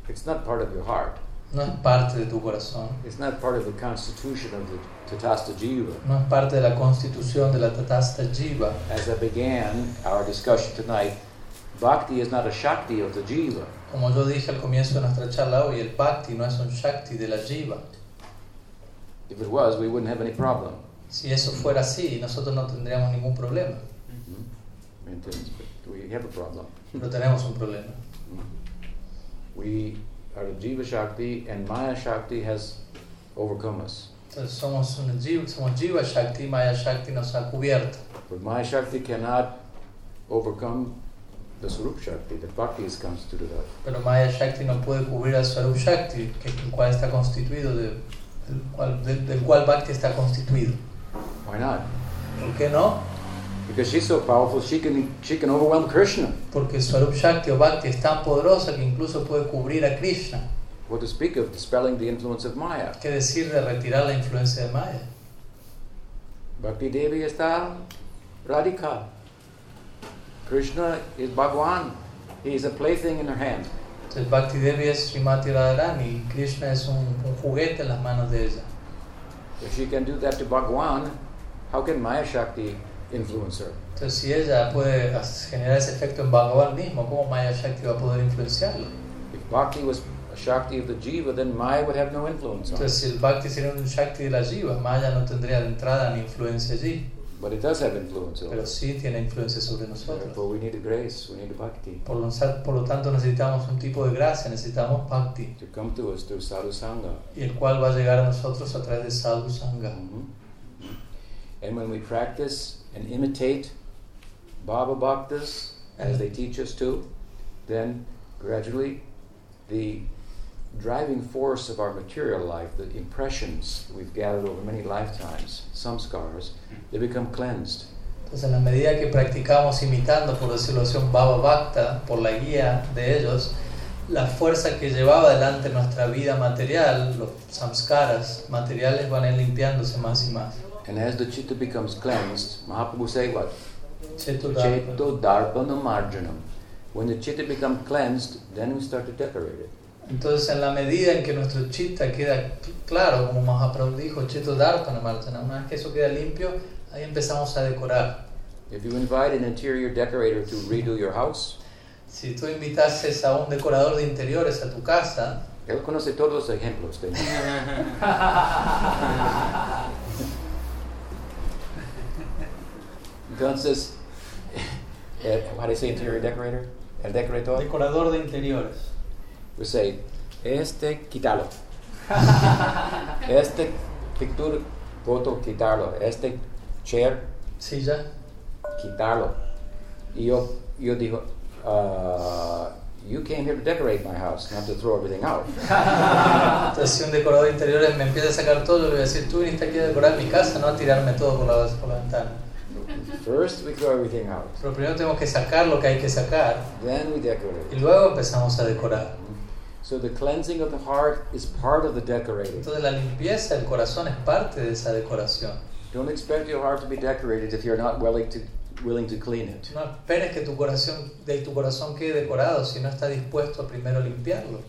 It's not part of your heart.
No es parte de tu corazón,
It's not part of the constitution of the Tatasta Jiva.
no es parte de la constitución de la tatasta jiva.
As I began our discussion tonight, bhakti is not a shakti of the jiva.
Como yo dije al comienzo de nuestra charla hoy, el bhakti no es un shakti de la jiva.
If it was, we wouldn't have any problem.
Si eso fuera así, nosotros no tendríamos ningún problema,
Maintains, but We have a problem.
pero tenemos un problema.
We are a jiva shakti, and maya shakti has overcome us.
Entonces somos, un jiva, somos jiva shakti, maya shakti nos ha cubierto.
But Maya Shakti cannot overcome the Surup Shakti that Bhakti is constituted of.
Pero Maya Shakti no puede cubrir al Swarup Shakti, que, el cual está constituido, de- del, cual, del- del cual Bhakti está constituido.
Why not?
¿Por qué no?
Because she's so powerful, she can, she can overwhelm Krishna.
Porque Swarup Shakti o Bhakti es tan poderosa que incluso puede cubrir a Krishna.
What to speak of dispelling the influence of Maya.
¿Qué decir de retirar la influencia de Maya?
Bhakti Devi está Radhika. Krishna is Bhagwan. He is a plaything in her hand.
Entonces Bhakti Devi es Srimati Radharani y Krishna es un, un juguete en las manos de ella.
If she can do that to Bhagwan, how can Maya Shakti influence her?
Entonces si ella puede as- generar ese efecto en Bhagavan mismo, ¿cómo Maya Shakti va a poder influenciarlo?
If Bhakti was a Shakti of the Jiva, then Maya would have no influence on her.
Entonces si el Bhakti sería un Shakti de la Jiva, Maya no tendría entrada ni influencia allí.
But it does have influence over
pero
us.
sí tiene influencia sobre nosotros.
Therefore, we need a grace, we need a bhakti
Por lo, por lo tanto, necesitamos un tipo de gracia, necesitamos bhakti,
to come to us through sadhu sangha.
y el cual va a llegar a nosotros a través de sadhu sangha.
Mhm. And when we practice and imitate Baba Bhaktas as they teach us to, then gradually the driving force of our material life, the impressions we've gathered over many lifetimes, some scars, they become cleansed.
Entonces, en la medida que practicamos imitando, por decirlo así, un Baba Bhakta, por la guía de ellos, la fuerza que llevaba adelante nuestra vida material, los samskaras materiales, van a ir limpiándose más y más.
And as the chitta becomes cleansed, Mahaprabhu say what?
Chetu Dharma.
Cheto darpanam arjanam. When the chitta becomes cleansed, then we start to decorate it.
Entonces, en la medida en que nuestro chitta queda cl- claro, como Mahaprabhu dijo, cheto darpana marchana, una vez que eso queda limpio, ahí empezamos a decorar.
If you invite an interior decorator to redo your house,
Si tú invitases a un decorador de interiores a tu casa,
él conoce todos los ejemplos. de- Entonces, eh, how do you say interior decorator? El decorador.
Decorador de interiores.
We say, este quítalo. Este picture, foto, quitarlo. Este chair,
silla,
quitarlo. Y yo, yo digo, "Ah, you came here to decorate my house, not to throw everything out.
entonces si un decorador de interiores me empieza a sacar todo, yo le voy a decir, tú viniste aquí a decorar mi casa, no a tirarme todo por la, por la ventana.
First we throw everything out,
Pero primero tenemos que sacar lo que hay que sacar
then we decorate.
y luego empezamos a decorar.
So the cleansing of the heart is part of the decorating.
Entonces la limpieza del corazón es parte de esa decoración.
Don't expect your heart to be decorated if you're not willing to willing to clean it.
No esperes que tu corazón, de tu corazón quede decorado si no estás dispuesto a primero limpiarlo.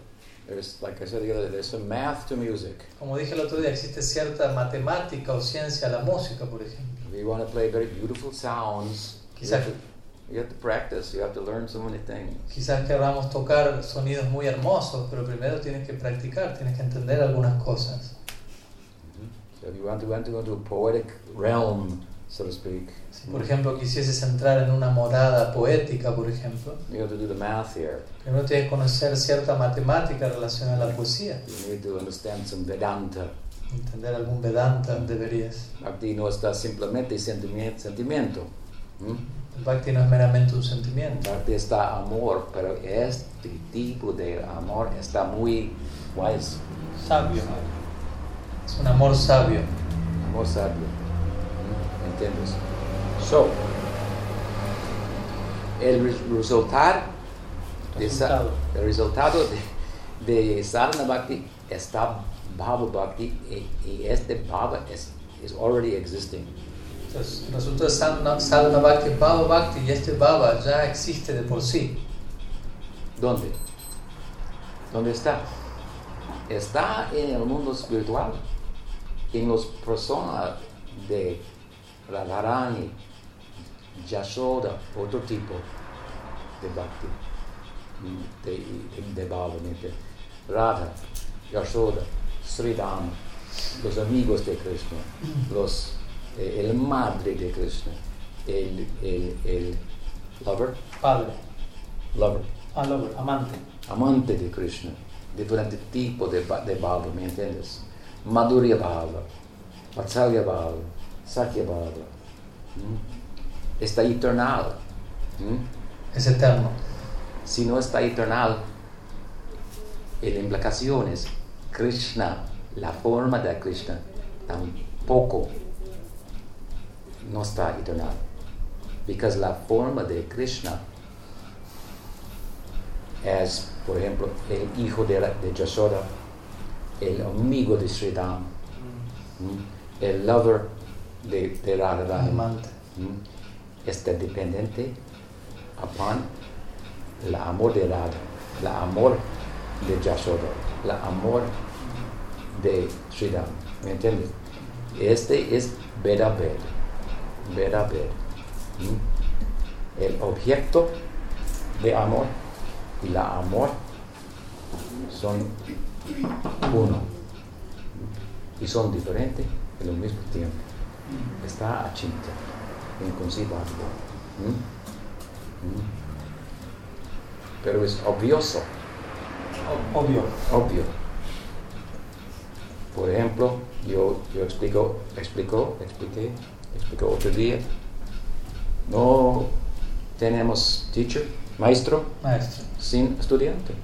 There's, like I said the other day, there's some math to music.
Como dije el otro día, existe cierta matemática o ciencia a la música, por ejemplo.
If you want to play very beautiful sounds, you have,
Quizás,
to, you have to practice, you have to learn so many things.
quizás queramos tocar sonidos muy hermosos, pero primero tienes que practicar, tienes que entender algunas cosas.
So if you want to, want to go to a poetic realm, so to speak,
Si por ejemplo quisieses entrar en una morada poética, por ejemplo,
you have to do the math here.
primero tienes que conocer cierta matemática relacionada a la poesía.
You need to understand some Vedanta.
Entender algún Vedanta deberías.
Bhakti no está simplemente sentimi- sentimiento. ¿Mm?
El Bhakti no es meramente un sentimiento.
Bhakti está amor, pero este tipo de amor está muy wise,
Sabio.
Es un amor sabio.
amor sabio. ¿Mm? ¿Entiendes? So, el res- resultar de sa-
Resultado.
el resultado de, de sadhana bhakti está bhava bhakti y, y este bhava es is already existing.
Entonces, resulta sadhana, sadhana bhakti, bhava bhakti y este bhava ya existe de por sí.
¿Dónde? ¿Dónde está? Está en el mundo espiritual, en las personas de Radharani, Yashoda, otro tipo de bhakti, mm, de, de Bhava, ¿no? De Radha, Yashoda, Sridham, los amigos de Krishna, los, eh, el madre de Krishna, el, el, el lover,
Padre.
lover,
Ah, lover. Amante.
amante de Krishna, diferente tipo de, ba- de bhava, ¿me entiendes? Madhurya bhava, Vatsalya bhava, Sakya bhava. ¿Mm? Está eternal. ¿Mm?
Es eterno.
Si no está eternal, en implicaciones, Krishna, la forma de Krishna, tampoco no está eternal. Because la forma de Krishna es, por ejemplo, el hijo de, la- de Yashoda, el amigo de Sri Ram, ¿m? el lover de, de Radharani.
Amante.
¿m? Está dependiente Este upon la amor de Radha, la amor de Yashoda, la amor de Sri Ram. ¿Me entiendes? Este es Veda Veda. Veda Veda. ¿m? El objeto de amor y la amor son uno y son diferentes en el mismo tiempo. Está achinta, inconceivable. ¿Mm? ¿Mm? Pero es obvioso,
O- obvio.
obvio. Por ejemplo, yo, yo explico, explico, expliqué, explico otro día. No tenemos teacher, maestro,
Maestro.
sin estudiante.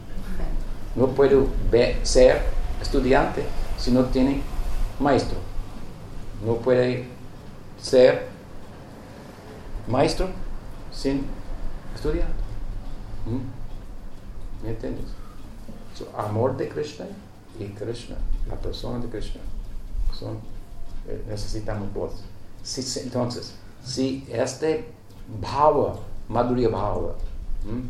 No puedo ve- ser estudiante si no tiene maestro. No puede ser maestro sin estudiante. ¿Mm? ¿Me entiendes? So, amor de Krishna y Krishna, la persona de Krishna, son, eh, necesitamos dos. Si- si- entonces, si este bhava, madhurya bhava, ¿Mm? ¿m?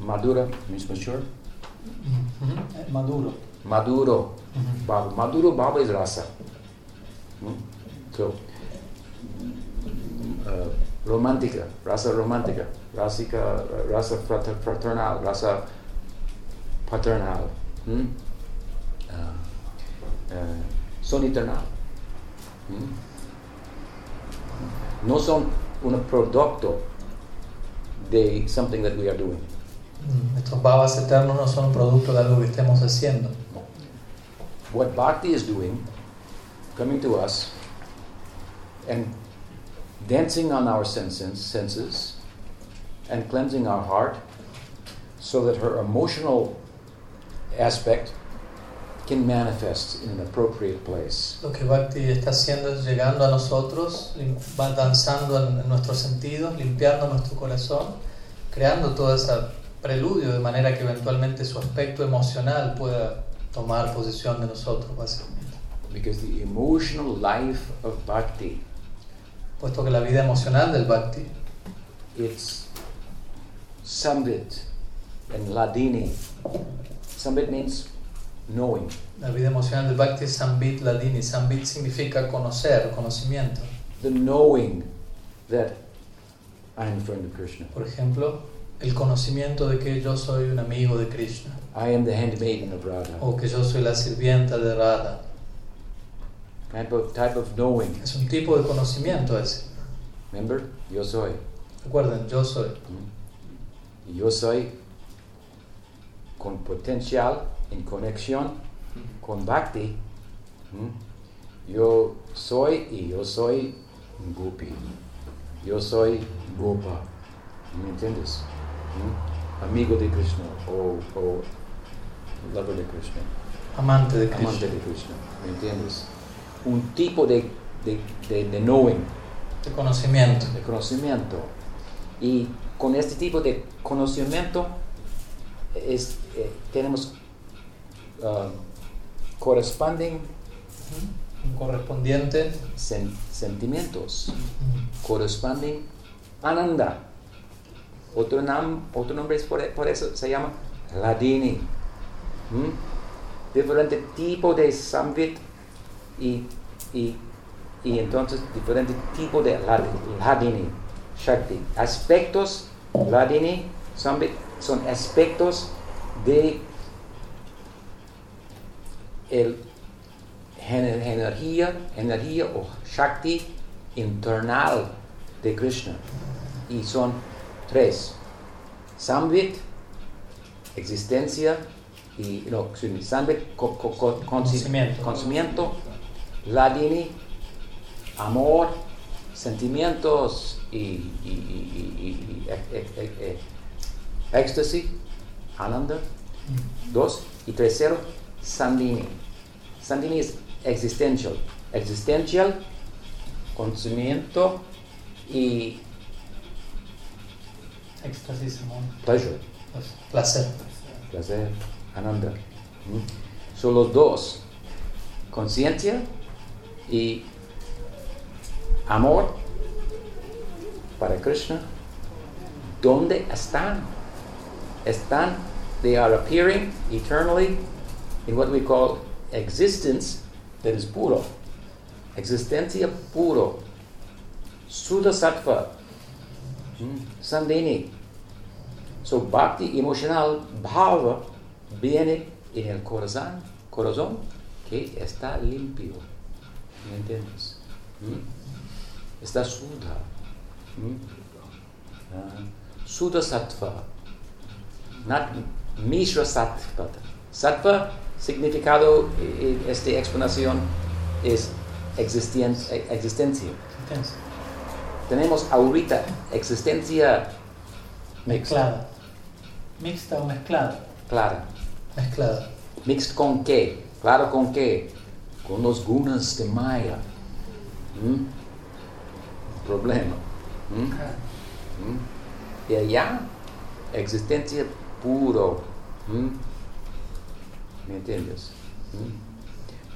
madura, means mature,
Ujú. Eh, Maduro.
maduro, bhava, maduro bhava is rasa. ¿m? So, uh, romántica, rasa romántica, rasica, rasa frater- fraternal, rasa paternal. Hmm? ¿m? Ah, eh, son eternal. ¿m? No son un producto de something that we are doing.
Mm, Estos bhavas eternos no son producto de algo que estemos haciendo.
What Bhakti is doing, coming to us and dancing on our senses, senses and cleansing our heart so that her emotional aspect can manifest in an appropriate place.
Lo que Bhakti está haciendo es llegando a nosotros, lim- va danzando en, en nuestros sentidos, limpiando nuestro corazón, creando todo ese preludio de manera que eventualmente su aspecto emocional pueda tomar posesión de nosotros, básicamente.
Because the emotional life of bhakti,
Puesto que la vida emocional del Bhakti
it's Samrit and Ladini Sambit means knowing.
La vida emocional del Bhakti es Sambit Ladini. Sambit significa conocer, conocimiento.
The knowing that I am a friend of Krishna.
Por ejemplo, el conocimiento de que yo soy un amigo de Krishna
I am the handmaiden of Radha.
o que yo soy la sirvienta de Radha.
Type of, type of knowing.
Es un tipo de conocimiento ese.
Remember? Hmm? Yo soy.
Recuerden, yo soy.
Yo soy con potencial en conexión con Bhakti. ¿Mm? Yo soy y yo soy Gopi. Yo soy Gopa. ¿Me entiendes? ¿Mm? Amigo de Krishna o, o lover de Krishna,
Amante de Krishna.
amante de Krishna. ¿Me entiendes? Un tipo de, de, de, de knowing
De conocimiento.
de conocimiento. Y con este tipo de conocimiento es, eh, tenemos um, corresponding
Mm-hmm. Un correspondiente. mm,
sen- sentimientos, corresponding ananda. Otro, nam- otro nombre es por, por eso se llama ladini. ¿Mm? Diferente tipo de samvit y, y, y entonces diferente tipo de lad- ladini, shakti. Aspectos, ladini, samvit, son aspectos de el ener- energía, energía o Shakti internal de Krishna. Y son tres. Samvit, existencia, y no, excuse me, Samvit, co- co- co- consi-
Conocimiento.
conocimiento, Ladini, amor, sentimientos y, y- y- y- y- y- e- e- e- e- éxtasis, ananda. Dos. Y tercero, Sandini. Sandini es existential. Existential, consumimiento y
Éxtasis, amor. pues,
pleasure.
Placer.
Placer, ananda. ¿Mm? Son los dos. Conciencia y amor para Krishna. ¿Dónde están? Están, they are appearing eternally in what we call existence that is puro. Existencia puro. Sudha sattva. ¿Mm? Sandini. So bhakti emocional, bhava, viene en el corazón, corazón que está limpio. ¿Me entiendes? ¿Mm? Está sudha. ¿Mm? Ah, sudha sattva. Not mishra sattva. Sattva, significado, eh, eh, esta explanación es existen- eh, existencia.
Intenso.
Tenemos ahorita existencia
Mezclada. Mixta o mezclada.
clara.
Mezclada.
Mixed con qué? Claro, con qué? Con los gunas de Maya. ¿Mm? Problema. ¿Mm? ¿Mm? Y allá, existencia puro. ¿Mm? ¿Me entiendes?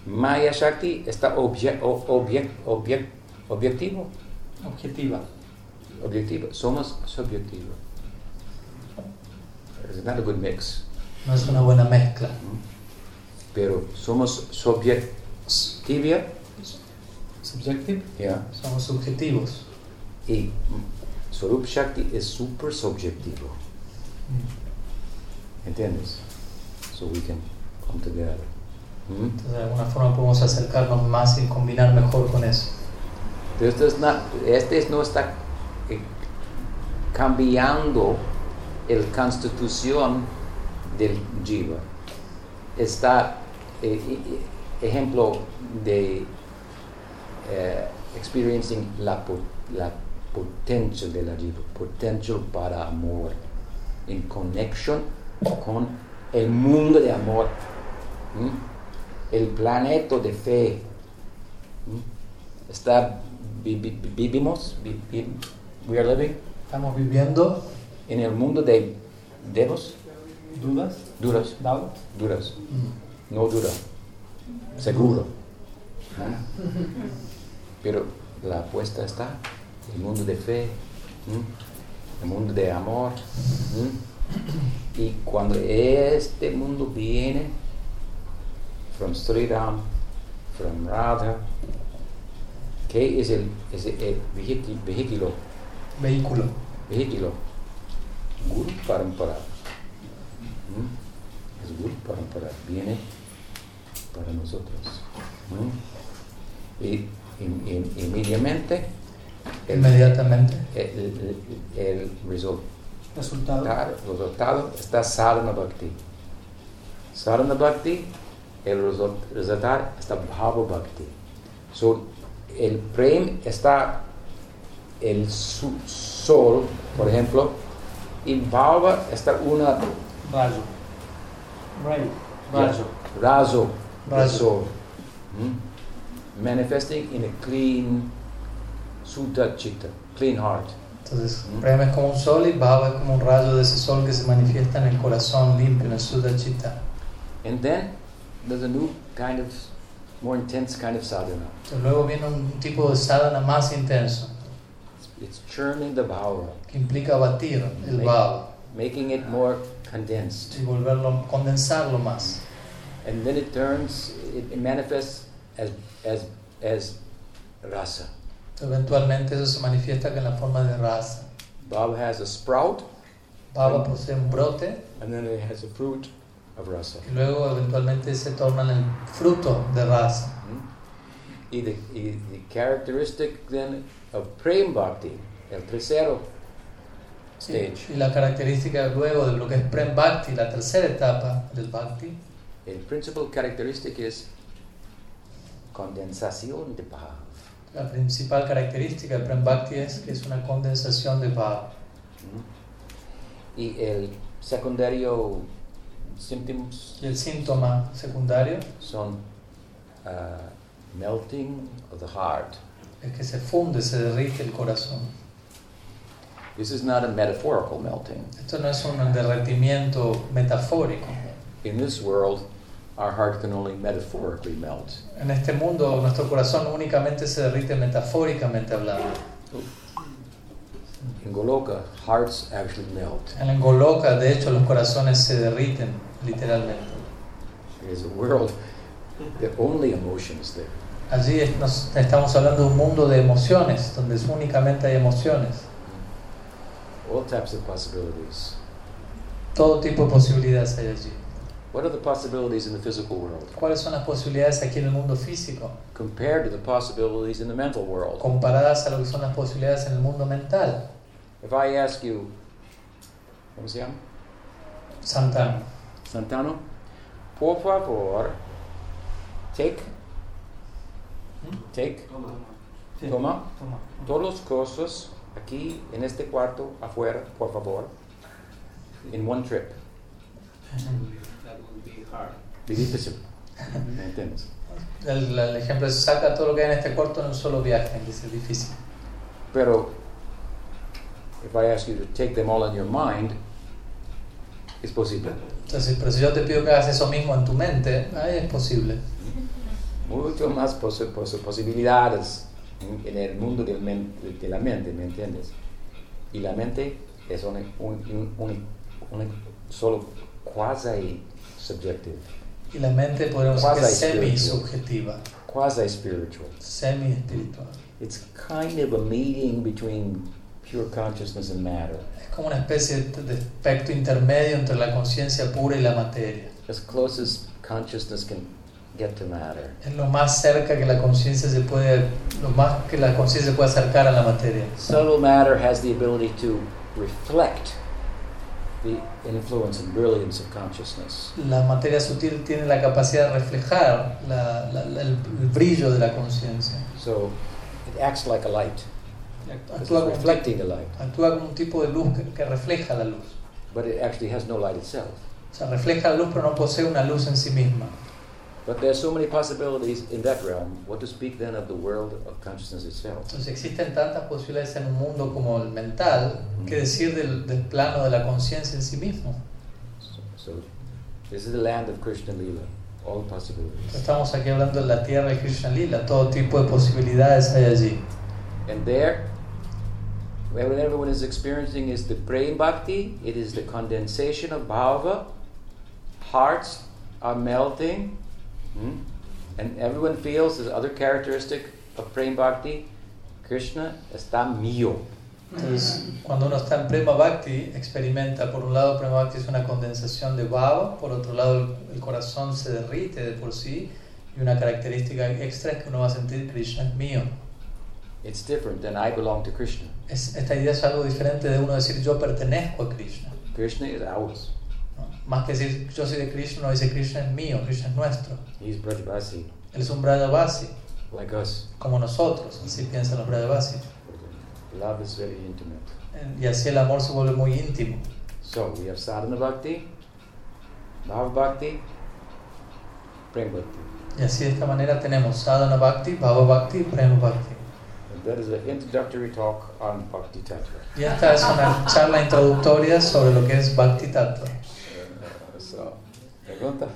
¿Mm? Maya Shakti está obje- o- obje- obje- objetivo.
Objetiva.
Objetivo. Somos subjetivo. It's not a good mix.
No es una buena mezcla.
pero somos subjetiva
Subjective.
yeah.
Somos subjetivos.
y Swarup Shakti es super subjetivo. ¿Entiendes? So we can come together. Hmm?
Entonces, de alguna forma podemos acercarnos más y combinar mejor con eso.
Pero esto es na- este es- no está eh, cambiando el constitución del jiva. Está eh, eh, ejemplo de eh, experiencing la, po- la potencia de la jiva, potencial para amor, en conexión con el mundo de amor, ¿m? el planeta de fe. ¿m? está vi- vi- vivimos vi- vi- we are living
Estamos viviendo
en el mundo de devos
dudas,
duras
doubts.
duras no dura seguro ¿Ah? pero la apuesta está el mundo de fe ¿m? el mundo de amor ¿m? Y cuando este mundo viene, from Sri Ram, from Radha, que es el, es el- el vehici- vehículo,
Vehículo.
vehículo, Guru Parampara. ¿Mm? Es Guru Parampara, viene para nosotros. ¿Mm? Y, in- in- inmediatamente, el,
Inmediatamente.
el- el- el result-
Resultado.
Claro, el resultado está Sarana Bhakti. Sarana Bhakti, el result- resultado está Bhava Bhakti. So, el Prem está el su- sol, por ejemplo, y Bhava está una
Rayo. Rayo. Rayo.
raso del
Raso.
sol. Hmm? Manifesting in a clean Sutta Chitta, clean heart.
Entonces,
Mm.
Prema es como un sol y Bhava es como un rayo de ese sol que se manifiesta en el corazón limpio, en el Sudachita.
And then there's a new kind of, more intense kind of sadhana.
Entonces, luego viene un tipo de sadhana más intenso,
It's churning the bhava,
que implica batir el
Sí.
Bhava
making it more condensed.
y volverlo, condensarlo más.
And then it turns, it, it manifests as, as, as rasa.
Eventualmente eso se manifiesta en la forma de raza.
Bhava has a sprout,
Bhava
Sí.
posee un brote
and then it has a fruit of rasa.
y luego eventualmente se torna en el fruto de raza.
Hmm? Y the, y the characteristic then of prem bhakti, el tercero stage.
Y la característica luego de lo que es Prem Bhakti, la tercera etapa del Bhakti,
The principal characteristic is condensación de bhava.
la principal característica del Prem Bhakti es que es una condensación de Bhava.
¿Mm? Y el secundario symptoms
Y el síntoma secundario
son ah, melting of the heart.
es que se funde, se derrite el corazón.
This is not a metaphorical melting.
Esto no es un derretimiento metafórico.
In this world, our heart can only metaphorically melt.
En este mundo nuestro corazón únicamente se derrite metafóricamente hablando.
In Goloka, hearts actually melt.
En el Goloka, de hecho, los corazones se derriten literalmente.
It is a world that only emotions there.
Allí es- nos- estamos hablando de un mundo de emociones, donde es- únicamente hay emociones.
Mm-hmm. All types of possibilities.
Todo tipo de posibilidades hay allí.
What are the possibilities in the physical world
¿Cuáles son las posibilidades aquí en el mundo físico
compared to the possibilities in the mental world?
comparadas a lo que son las posibilidades en el mundo mental?
If I ask you, ¿cómo se llama?
Santana,
Santano, por favor, take, take,
¿Mm? Sí.
toma
Toma.
todos los cosas aquí en este cuarto afuera, por favor, in one trip.
That would be hard.
Es difícil, ¿me entiendes?
el, el ejemplo es saca todo lo que hay en este cuarto en un solo viaje, dice difícil.
Pero, if I ask you to take them all in your mind, es posible.
Entonces, pero si yo te pido que hagas eso mismo en tu mente, ahí es posible.
Mucho más posi- posi- posibilidades en, en el mundo del men- de, de la mente, ¿me entiendes? Y la mente es un, un, un- un- un solo quasi subjective,
Y la mente podríamos decir que es
Quasi-spiritual.
semi-subjetiva,
quasi spiritual.
semi-espiritual.
It's kind of a meeting between pure consciousness and matter.
Es como una especie de de aspecto intermedio entre la conciencia pura y la materia.
As close as consciousness can get to matter.
Es lo más cerca que la conciencia se puede, lo más que la conciencia se puede acercar a la materia.
Subtle matter has the ability to reflect the influence and brilliance of consciousness.
La materia sutil tiene la capacidad de reflejar la- la- la- el, el brillo de la conciencia.
So it acts like a light. It's
Actúa como, un
reflecting the light,
ti- actúa como un tipo de luz que, que refleja la luz.
but it actually has no light itself.
O sea, refleja la luz pero no posee una luz en sí misma.
But there are so many possibilities in that realm. What to speak then of the world of consciousness itself?
Entonces existen tantas posibilidades en un mundo como el mental que decir del, del plano de la conciencia en sí mismo.
So, so this is the land of Krishna Leela, all
Entonces,
possibilities.
Estamos aquí hablando de la tierra de Krishna Lila, todo tipo de posibilidades hay allí.
And there, What everyone is experiencing is the prema bhakti. It is the condensation of bhava. Hearts are melting. Hmm? And everyone feels this other characteristic of prema bhakti. Krishna está mío.
Entonces, cuando uno está en Prema Bhakti, experimenta, por un lado, Prema Bhakti es una condensación de bhava, por otro lado, el, el corazón se derrite de por sí, y una característica extra es que uno va a sentir Krishna es mío.
It's different than I belong to Krishna.
Es- esta idea es algo diferente de uno decir yo pertenezco a Krishna.
Krishna is ours.
¿no? Más que decir yo soy de Krishna, uno dice Krishna es mío, Krishna es nuestro.
He's Brajbasi,
Él es un Bradavasi,
like us.
como nosotros, así piensan los Bradavasis.
Love is very intimate.
Y así el amor se vuelve muy íntimo.
So we have sadhana bhakti, bhava bhakti, prema bhakti.
Y así de esta manera tenemos Sadhana Bhakti, Bhava Bhakti, Prema Bhakti.
And that is an introductory talk on Bhakti Tattva.
Y esta es una charla introductoria sobre lo que es Bhakti Tattva.
Uh, So, pregunta.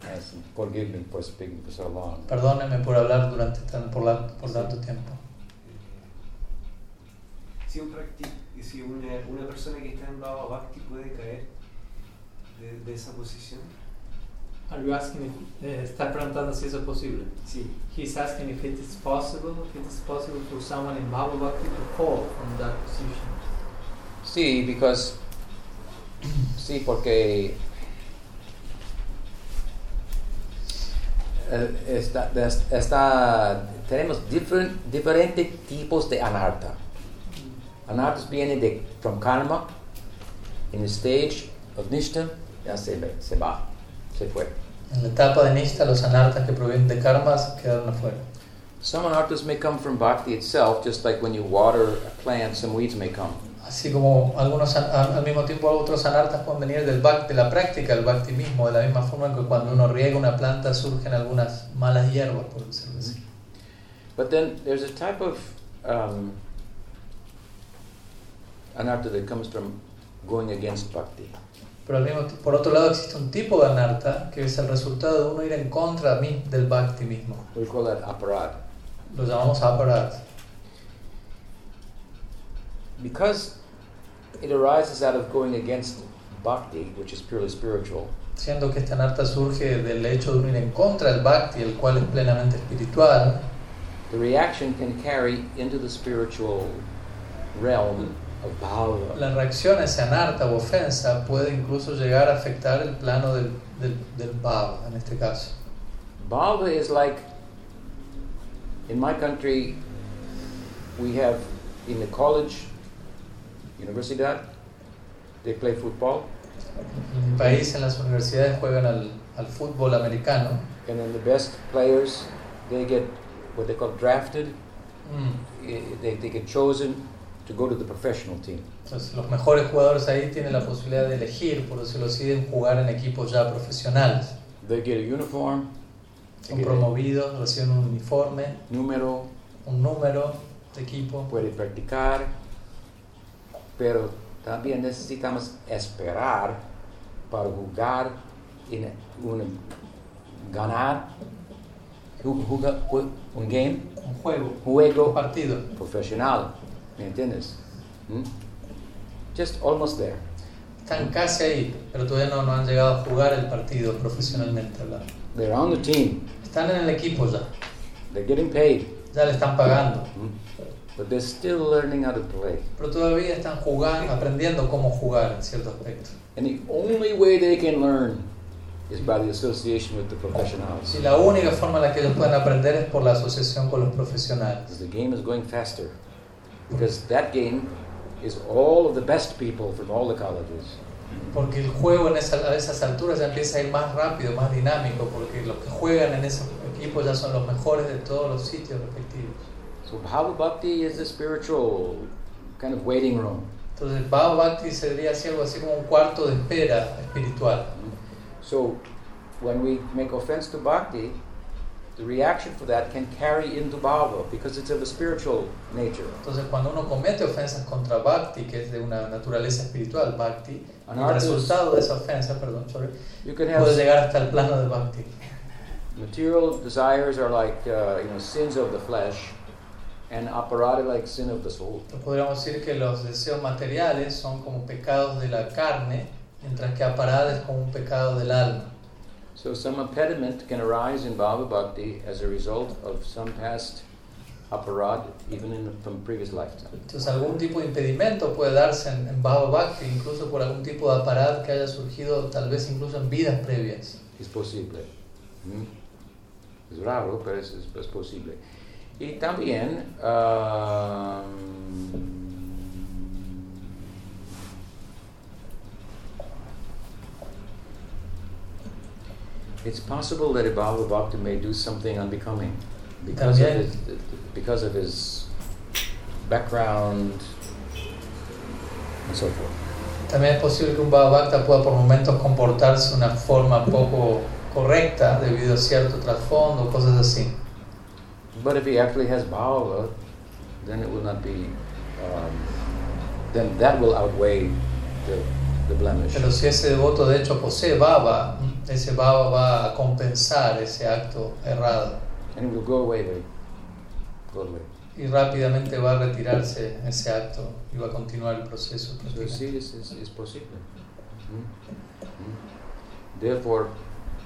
Yes, forgive me for speaking for so long.
Perdónenme por hablar durante tan- por, la- por tanto tiempo.
Eh,
Si, un practi- si una, una persona que está en Baba Bhakti puede caer de, de esa posición.
Are you asking if, eh, está perguntando se isso é possível.
Sí.
He's asking if it is possible, if it is possible for someone in Bhava Bhakti to fall from that position.
Sí, because sí, porque eh, está, des- está- tenemos different, diferentes tipos de anarta. Anartas vienen de from karma, in the stage of nishta, ya se, ve- se va, se fue.
En la etapa de Nishta, los anartas que provienen de karmas quedaron afuera.
Some anartas may come from bhakti itself, just like when you water a plant, some weeds may come.
Así como algunos an- al al mismo tiempo otros anartas pueden venir del bhakti, de la práctica del bhakti mismo, de la misma forma que cuando uno riega una planta surgen algunas malas hierbas, por decirlo así.
But then there's a type of um, anartha that comes from going against bhakti.
Pero al mismo ti- por otro lado existe un tipo de anarta que es el resultado de uno ir en contra mi- del bhakti mismo.
We call that aparad.
Lo llamamos aparat.
Because it arises out of going against bhakti, which is purely spiritual,
Siendo que esta anarta surge del hecho de uno ir en contra del bhakti, el cual es plenamente espiritual,
the reaction can carry into the spiritual realm of bhava.
la reacción a ese anarta o ofensa puede incluso llegar a afectar el plano del, del, del bhava, en este caso.
Bhava is like, in my country, we have in the college, universidad, they play football,
En mi país, en las universidades juegan al, al fútbol americano.
and then the best players, they get what they call drafted,
Mm.
eh, they, they get chosen to go to the professional team.
Entonces, los mejores jugadores ahí tienen la posibilidad de elegir, por decirlo así, de jugar en equipos ya profesionales.
They get a uniform, they
Son
get a
promovidos, reciben un uniforme,
número,
un número de equipo.
puede practicar, pero también necesitamos esperar para jugar, en un, ganar ju- juga- ju- un game,
Un juego, un
juego
partido.
profesional, ¿me entiendes? ¿Mm? Just almost there.
Están casi ahí, pero todavía no, no han llegado a jugar el partido profesionalmente hablando.
They're on the team,
Están en el equipo ya,
they're getting paid,
ya le están pagando,
¿Mm? but they're still learning how to play.
pero todavía están jugando, aprendiendo cómo jugar en cierto aspecto.
And the only way they can learn is by the association with the professionals.
Y la única forma en la que ellos pueden aprender es por la asociación con los profesionales.
Because the game is going faster. Because that game is all of the best people from all the colleges.
Porque el juego en esa- a esas alturas ya empieza a ir más rápido, más dinámico, porque los que juegan en esos equipos ya son los mejores de todos los sitios respectivos.
So Bhava Bhakti is a spiritual kind of waiting room.
Entonces, Bhava Bhakti sería así algo así como un cuarto de espera espiritual.
So when we make offense to Bhakti, the reaction for that can carry into Bhava because it's of a spiritual nature.
Entonces, cuando uno comete ofensas contra Bhakti, que es de una naturaleza espiritual, Bhakti, el
Anarthas.
resultado de esa ofensa, perdón, sorry,
You can
puede
have
llegar hasta el plano de Bhakti.
material desires are like uh, you know sins of the flesh, an operatic like sin of the soul.
Podríamos decir que los deseos materiales son como pecados de la carne, mientras que aparada es como un pecado del alma.
So some impediment can arise in Bhava Bhakti as a result of some past aparad, even in from previous lifetime.
Entonces algún tipo de impedimento puede darse en, en Bhava Bhakti, incluso por algún tipo de aparad que haya surgido tal vez incluso en vidas previas.
Es posible. ¿Mm? Es raro, pero es, es- es posible. Y E también... ah, It's possible that a Bhava Bhakti may do something unbecoming because of
También.
his, because of his background and so forth.
También es posible que un Bhava Bhakta pueda por momentos comportarse de una forma poco correcta debido a cierto trasfondo, cosas así.
But if he actually has bhava, then it will not be. Um, then that will outweigh the, the blemish.
Pero si ese devoto de hecho posee baba, ese baba va a compensar ese acto errado
And it will go away very, go away.
y rápidamente va a retirarse ese acto y va a continuar el proceso.
So you see, this is, is possible. Hmm? Hmm? Therefore,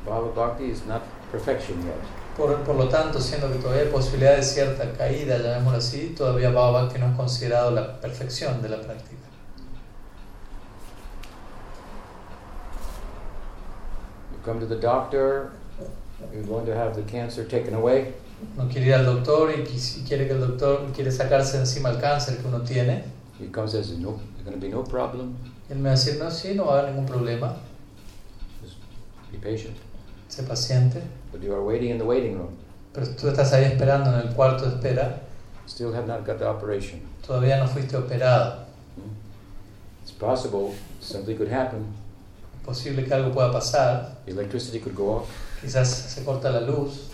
bhava bhakti is not perfection yet.
Por, por lo tanto, siendo que todavía hay posibilidad de cierta caída, llamémoslo así, todavía baba que no es considerado la perfección de la práctica.
You come to the doctor, you're going to have the cancer taken away.
Uno quiere ir al doctor y, quis- y quiere que el doctor quiere sacarse de encima el cáncer que uno tiene.
He comes and says, "No, there's going to be no problem.
Él me va a decir, no, sí, no va a haber ningún problema,
Just be patient."
sé paciente.
But you are waiting in the waiting room.
Pero tú estás ahí esperando en el cuarto de espera
Still have not got the operation.
todavía no fuiste operado.
It's possible something could happen.
Es posible que algo pueda pasar,
Electricity could go off.
quizás se corta la luz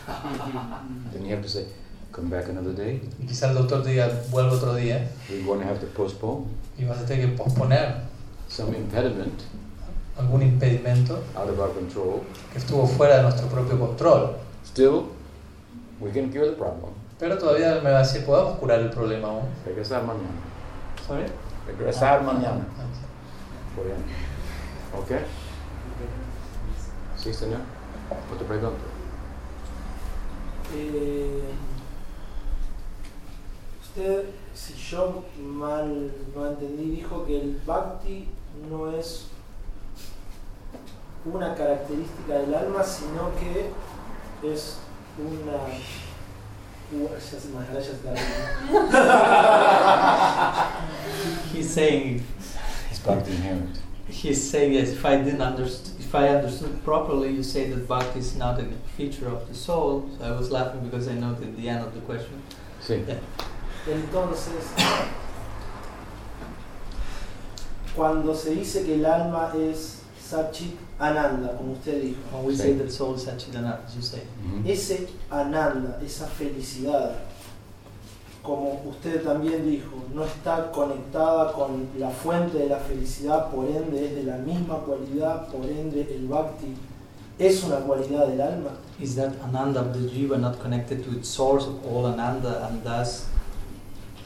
Then you have to say, come back another day.
y quizás el doctor te diga vuelve otro día
We're going to have to postpone
y vas a tener que posponer
some impediment
algún impedimento
out of our control.
que estuvo fuera de nuestro propio control.
Still, we can cure the problem.
Pero todavía me va a decir, podemos curar el problema aún.
Regresar mañana.
¿Sorry? Ah.
Regresar mañana. Por ahí. ¿Ok? Sí, señor. Otra pregunta.
Eh, usted, si yo mal no entendí, dijo que el bhakti no es una característica del alma, sino que es una... u- ya se me ya se me-
He's saying
It's bhakti inherent.
he's saying yes. If I didn't understand, if I understood properly, you say that bhakti is not a feature of the soul. So I was laughing because I noted the end of the question.
Sí.
Entonces, cuando se dice que el alma es Sachit Ananda, como usted dijo,
When we
Sí.
say that soul is Satchidananda, you say
Mhm.
ese ananda, esa felicidad, como usted también dijo, no está conectada con la fuente de la felicidad, por ende es de la misma cualidad, por ende el bhakti es una cualidad del alma.
is that Ananda of the jiva not connected to its source of all Ananda, and thus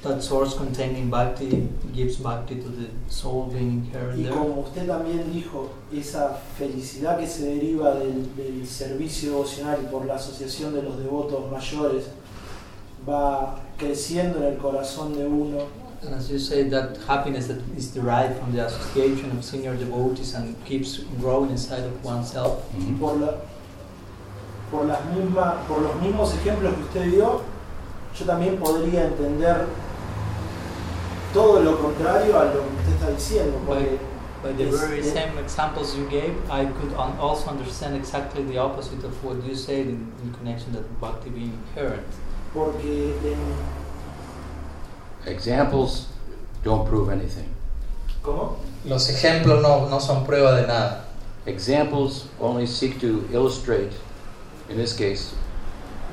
that source containing bhakti gives bhakti to the soul being
Y
inherent there.
como usted también dijo, esa felicidad que se deriva del, del servicio devocional y por la asociación de los devotos mayores va creciendo en el corazón de uno.
And as you say, that happiness that is derived from the association of senior devotees and keeps growing inside of oneself.
Mhm.
por, la- por, las misma- por los mismos ejemplos que usted dio, yo también podría entender todo lo contrario a lo que usted está diciendo, porque
By the
Yes,
very
yeah.
same examples you gave, I could un- also understand exactly the opposite of what you said in, in connection that bhakti being inherent.
porque en-
Examples don't prove anything.
¿cómo?
Los ejemplos no, no son prueba de nada.
Examples only seek to illustrate, in this case,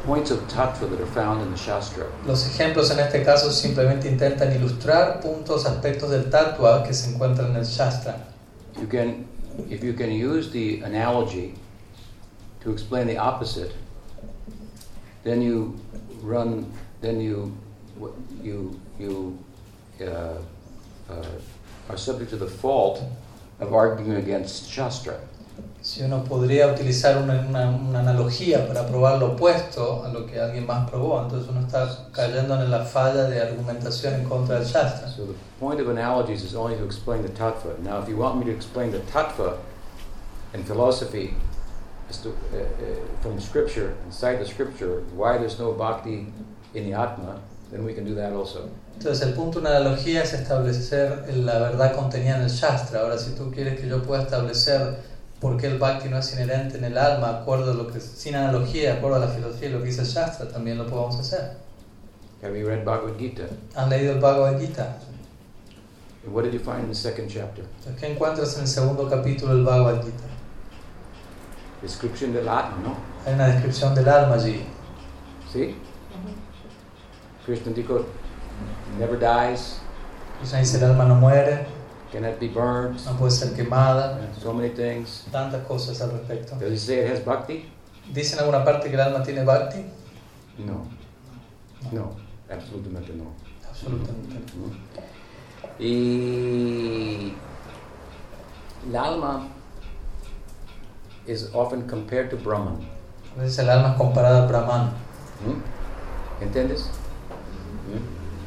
points of tattva that are found in the Shastra.
Los ejemplos en este caso simplemente intentan ilustrar puntos, aspectos del tatua que se encuentran en el Shastra.
You can, if you can use the analogy to explain the opposite, then you run, then you what you you uh, uh, are subject to the fault of arguing against Shastra.
Si uno podría utilizar una, una- una analogía para probar lo opuesto a lo que alguien más probó, entonces uno está cayendo en la falla de argumentación en contra del Shastra.
So the point of analogies is only to explain the tattva. Now, if you want me to explain the tattva in philosophy as to, uh, uh, from scripture, inside the scripture, why there's no bhakti in the Atma, then we can do that also.
Entonces el punto de una analogía es establecer la verdad contenida en el Shastra. Ahora, si tú quieres que yo pueda establecer por qué el Bhakti no es inherente en el alma, acuerdo a lo que, sin analogía, de acuerdo a la filosofía y lo que dice el Shastra, también lo podemos hacer.
Have you read Bhagavad Gita?
¿Han leído el Bhagavad Gita?
And what did you find in the second chapter?
Entonces, ¿Qué encuentras en el segundo capítulo del Bhagavad Gita?
Description del Atma, no?
Hay una descripción del alma allí.
See? Krishna Diko never dies,
Krishna dice el alma no muere,
cannot be burned,
no puede ser quemada,
so many things.
tantas cosas al respecto.
Does he say it has bhakti?
¿Dice en alguna parte que el alma tiene Bhakti?
No. No, absolutamente no. Mm.
Absolutamente no.
Y el alma is often compared to Brahman.
A veces el alma es comparada a Brahman.
Hmm? ¿Entiendes?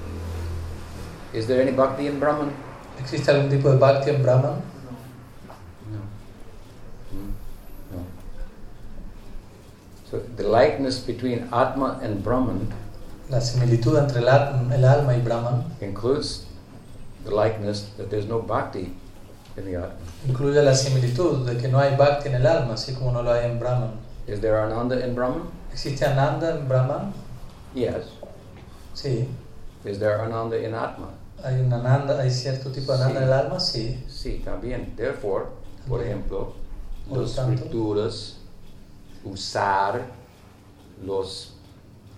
Hmm? Is there any bhakti in Brahman?
¿Existe algún tipo de bhakti en Brahman?
No. Hmm? No. So the likeness between Atma and Brahman
La similitud entre el, at- el alma y Brahman
includes the likeness that there's no bhakti in the Atma.
incluye la similitud de que no hay bhakti en el alma, así como no lo hay en Brahman.
Is there Ananda in Brahman?
¿Existe Ananda en Brahman?
Yes.
Sí.
Is there Ananda in Atma?
¿Hay un Ananda, hay cierto tipo de Ananda
Sí.
en el alma? Sí.
Sí, también. Therefore, por
También.
ejemplo,
Por lo
los
tanto.
escrituras usar los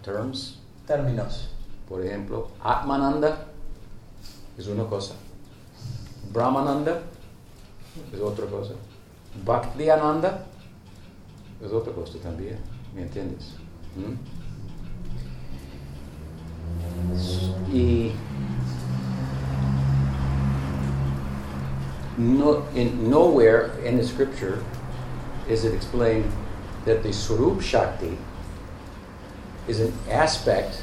terms,
Términos.
por ejemplo, Atmananda es una cosa, Brahmananda es otra cosa, Bhakti Ananda es otra cosa también, ¿me entiendes? ¿Mm? Y no, in nowhere in the scripture is it explained that the Swarup Shakti is an aspect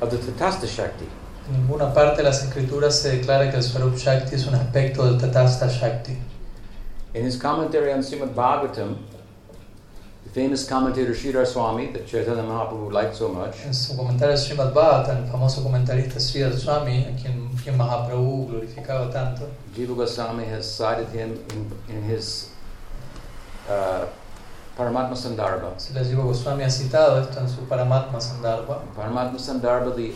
of the Tatasta Shakti.
En ninguna parte de las escrituras se declara que el Swarup Shakti es un aspecto del Tatasta Shakti.
In his commentary on Srimad Bhagavatam, the famous commentator Sridhar Swami, that Chaitanya Mahaprabhu liked so much,
En su comentario Srimad Bhattan, el famoso comentarista Sridhar Swami, a quien, quien Mahaprabhu glorificaba tanto,
Jiva Goswami has cited him in, in his uh, Paramatma Sandarbha.
Se les digo, Goswami ha citado esto en su Paramatma Sandarbha.
In Paramatma Sandarbha, the,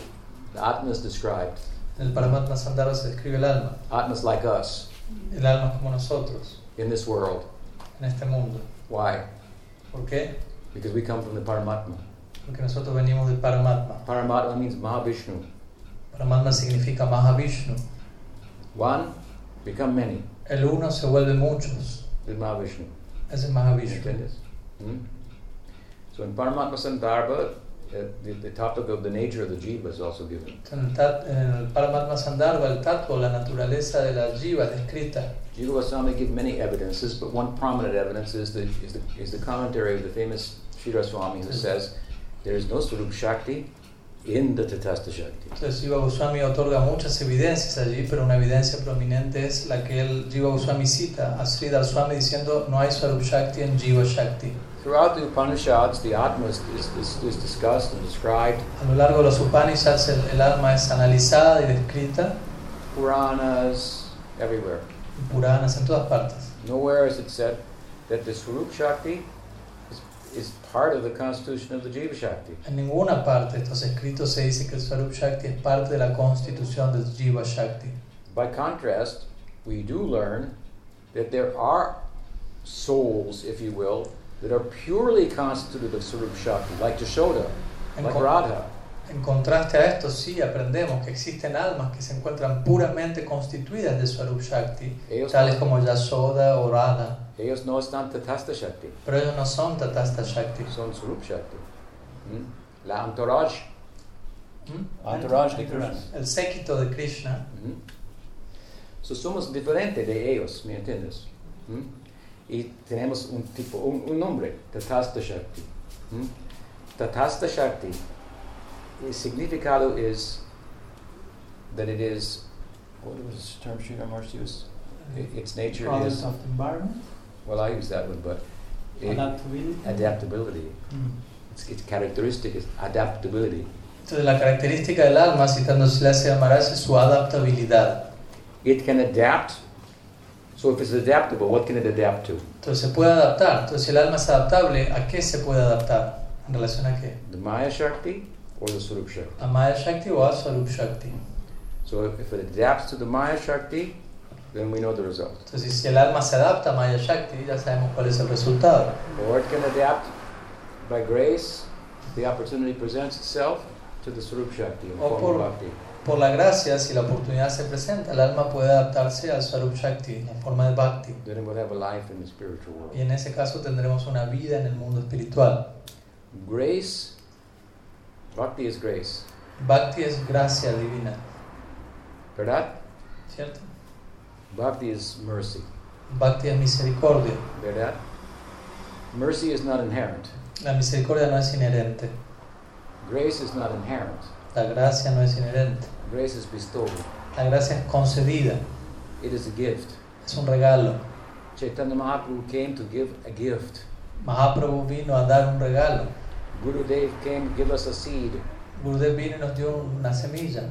the Atma is described.
En el Paramatma Sandarbha se describe el alma.
Atma's like us
El alma es como nosotros,
in this world.
en este mundo.
Why?
¿Por qué?
Because we come from the Paramatma.
Porque nosotros venimos del Paramatma.
Paramatma means Mahavishnu.
Paramatma significa Mahavishnu.
One, become many.
El uno se vuelve muchos.
Is Mahavishnu.
Ese es Mahavishnu.
Understand Hmm? So in Paramatma Sandarbha, uh, the, the topic of the nature of the jiva is also given.
En el, tat- en el Paramatma Sandarbha, el tattva, la naturaleza de la jiva descrita.
Jiva Goswami give many evidences, but one prominent evidence is the, is the, is the commentary of the famous Sridhar Swami who says there is no Swarup Shakti in the Tatasta Shakti.
Entonces Jiva Goswami otorga muchas evidencias allí, pero una evidencia prominente es la que el Jiva Goswami cita a Sridhar Swami diciendo no hay Swarup Shakti en Jiva Shakti.
Throughout the Upanishads, the Atma is, is, is, is discussed and described.
A lo largo de los Upanishads el, el alma es analizada y descrita
Puranas, everywhere.
en Puranas, en todas partes.
Nowhere is it said that the Swarup Shakti is, is part of the constitution of the Jiva Shakti.
En ninguna parte de estos escritos se dice que el Swarup Shakti es parte de la constitución del Jiva Shakti.
By contrast, we do learn that there are souls, if you will, that are purely constituted of Sarup Shakti, like Jashoda,
En,
like
con-
Radha.
en contraste a esto sí aprendemos que existen almas que se encuentran puramente constituidas de Swarup Shakti,
Ellos,
tales como Yasoda o Radha.
ellos no están Tatasta Shakti,
Pero ellos no son Tatasta Shakti.
son Sarup Shakti. Hmm? La entourage
¿Mm?
Entourage de Krishna.
El séquito de Krishna.
¿Mm? So, somos diferentes de ellos, ¿me entiendes? ¿Mm? Y tenemos un tipo, un, un nombre, Tathasta Shakti. ¿Mm? Tathasta Shakti, el significado es that it is, what was the term Sri Ramarsh used? I- Its nature
Product
is,
of the environment.
well, I use that one, but it-
Adaptability.
Eh? adaptability.
Hmm.
Mm.
Its, its characteristic is adaptability.
Entonces la característica del alma, citando Selassie Amaras, es su adaptabilidad.
It can adapt. So if it's adaptable, what can it adapt to?
Entonces se puede adaptar. Entonces el alma es adaptable. ¿A qué se puede adaptar? ¿En relación a qué?
The Maya Shakti or the Surup Shakti?
¿A Maya Shakti o a Swarup Shakti?
So if, if it adapts to the Maya Shakti, then we know the result.
Entonces si el alma se adapta a Maya Shakti, ya sabemos cuál es el resultado.
Or it can adapt by grace, the opportunity presents itself to the Surup Shakti, in
Or
form of
por-
bhakti.
Por la gracia, si la oportunidad se presenta, el alma puede adaptarse al Swarup Shakti, en la forma de Bhakti.
Then we'll have a life in the spiritual world.
Y en ese caso tendremos una vida en el mundo espiritual.
Grace, bhakti is grace.
Bhakti es gracia divina,
Verdad?
¿cierto?
Bhakti is mercy.
Bhakti es misericordia.
Verdad? Mercy is not inherent.
La misericordia no es inherente.
Grace is not inherent.
La gracia no es inherente.
Grace is bestowed.
La gracia es concedida,
It is a gift.
es un regalo.
Chaitanya Mahaprabhu came to give a gift.
Mahaprabhu vino a dar un regalo.
Gurudev came to give us a seed.
Gurudev vino y nos dio una semilla.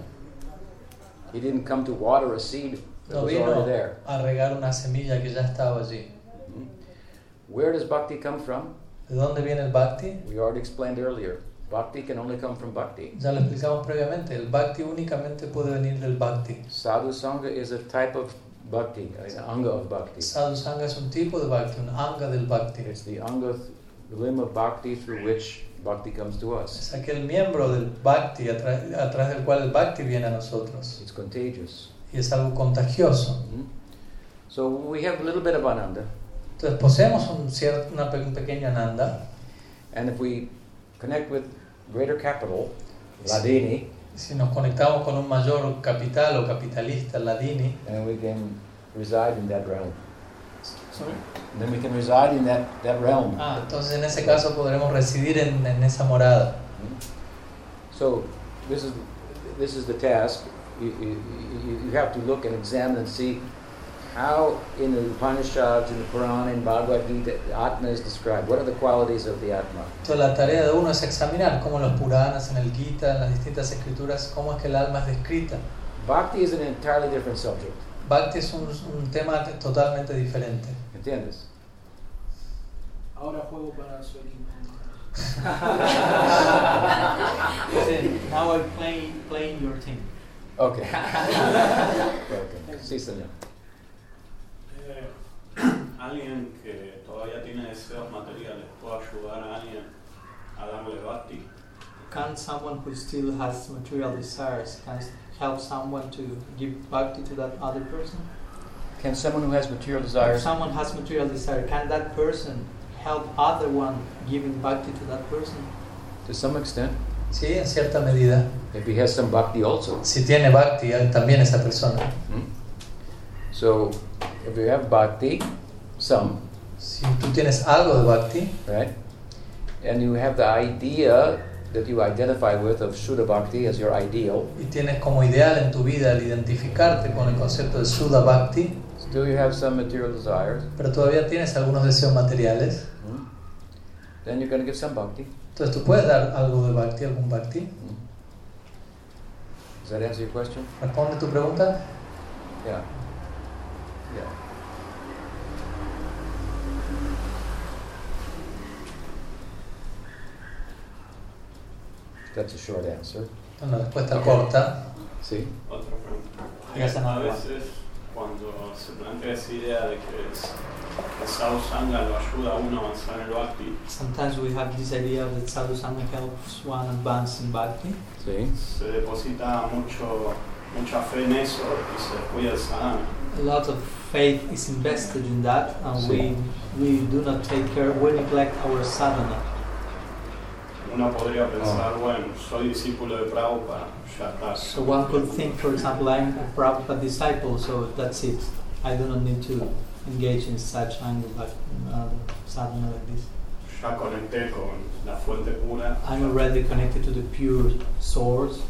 He didn't come to water a seed that
No
was
vino
already there.
a regar una semilla que ya estaba allí.
Where does bhakti come from?
¿De dónde viene el bhakti?
We already explained earlier. Bhakti can only come from bhakti.
Ya lo explicamos previamente. El bhakti únicamente puede venir del bhakti.
Sadhu Sangha is a type of bhakti, an anga of bhakti.
Sadhu Sangha es un tipo de bhakti, un anga del bhakti.
It's the anga, the limb of bhakti through which bhakti comes to us.
Es aquel miembro del bhakti a tra- a través del cual el bhakti viene a nosotros.
It's contagious.
Y es algo contagioso.
Mhm. So we have a little bit of ananda.
Entonces poseemos un cierto, una pe- un pequeño ananda.
And if we connect with greater capital, Ladini,
Si nos conectamos con un mayor capital o capitalista, Ladini,
and we can reside in that realm. Then we can reside in that, that realm.
ah, entonces en ese caso podremos residir en, en esa morada.
Hmm? So this is this is the task. You, you, you- you have to look and examine and see how in the Upanishads, in the Quran, in Bhagavad Gita, the Atma is described. What are the qualities of the Atma?
Entonces la tarea de uno es examinar cómo los Puranas, en el Gita, en las distintas escrituras, cómo es que el alma es descrita.
Bhakti is an entirely different subject.
Bhakti es un, un tema t- totalmente diferente.
¿Entiendes?
Ahora juego para su equipo.
Listen, now I'm playing playing your team.
Okay. okay. Sí, señor.
Eh, alguien que todavía tiene deseos materiales puede ayudar a alguien a darle bhakti.
Can someone who still has material desires can s- help someone to give bhakti to that other person?
Can someone who has material
If
desires
someone has material desire, can that person help other one giving bhakti to that person?
To some extent,
Sí, en cierta medida.
if he has some bhakti also.
Si tiene Bhakti, él también esa persona.
Hmm? So, if you have bhakti, some,
Si tú tienes algo de Bhakti,
right? And you have the idea that you identify with of Shuddha Bhakti as your ideal,
y tienes como ideal en tu vida el identificarte con el concepto de Sudha Bhakti,
still you have some material desires,
pero todavía tienes algunos deseos materiales,
hmm? then you're going to give some bhakti.
entonces tú puedes dar algo de Bhakti, algún Bhakti.
Hmm? Does that answer your question?
Responde tu pregunta.
Yeah. Yeah. That's a short answer.
Una respuesta corta.
See?
Otra pregunta.
Ya se me
a
olvidó.
veces cuando se plantea esa idea de que es- que Sadhu Sangha lo ayuda a uno a avanzar en el bhakti,
Sometimes we have this idea that sadhu sangha helps one advance in bhakti.
See?
se deposita mucho, mucha fe en eso y se descuida el sadhana.
A lot of faith is invested in that, and
Sí.
we we do not take care. We neglect our sadhana.
uno podría pensar, bueno, soy discípulo de Prabhupada, ya está.
So one could think, for example, I'm a Prabhupada disciple, so that's it. I do not need to engage in such kind of like, uh, sadhana like this.
Ya conecté con la fuente pura.
I'm already connected to the pure source,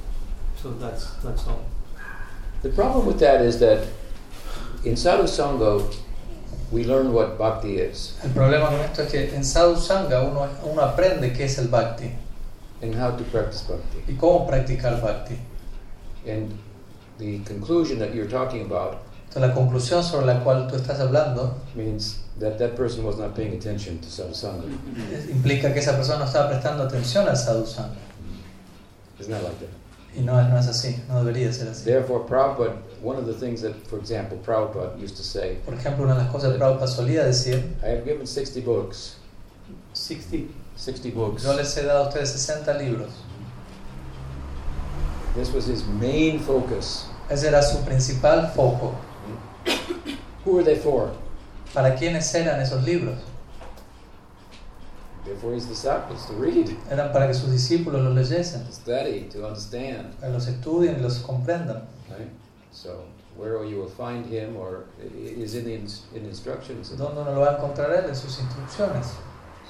so that's that's all.
The problem with that is that in Sadhu Sangha, we learn what bhakti is
El problema con esto es que en Sadhu Sangha uno, uno aprende qué es el bhakti
and how to practice bhakti.
y cómo practicar bhakti.
And the conclusion that you're talking about
Entonces la conclusión sobre la cual tú estás hablando
means that that person was not paying attention to Sadhu Sangha.
es- implica que esa persona no estaba prestando atención al Sadhu Sangha.
Isn't that like that?
Y no, es- no es así, no debería ser así.
Therefore, Prabhupada, one of the things that, for example, Prabhupada used to say,
Por ejemplo, una de las cosas que Prabhupada solía decir,
I have given 60 books,
60.
60 books.
yo les he dado a ustedes 60 libros.
This was his main focus.
Ese era su principal foco.
Who are they for?
¿Para quiénes eran esos libros?
They're for his disciples to read,
Eran para que sus discípulos los leyesen,
to study, to understand.
para que los estudien y los comprendan.
Right? So, where you will find him or i- is in the ins- in instructions.
¿Dónde uno lo va a encontrar él? En sus instrucciones.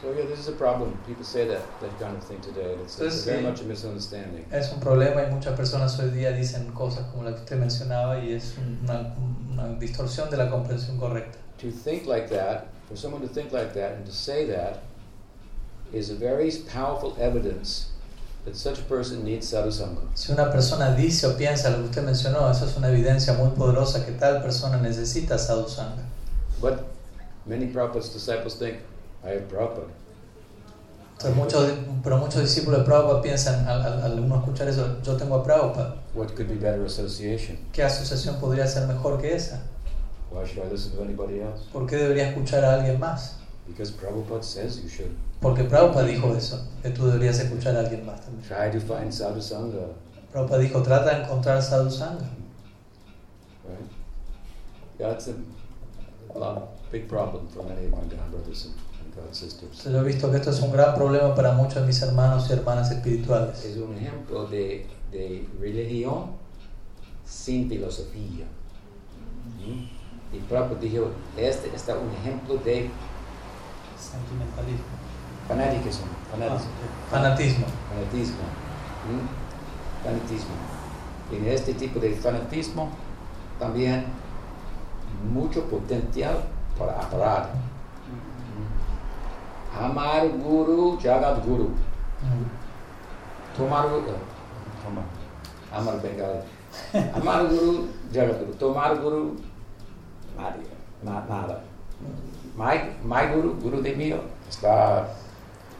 So, yeah, this is a problem. People say that, that kind of thing today. and It's, it's
Entonces,
very
sí.
much a misunderstanding.
Es un problema y muchas personas hoy día dicen cosas como la que usted mencionaba y es una, una distorsión de la comprensión correcta.
To think like that, for someone to think like that and to say that, is a very powerful evidence that such a person needs sadhu sangha.
Si una persona dice o piensa lo que usted mencionó, eso es una evidencia muy poderosa que tal persona necesita sadhu sangha.
But many Prabhupada's disciples think, I have Prabhupada.
Entonces, muchos, pero muchos discípulos de Prabhupada piensan, al, al- al uno escuchar eso, yo tengo a Prabhupada,
What could be better association?
¿qué asociación podría ser mejor que esa?
Why should I listen to anybody else?
¿Por qué debería escuchar a alguien más?
Because Prabhupada says you should.
Porque Prabhupada dijo eso, que tú deberías escuchar a alguien más también.
Try to find sadhu sangha,
Prabhupada dijo, trata de encontrar sadhu sangha.
right? That's a, lot- big problem for many of my God brothers and and God sisters.
Entonces, yo he visto que esto es un gran problema para muchos de mis hermanos y hermanas espirituales.
Es un ejemplo de, de religión sin filosofía. ¿Mm? Y Prabhupada dijo, este está un ejemplo de
Sentimentalismo.
fanatismo. fanatismo.
Ah, Fanatismo.
fanatismo. ¿m? Fanatismo. En este tipo de fanatismo también mucho potencial para aparar. Amar Guru, Jagat Guru. Tomar Guru. Tomar. Amar Bengali. Amar Guru, Jagat Guru. Tomar Guru, nadie, na- nada. My, my Guru, Guru de mío, está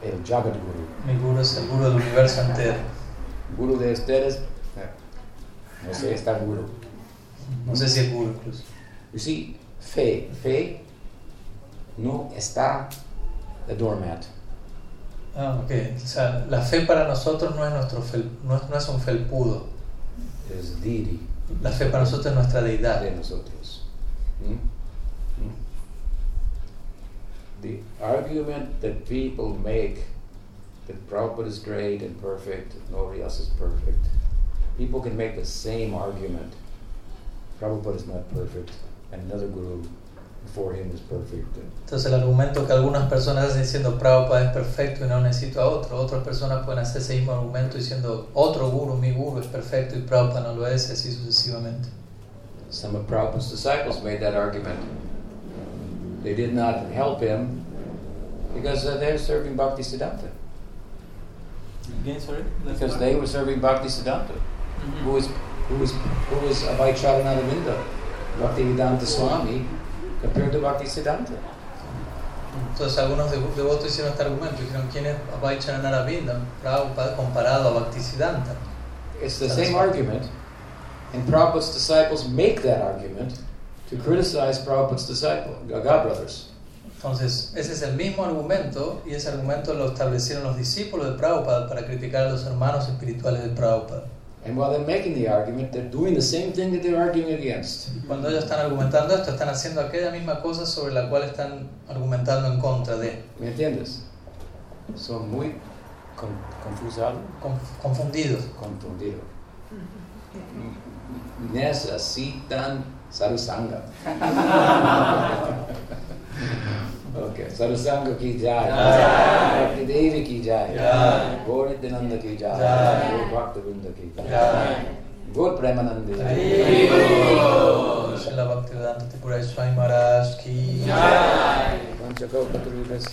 el Jagat Guru.
Mi guru es el guru del universo entero.
Guru de ustedes, no sé, está guru.
No sé si es guru incluso.
You see, fe, fe no está a doormat.
Ah, ok. O sea, la fe para nosotros no es, nuestro fel- no es, no es un felpudo.
Es deity
La fe para nosotros es nuestra deidad.
de nosotros. ¿Mm? ¿Mm? The argument that people make that Prabhupada is great and perfect, and nobody else is perfect, people can make the same argument. Prabhupada is not perfect, and another guru before him is perfect. and
Entonces el argumento que algunas personas hacen diciendo Prabhupada es perfecto y no necesito a otro, otras personas pueden hacer ese mismo argumento diciendo otro guru, mi guru es perfecto y Prabhupada no lo es y así sucesivamente.
Some of Prabhupada's disciples made that argument. They did not help him because uh, they're serving Bhakti Siddhanta.
Again, sorry. Mm-hmm.
Because they were serving Bhakti Siddhanta, who is who is who is Abhaycharanaravinda, Bhakti Vedanta Swami, compared to Bhakti Siddhanta.
Entonces algunos devo- devotos hicieron este argumento, dijeron ¿quién es Abhaycharanaravinda? Prabhupada comparado a Bhaktisiddhanta.
It's the same argument, and Prabhupada's disciples make that argument to criticize Prabhupada's disciple, God brothers.
Entonces ese es el mismo argumento y ese argumento lo establecieron los discípulos de Prabhupada para criticar a los hermanos espirituales de Prabhupada.
And while they're making the argument, they're doing the same thing that they're arguing against.
Cuando ellos están argumentando esto, están haciendo aquella misma cosa sobre la cual están argumentando en contra de.
¿Me entiendes? Son muy Con- confusado,
Conf- confundidos.
confundido. Necesitan sarusanga. ok, sarusanga ki jai.
Jai.
Bhakti Devi ki jai.
Jai.
Gorindananda ki jai.
Jai.
Gaur Bhaktivinoda ki jai.
Jai.
Gaur Premanandi.
Srila Bhaktivedanta Tipurai Swami Maharaj ki.
Panchakau Patrulkas.